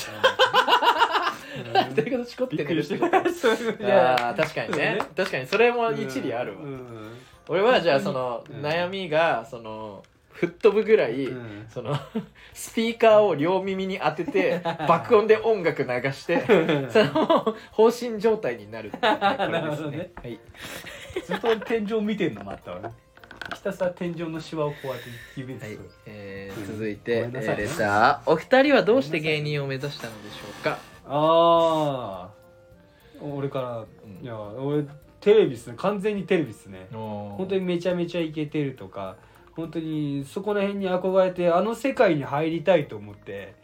ない、ということしこってびっくねりるし たそういやあー確かにね そうね確かにそれも一理あるわ、うん俺はじゃあそのうん悩みがその吹っ飛ぶぐらい、うんそのスピーカーを両耳に当て て爆音で音楽流してその放心状態になるっていう ねこれなるでほすどねねはいずっと天井見てんのもあったわひたすら天井のシワをこうやって指ではすいる、えうー、ん続いごて、めんえなさいーねレターお二人はどうして芸人を目指したのでしょうかああ俺から、うんいや俺テレビっすね完全にテレビっすね本本当にめちゃめちゃイケてるとか本当にそこら辺に憧れてあの世界に入りたいと思って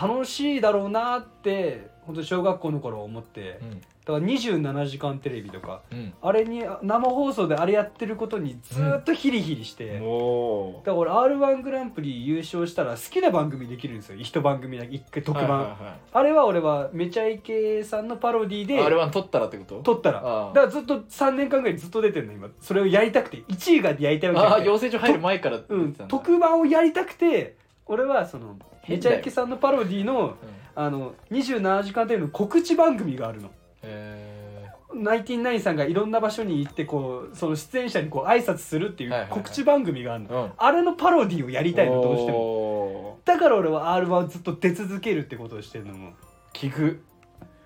楽しいだろうなって本当小学校の頃思ってだから27時間テレビとかうんあれにあ生放送であれやってることにずーっとヒリヒリして、うんだかおら俺 r 1グランプリ優勝したら好きな番組できるんですよ一番組だけ一回特番、あれは俺はめちゃイケさんのパロディで R1 取ったらってこと撮ったらあだあからずっと3年間ぐらいずっと出てるの今それをやりたくて1位がやりたいわけじゃあなあくて養成所入る前からってう言っん、てたんだ特番をやりたくて俺はそのめ変ちだよゃイケさんのパロディのうんあの27時間テレビの告知番組があるの。えナインティナインさんがいろんな場所に行ってこうその出演者にこう挨拶するっていはいはういはい告知番組があるの、ーうんあれのパロディをやりたいのどうしてももだから俺は r 1をずっと出続けるってことをしてるのも器具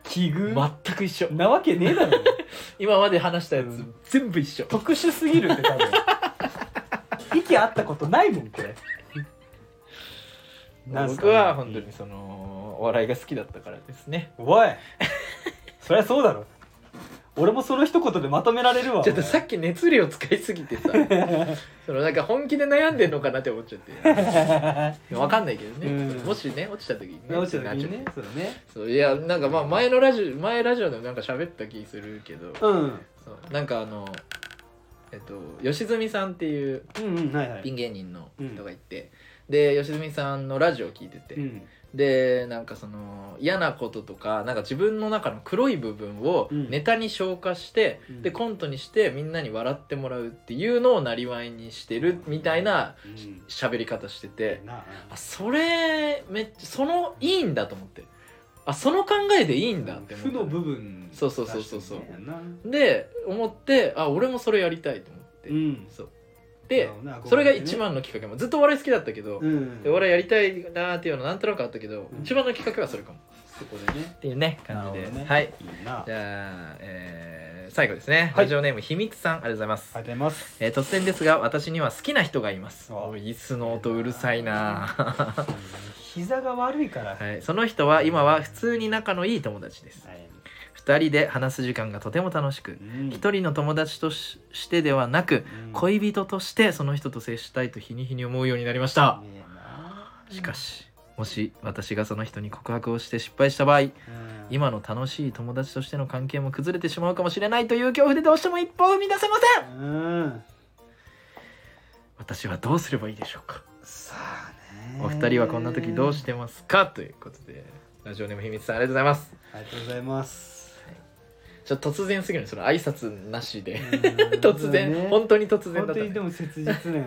奇遇、全く一緒なわけねえ だろ今まで話したやつ、うん全部一緒特殊すぎるって多分息合ったことないもんこれなんすか僕は本当にそのお笑いが好きだったからですねおいそりゃそうだろ俺もその一言でまとめられるわちょっとお前さっき熱量使いすぎて さそのなんか本気で悩んでんのかなって思っちゃってわかんないけどね、うんもしね落ちた時にね直した時になっねちゃうそうだねそういやなんかまあ前のラジオ前ラジオでもなんか喋った気するけどうんそうなんかあのえっと吉住さんっていううんうんはいはいピン芸人の人がいて、で吉住さんのラジオ聞いてて、うんでなんかその嫌なこととかなんか自分の中の黒い部分をうんネタに消化して、うんでコントにしてみんなに笑ってもらうっていうのをなりわいにしてるみたいなうん喋り方しててなああそれめっちゃそのいいんだと思ってあその考えでいいんだって思負のって部分そうそうそうそうそう出してんねやなで思ってあ俺もそれやりたいと思って、うんそうでそれが一番のきっかけもずっとお笑い好きだったけど、うんで俺やりたいなーっていうのなんとなくあったけど、うん一番のきっかけはそれかもそこでねっていうねなる感ほじどで、ねはいいいなあじゃあ、えー最後ですね、はいラジオネームひみつさんありがとうございます、ありがとうございますえー突然ですが私には好きな人がいますあおい椅子の音うるさいな膝が悪いからはいはい、その人は今は普通に仲のいい友達です2人で話す時間がとても楽しくうん1人の友達とししてではなくうん恋人としてその人と接したいと日に日に思うようになりましたねえなしかしもし私がその人に告白をして失敗した場合うん今の楽しい友達としての関係も崩れてしまうかもしれないという恐怖でどうしても一歩を踏み出せませんうん私はどうすればいいでしょうかさあねお二人はこんな時どうしてますかということでラジオネーム秘密さんありがとうございますありがとうございますちょっと突然すぎるねその挨拶なしで 突 突然 本当に突然本だっ当た、にね、でも切実だよ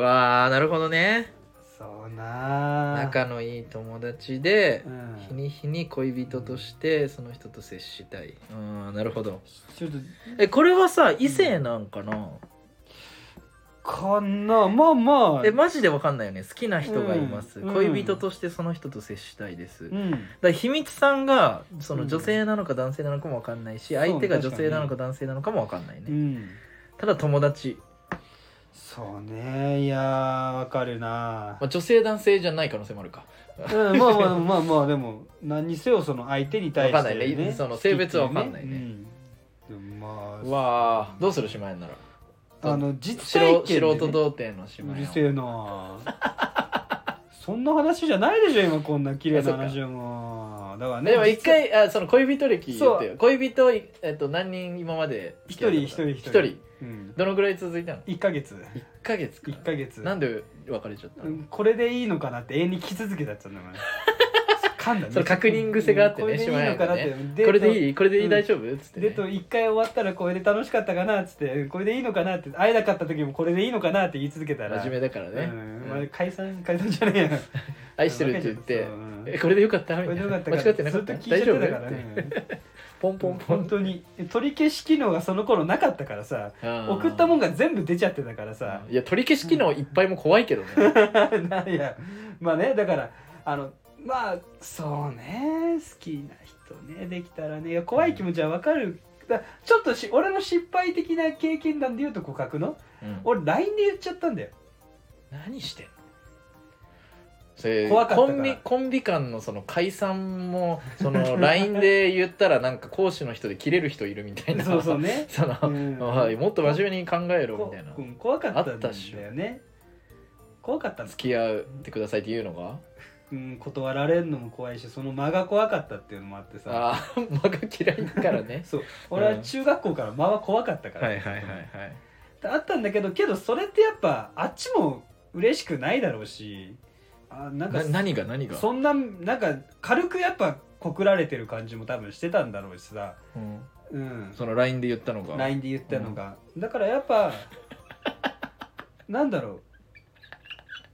わあなるほどねそうなあ仲のいい友達でうん日に日に恋人としてその人と接したいうんなるほどちょっとえこれはさ異性なんかな、かなまあまあえマジでわかんないよね好きな人がいます、うん恋人としてその人と接したいです、うだかんら秘密さんがそのうん女性なのか男性なのかもわかんないし、そう相手が女性なのか男性なのかもわかんないね、うんただ友達、そうねいやーわかるなまあ、女性男性じゃない可能性もあるかうんまあまあまあまあでも何にせよその相手に対してわかんないねその性別はわかんないね好きっていうねうんでもまあわあどうする島やんならあの実体素素験でね人童貞の島うやるせえなそんな話じゃないでしょ今こんな綺麗な話はもうだからねでも一回あその恋人歴言ってそよ恋人、いえっと、何人今まで付き合った一こ人と一人一一人人うん、どのぐらい続いたの1ヶ月1ヶ月か1ヶ月なんで別れちゃったうの、んこれでいいのかなって永遠に聞き続けたっちゃうんだもんね噛んだ ねそれ確認癖があってねうんこれでいいのかなってこれでいいいこれでいい、うん大丈夫つって、ね、デート1回終わったらこれで楽しかったかなっつってこれでいいのかなって会えなかった時もこれでいいのかなって言い続けたら真面目だからね、うんうまあん、解散解散じゃねえや愛してるって言ってそううんえこれでよかったみたこいれでなよかった 間か違ってなかずっっとた聞いちゃっ大て丈夫たからってねポンポンポ本ン当 に取り消し機能がその頃なかったからさ送ったもんがが全部出ちゃってたからさいや取り消し機能いっぱいも怖いけどね なんやまあねだからあのまあそうね好きな人ねできたらねいや怖い気持ちはわかるだちょっとし俺の失敗的な経験談で言うと告白のうん俺 LINE で言っちゃったんだよ何してんのそれ怖かったコからンビコンビ間のその解散もその LINE で言ったらなんか講師の人で切れる人いるみたいな そうそうね その、うんはいもっと真面目に考えろみたいなこうん怖かったあっんたっしだよね怖かったんです付き合ってくださいっていうのがうん断られるのも怖いしその間が怖かったっていうのもあってさああ間が嫌いだからねそう俺は中学校から間は怖かったから、いあったんだけどけどそれってやっぱあっちも嬉しくないだろうしあなんかな何が何がそんななんか軽くやっぱ告られてる感じも多分してたんだろうしさ、うんうん、その LINE で言ったのが LINE で言ったのが、だからやっぱなんだろ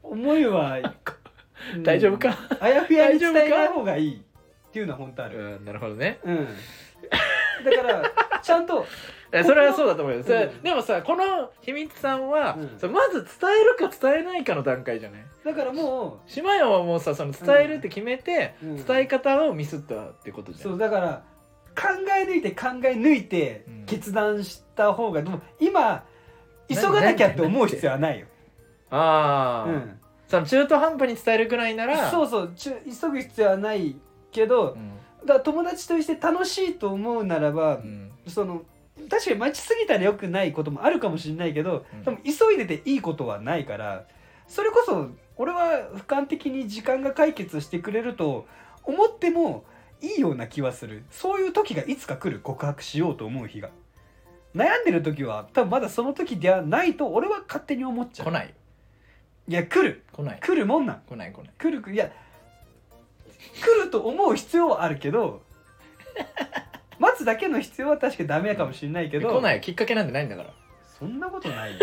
う思いは、うん大丈夫か、あやふやに伝え大丈夫ないか方がいいっていうのは本当あうる、ん、なるほどねうん、だからちゃんとえそれはそうだと思うよ、それうんでもさこの秘密さんは、うんそのまず伝えるか伝えないかの段階じゃないだからも島屋はもうさその伝えるって決めて、う、うん伝え方をミスったってことじゃんそうだから考え抜いて考え抜いてうん決断した方が、でも今急がなきゃって思う必要はないよ、ああ、うん、その中途半端に伝えるくらいならそうそうちゅ急ぐ必要はないけどうん、だから友達として楽しいと思うならば、うんその確かに待ちすぎたら良くないこともあるかもしれないけど、うんでも急いでていいことはないからそれこそ俺は俯瞰的に時間が解決してくれると思ってもいいような気はするそういう時がいつか来る告白しようと思う日が悩んでる時は多分まだその時ではないと俺は勝手に思っちゃう来ないいや来る来ない来るもんなん来ない来ない来る来るいや来ると思う必要はあるけど 待つだけの必要は確かにダメかもしれないけど、来ないきっかけなんてないんだからそんなこと ないよ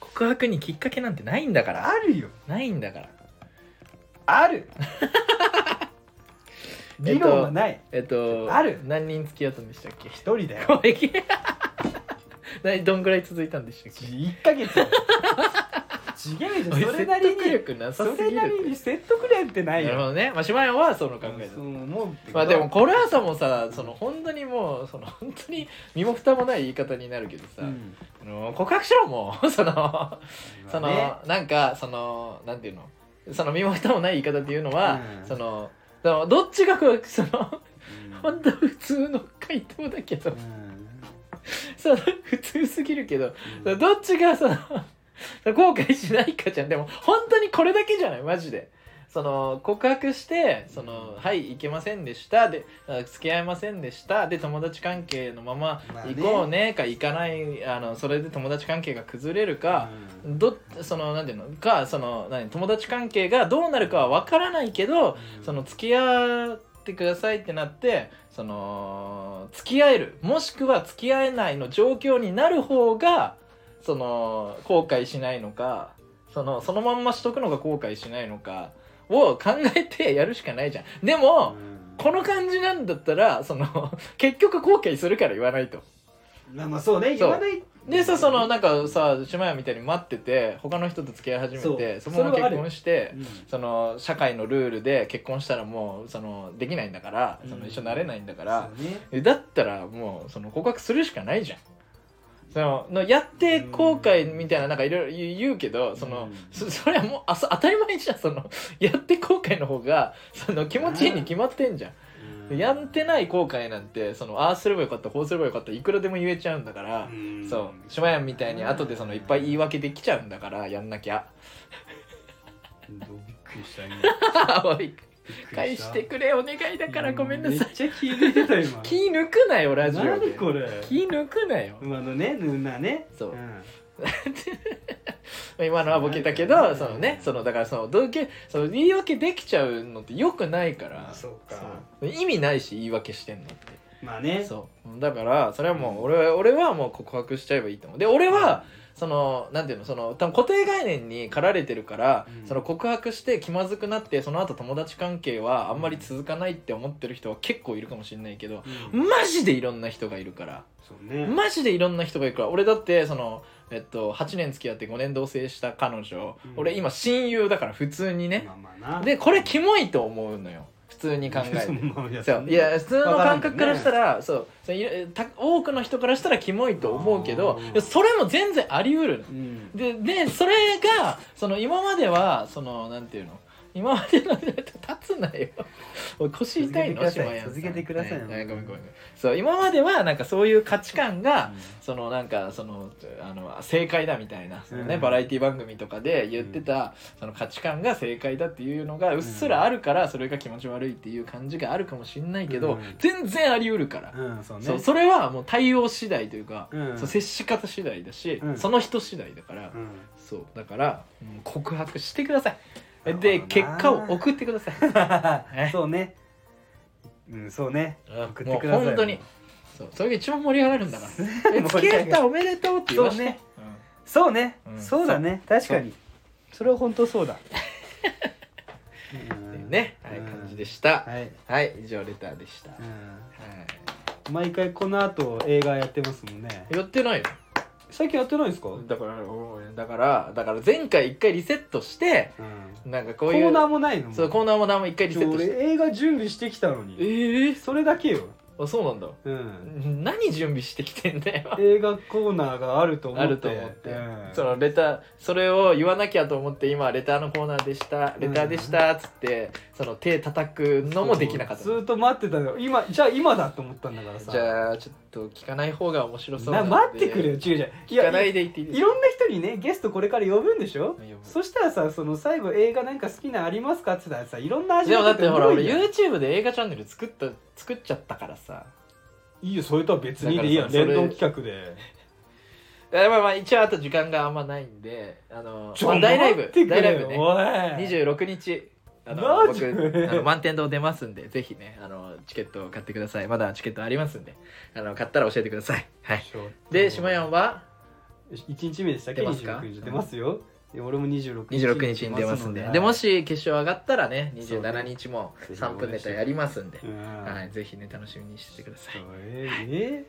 告白にきっかけなんてないんだからあるよないんだからあるえっと理論はないえっとある何人付き合ったんでしたっけ一人だよ怖いけ何どんぐらい続いたんでしたっけ1ヶ月だよ違うじゃんそれなり説得に力なさそすぎれなりるに説得力ってなないるほよどねまあ島屋はその考えそうだ思うけどまあでもこれはさもうさその本当にもうその本当に身も蓋もない言い方になるけどさ、うんあの告白しろもう そのその、ねなんかそのなんていうのその身も蓋もない言い方っていうのは、うんそのそのどっちが告白そのうん本当普通の回答だけどうんその普通すぎるけどうんどっちがその 後悔しないかじゃんでも本当にこれだけじゃないマジでその告白してその「はい行けませんでした」であ「付き合いませんでした」で友達関係のまままあね行こうねか行かないあのそれで友達関係が崩れるか、うんどそのなんていうのかその何友達関係がどうなるかは分からないけど、うんその付き合ってくださいってなってその付き合えるもしくは付き合えないの状況になる方がその後悔しないのかそのそのまんましとくのが後悔しないのかを考えてやるしかないじゃんでも、うんこの感じなんだったらその結局後悔するから言わないと。まあまあそうねそ言うわないでさそのなんかさ島屋みたいに待ってて他の人と付き合い始めてそそうのままそれはある結婚してうんその社会のルールで結婚したらもうそのできないんだからうんその一緒になれないんだから、そうねえだったらもうその告白するしかないじゃん。そののやって後悔みたいななんかいろいろ言う言うけどその、うんそそれはもうあそ当たり前じゃんそのやって後悔の方がその気持ちいいに決まってんじゃん。うんやってない後悔なんてそのああすればよかったこうすればよかったいくらでも言えちゃうんだから。うんそう島屋みたいに後でそのいっぱい言い訳でき ちゃうんだからやんなきゃうんびっくりした今おい返してくれお願いだからごめんなさいめっちゃ気抜いてた 今気抜くなよラジオ何でこれ気抜くなよあのねぬんなねそうん今のはボケたけ何どこそれのねそのだからそのどうけその言い訳できちゃうのってよくないからそうかそう意味ないし言い訳してんのってまあねそうだからそれはもう俺は俺はもう告白しちゃえばいいと思うで俺はそのなんていうのその多分固定概念に駆られてるから、うんその告白して気まずくなってその後友達関係はあんまり続かないって思ってる人は結構いるかもしれないけどうんマジでいろんな人がいるからそうねマジでいろんな人がいるから俺だってその、えっと、8年付き合って5年同棲した彼女、うん俺今親友だから普通にねまあまあなでこれキモいと思うのよ普通に考えて そ。のままやっそたういや普通の感覚からしたら、そうそういろた多くの人からしたらキモいと思うけどあーいやそれも全然あり得るのうんででそれがその今まではそのなんていうの今までの立つなよ 俺腰痛いの続けてください島屋さん続けてくださはいはごめんごめんごめんそう今まではなんかそういう価値観が、そのなんかそのあの正解だみたいな、そのねうんバラエティ番組とかで言ってた、その価値観が正解だっていうのがうっすらあるから、それが気持ち悪いっていう感じがあるかもしんないけど、うん全然あり得るから、うんそうねそうそれはもう対応次第というか、うんそう接し方次第だし、うんその人次第だから、 うんそうだから、うん告白してくださないるほどでな結果を送ってくださいねそうね。うん、そうね。送ってもくうださい。本当 にそうそれが一番盛り上がるん だからえ盛付り上き合がるったおめでとうって言わせて、そうねうんそうんうね、そうだね。確かに。それは本当そう だ。うんね、はい、感じでした。はい。はい、以上レターでした。はうんい。毎回この後映画やってますもんね。やってないよ。最近やってないんですか？だから、おいだから、だから前回一回リセットして、なんかこコういう。ーナーもないの？そう、コーナーも何も一回リちセょット俺して。映画準備してきたのに。ええそれだけよ。あ、そうなんだ。うん。何準備してきてんだよ。映画コーナーがあると思って。あると思って、うんそのレターそれを言わなきゃと思って今レターのコーナーでしたレターでしたっつってその手叩くのもできなかったずっと待ってたの。今じゃあ今だと思ったんだからさ。じゃあちょっと聞かない方が面白そうななんで待ってくれよ違う違うい聞かなやいいで言っていいですいろんな人にねゲストこれから呼ぶんでしょ呼ぶそしたらさその最後映画なんか好きなのありますかって言ったらさいろんな味でもだってほら俺言 YouTube で映画チャンネル作った作っちゃったからさいいよそれとは別にでいいやんだから連さ動企画でえまあまあ一応あと時間があんまないんであのちょまあ大ライブ待ってくれ大よライブねおい26日あのマ僕ジあの満天堂出ますんでぜひねあのチケットを買ってくださいまだチケットありますんであの買ったら教えてくださいはいちょっとで島やんは1日目でしたっけ出ますか26日出ますよで俺も26日26日に出ますんでのでもし決勝上がったらね27日もそうね3分ネタやりますんでうんはいぜひね楽しみにしててくださいえー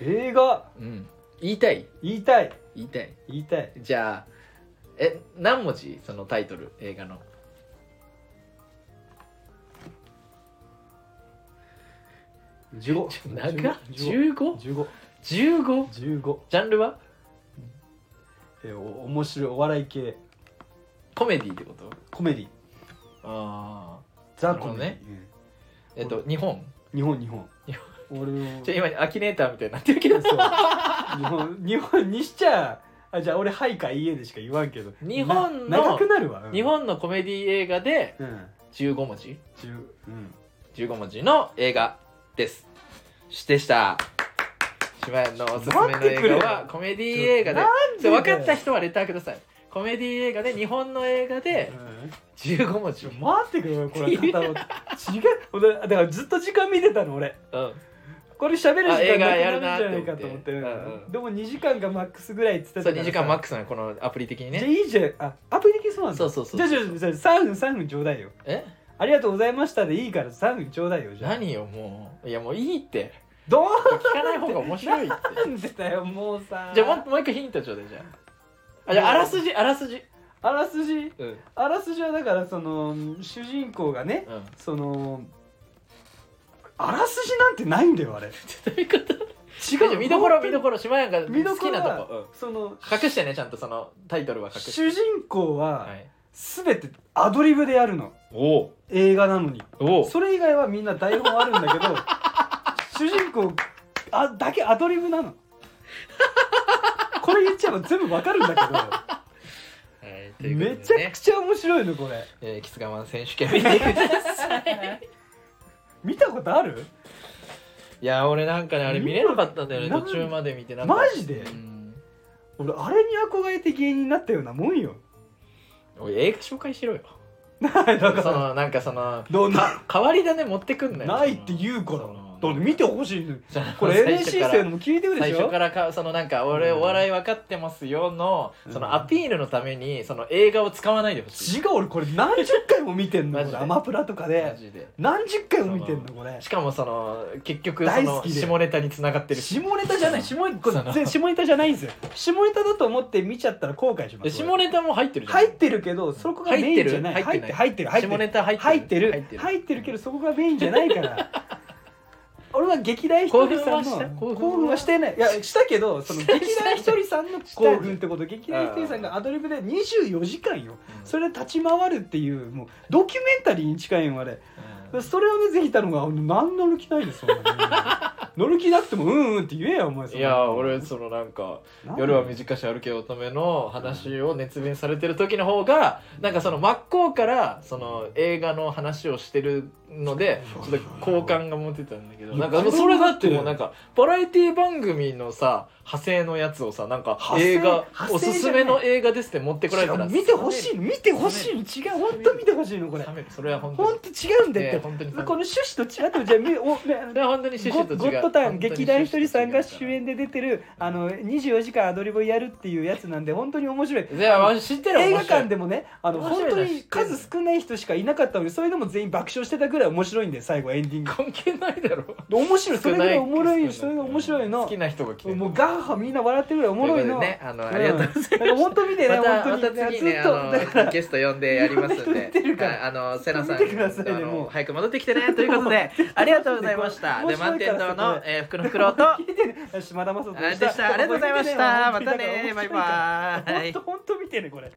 えー映画うん言いたい言いたい言いたい言いたいじゃあえ何文字そのタイトル映画の 15長 15?15 15 15 15? 15ジャンルはえーお面白いお笑い系コメディってことコメディああザコメディなる、えっと日本うん日本日本日俺 もじゃ今アキネーターみたいになってるけどそう日本日本にしちゃあじゃあ俺「はい」か「いいえ」でしか言わんけど日本のな長くなるわ、うん日本のコメディ映画でうん15文字十うん15文字の映画ですしでした島屋のおすすめの待ってくれ映よ画はコメディ映画でんでそう分かった人はレターくださいコメディ映画で日本の映画でうん15文字ちょ待ってくれよこれ片言違う俺だからずっと時間見てたの俺うんこれ喋るあ映時画間なくやなるるんじなゃって思ってないかと思ってうんうんでも2時間がマックスぐらいっつってたそかうら2さ時間マックスなのこのアプリ的にじゃあねいいじゃんあアプリ的にそうなんだそうそうそうじゃあじゃあじゃあ3分3分ちょうだいよえありがとうございましたでいいから3分ちょうだいよじゃあ何よもういやもういいってどう 聞かない方が面白いってなんでだよもうさじゃあもうもう一回ヒントちょうだいじゃああじゃああらすじあらすじあらすじうん うんあらすじはだからその主人公がねそのあらすじなんてないんだよあれどういうこと違じゃうあ見どころ本当見にどころ島やんが見ど好こきろなはとこ、そのうん、隠してねちゃんとそのタイトルは隠して、主人公ははい、全てアドリブでやるのおお映画なのにおそれ以外はみんな台本あるんだ けど主人公あだけアドリブなのこれ言っちゃえば全部わかるんだけどはい、ということでめねちゃくちゃ面白いのこれえー、キス我慢選手権見てく ださい見たことあるいや俺なんかねあれ見れなかったんだよねなん途中まで見てなんかマジでうん俺あれに憧れて芸人になったようなもんよおい映画紹介しろよ だから そのなんかそのどうな代わり種持ってくんなよないって言うからだそのって見てほしいのその これ最初 NSC から生のも聞いてるで最し初ょからかそのなんか俺うんお笑い分かってますよのそうんのアピールのためにその映画を使わないでほしい違う俺これ何十回も見てんの マジこでれアマプラとかマでジで何十回も見てんのこれしかもその結局そ大の好きで下ネタに繋がってるし下ネタじゃない下ネタこれその全下ネタじゃないんですよ下ネタだと思って見ちゃったら後悔しまです下ネタも入ってるじゃん入ってるけどそこがメインじゃな入いっ入ってるて入ってる入って下ネるタ入入っっててるる入ってるけどそこがメインじゃないから俺は劇団ひとりさんの興奮はした興奮はしてないいやしたけどその劇団ひとりさんの興奮ってこと劇団ひとりさんがアドリブで24時間ようんそれで立ち回るっていうもうドキュメンタリーに近いんあれうんそれをねぜひたのが何乗る気ないですそんな の乗る気なくてもうんうんって言えよお前そんいなや俺そのなんかなんだ夜は短し歩け乙女の話を熱弁されてる時の方がなんかその真っ向からその映画の話をしてるのでちょっと好感が持てたんだけどいやなんかもうそれだってもうなんかバラエティ番組のさ派生のやつをさなんか派生映画派お生じゃないすすめの映画ですって持ってこられたら違う見てほしいの見てほしいの違う本当見てほしいのこれ冷めるそれは本当本に当違うんだっいてやこ本当に冷めのる趣旨と違うとじゃあみおねあのそれは本当に趣ゴ旨と違うゴッドタウン本当に劇団ひとりさんが趣旨と主違う演で出てるあの24時間アドリブをやるっていうやつなんで本当に面白いいやわし知ってる映画館ででもねあの面白い本な知当ってにんの数少ない人しかいなかったのにそれでも全員爆笑してたぐらい面白いんで最後エンディング関係ないだろで面白いそれぐらいおもろいそれが面白い好のきな人が来てるもうガッハみんな笑ってるぐらいおもろいとうのことでねあのありがとうございますうんだから本当見てねまた本当にまた次ねずっとだかあのらゲスト呼んでやりますんいろんなで人出てるからはいあのセナさん見てくださいねあのもう早く戻ってきてねということ でありがとうございました面で白い満天堂からのそこえー福の袋 とあ聞いてね島田雅人でしたありがとうございましたまたねバイバ本イ当本当見てねこれ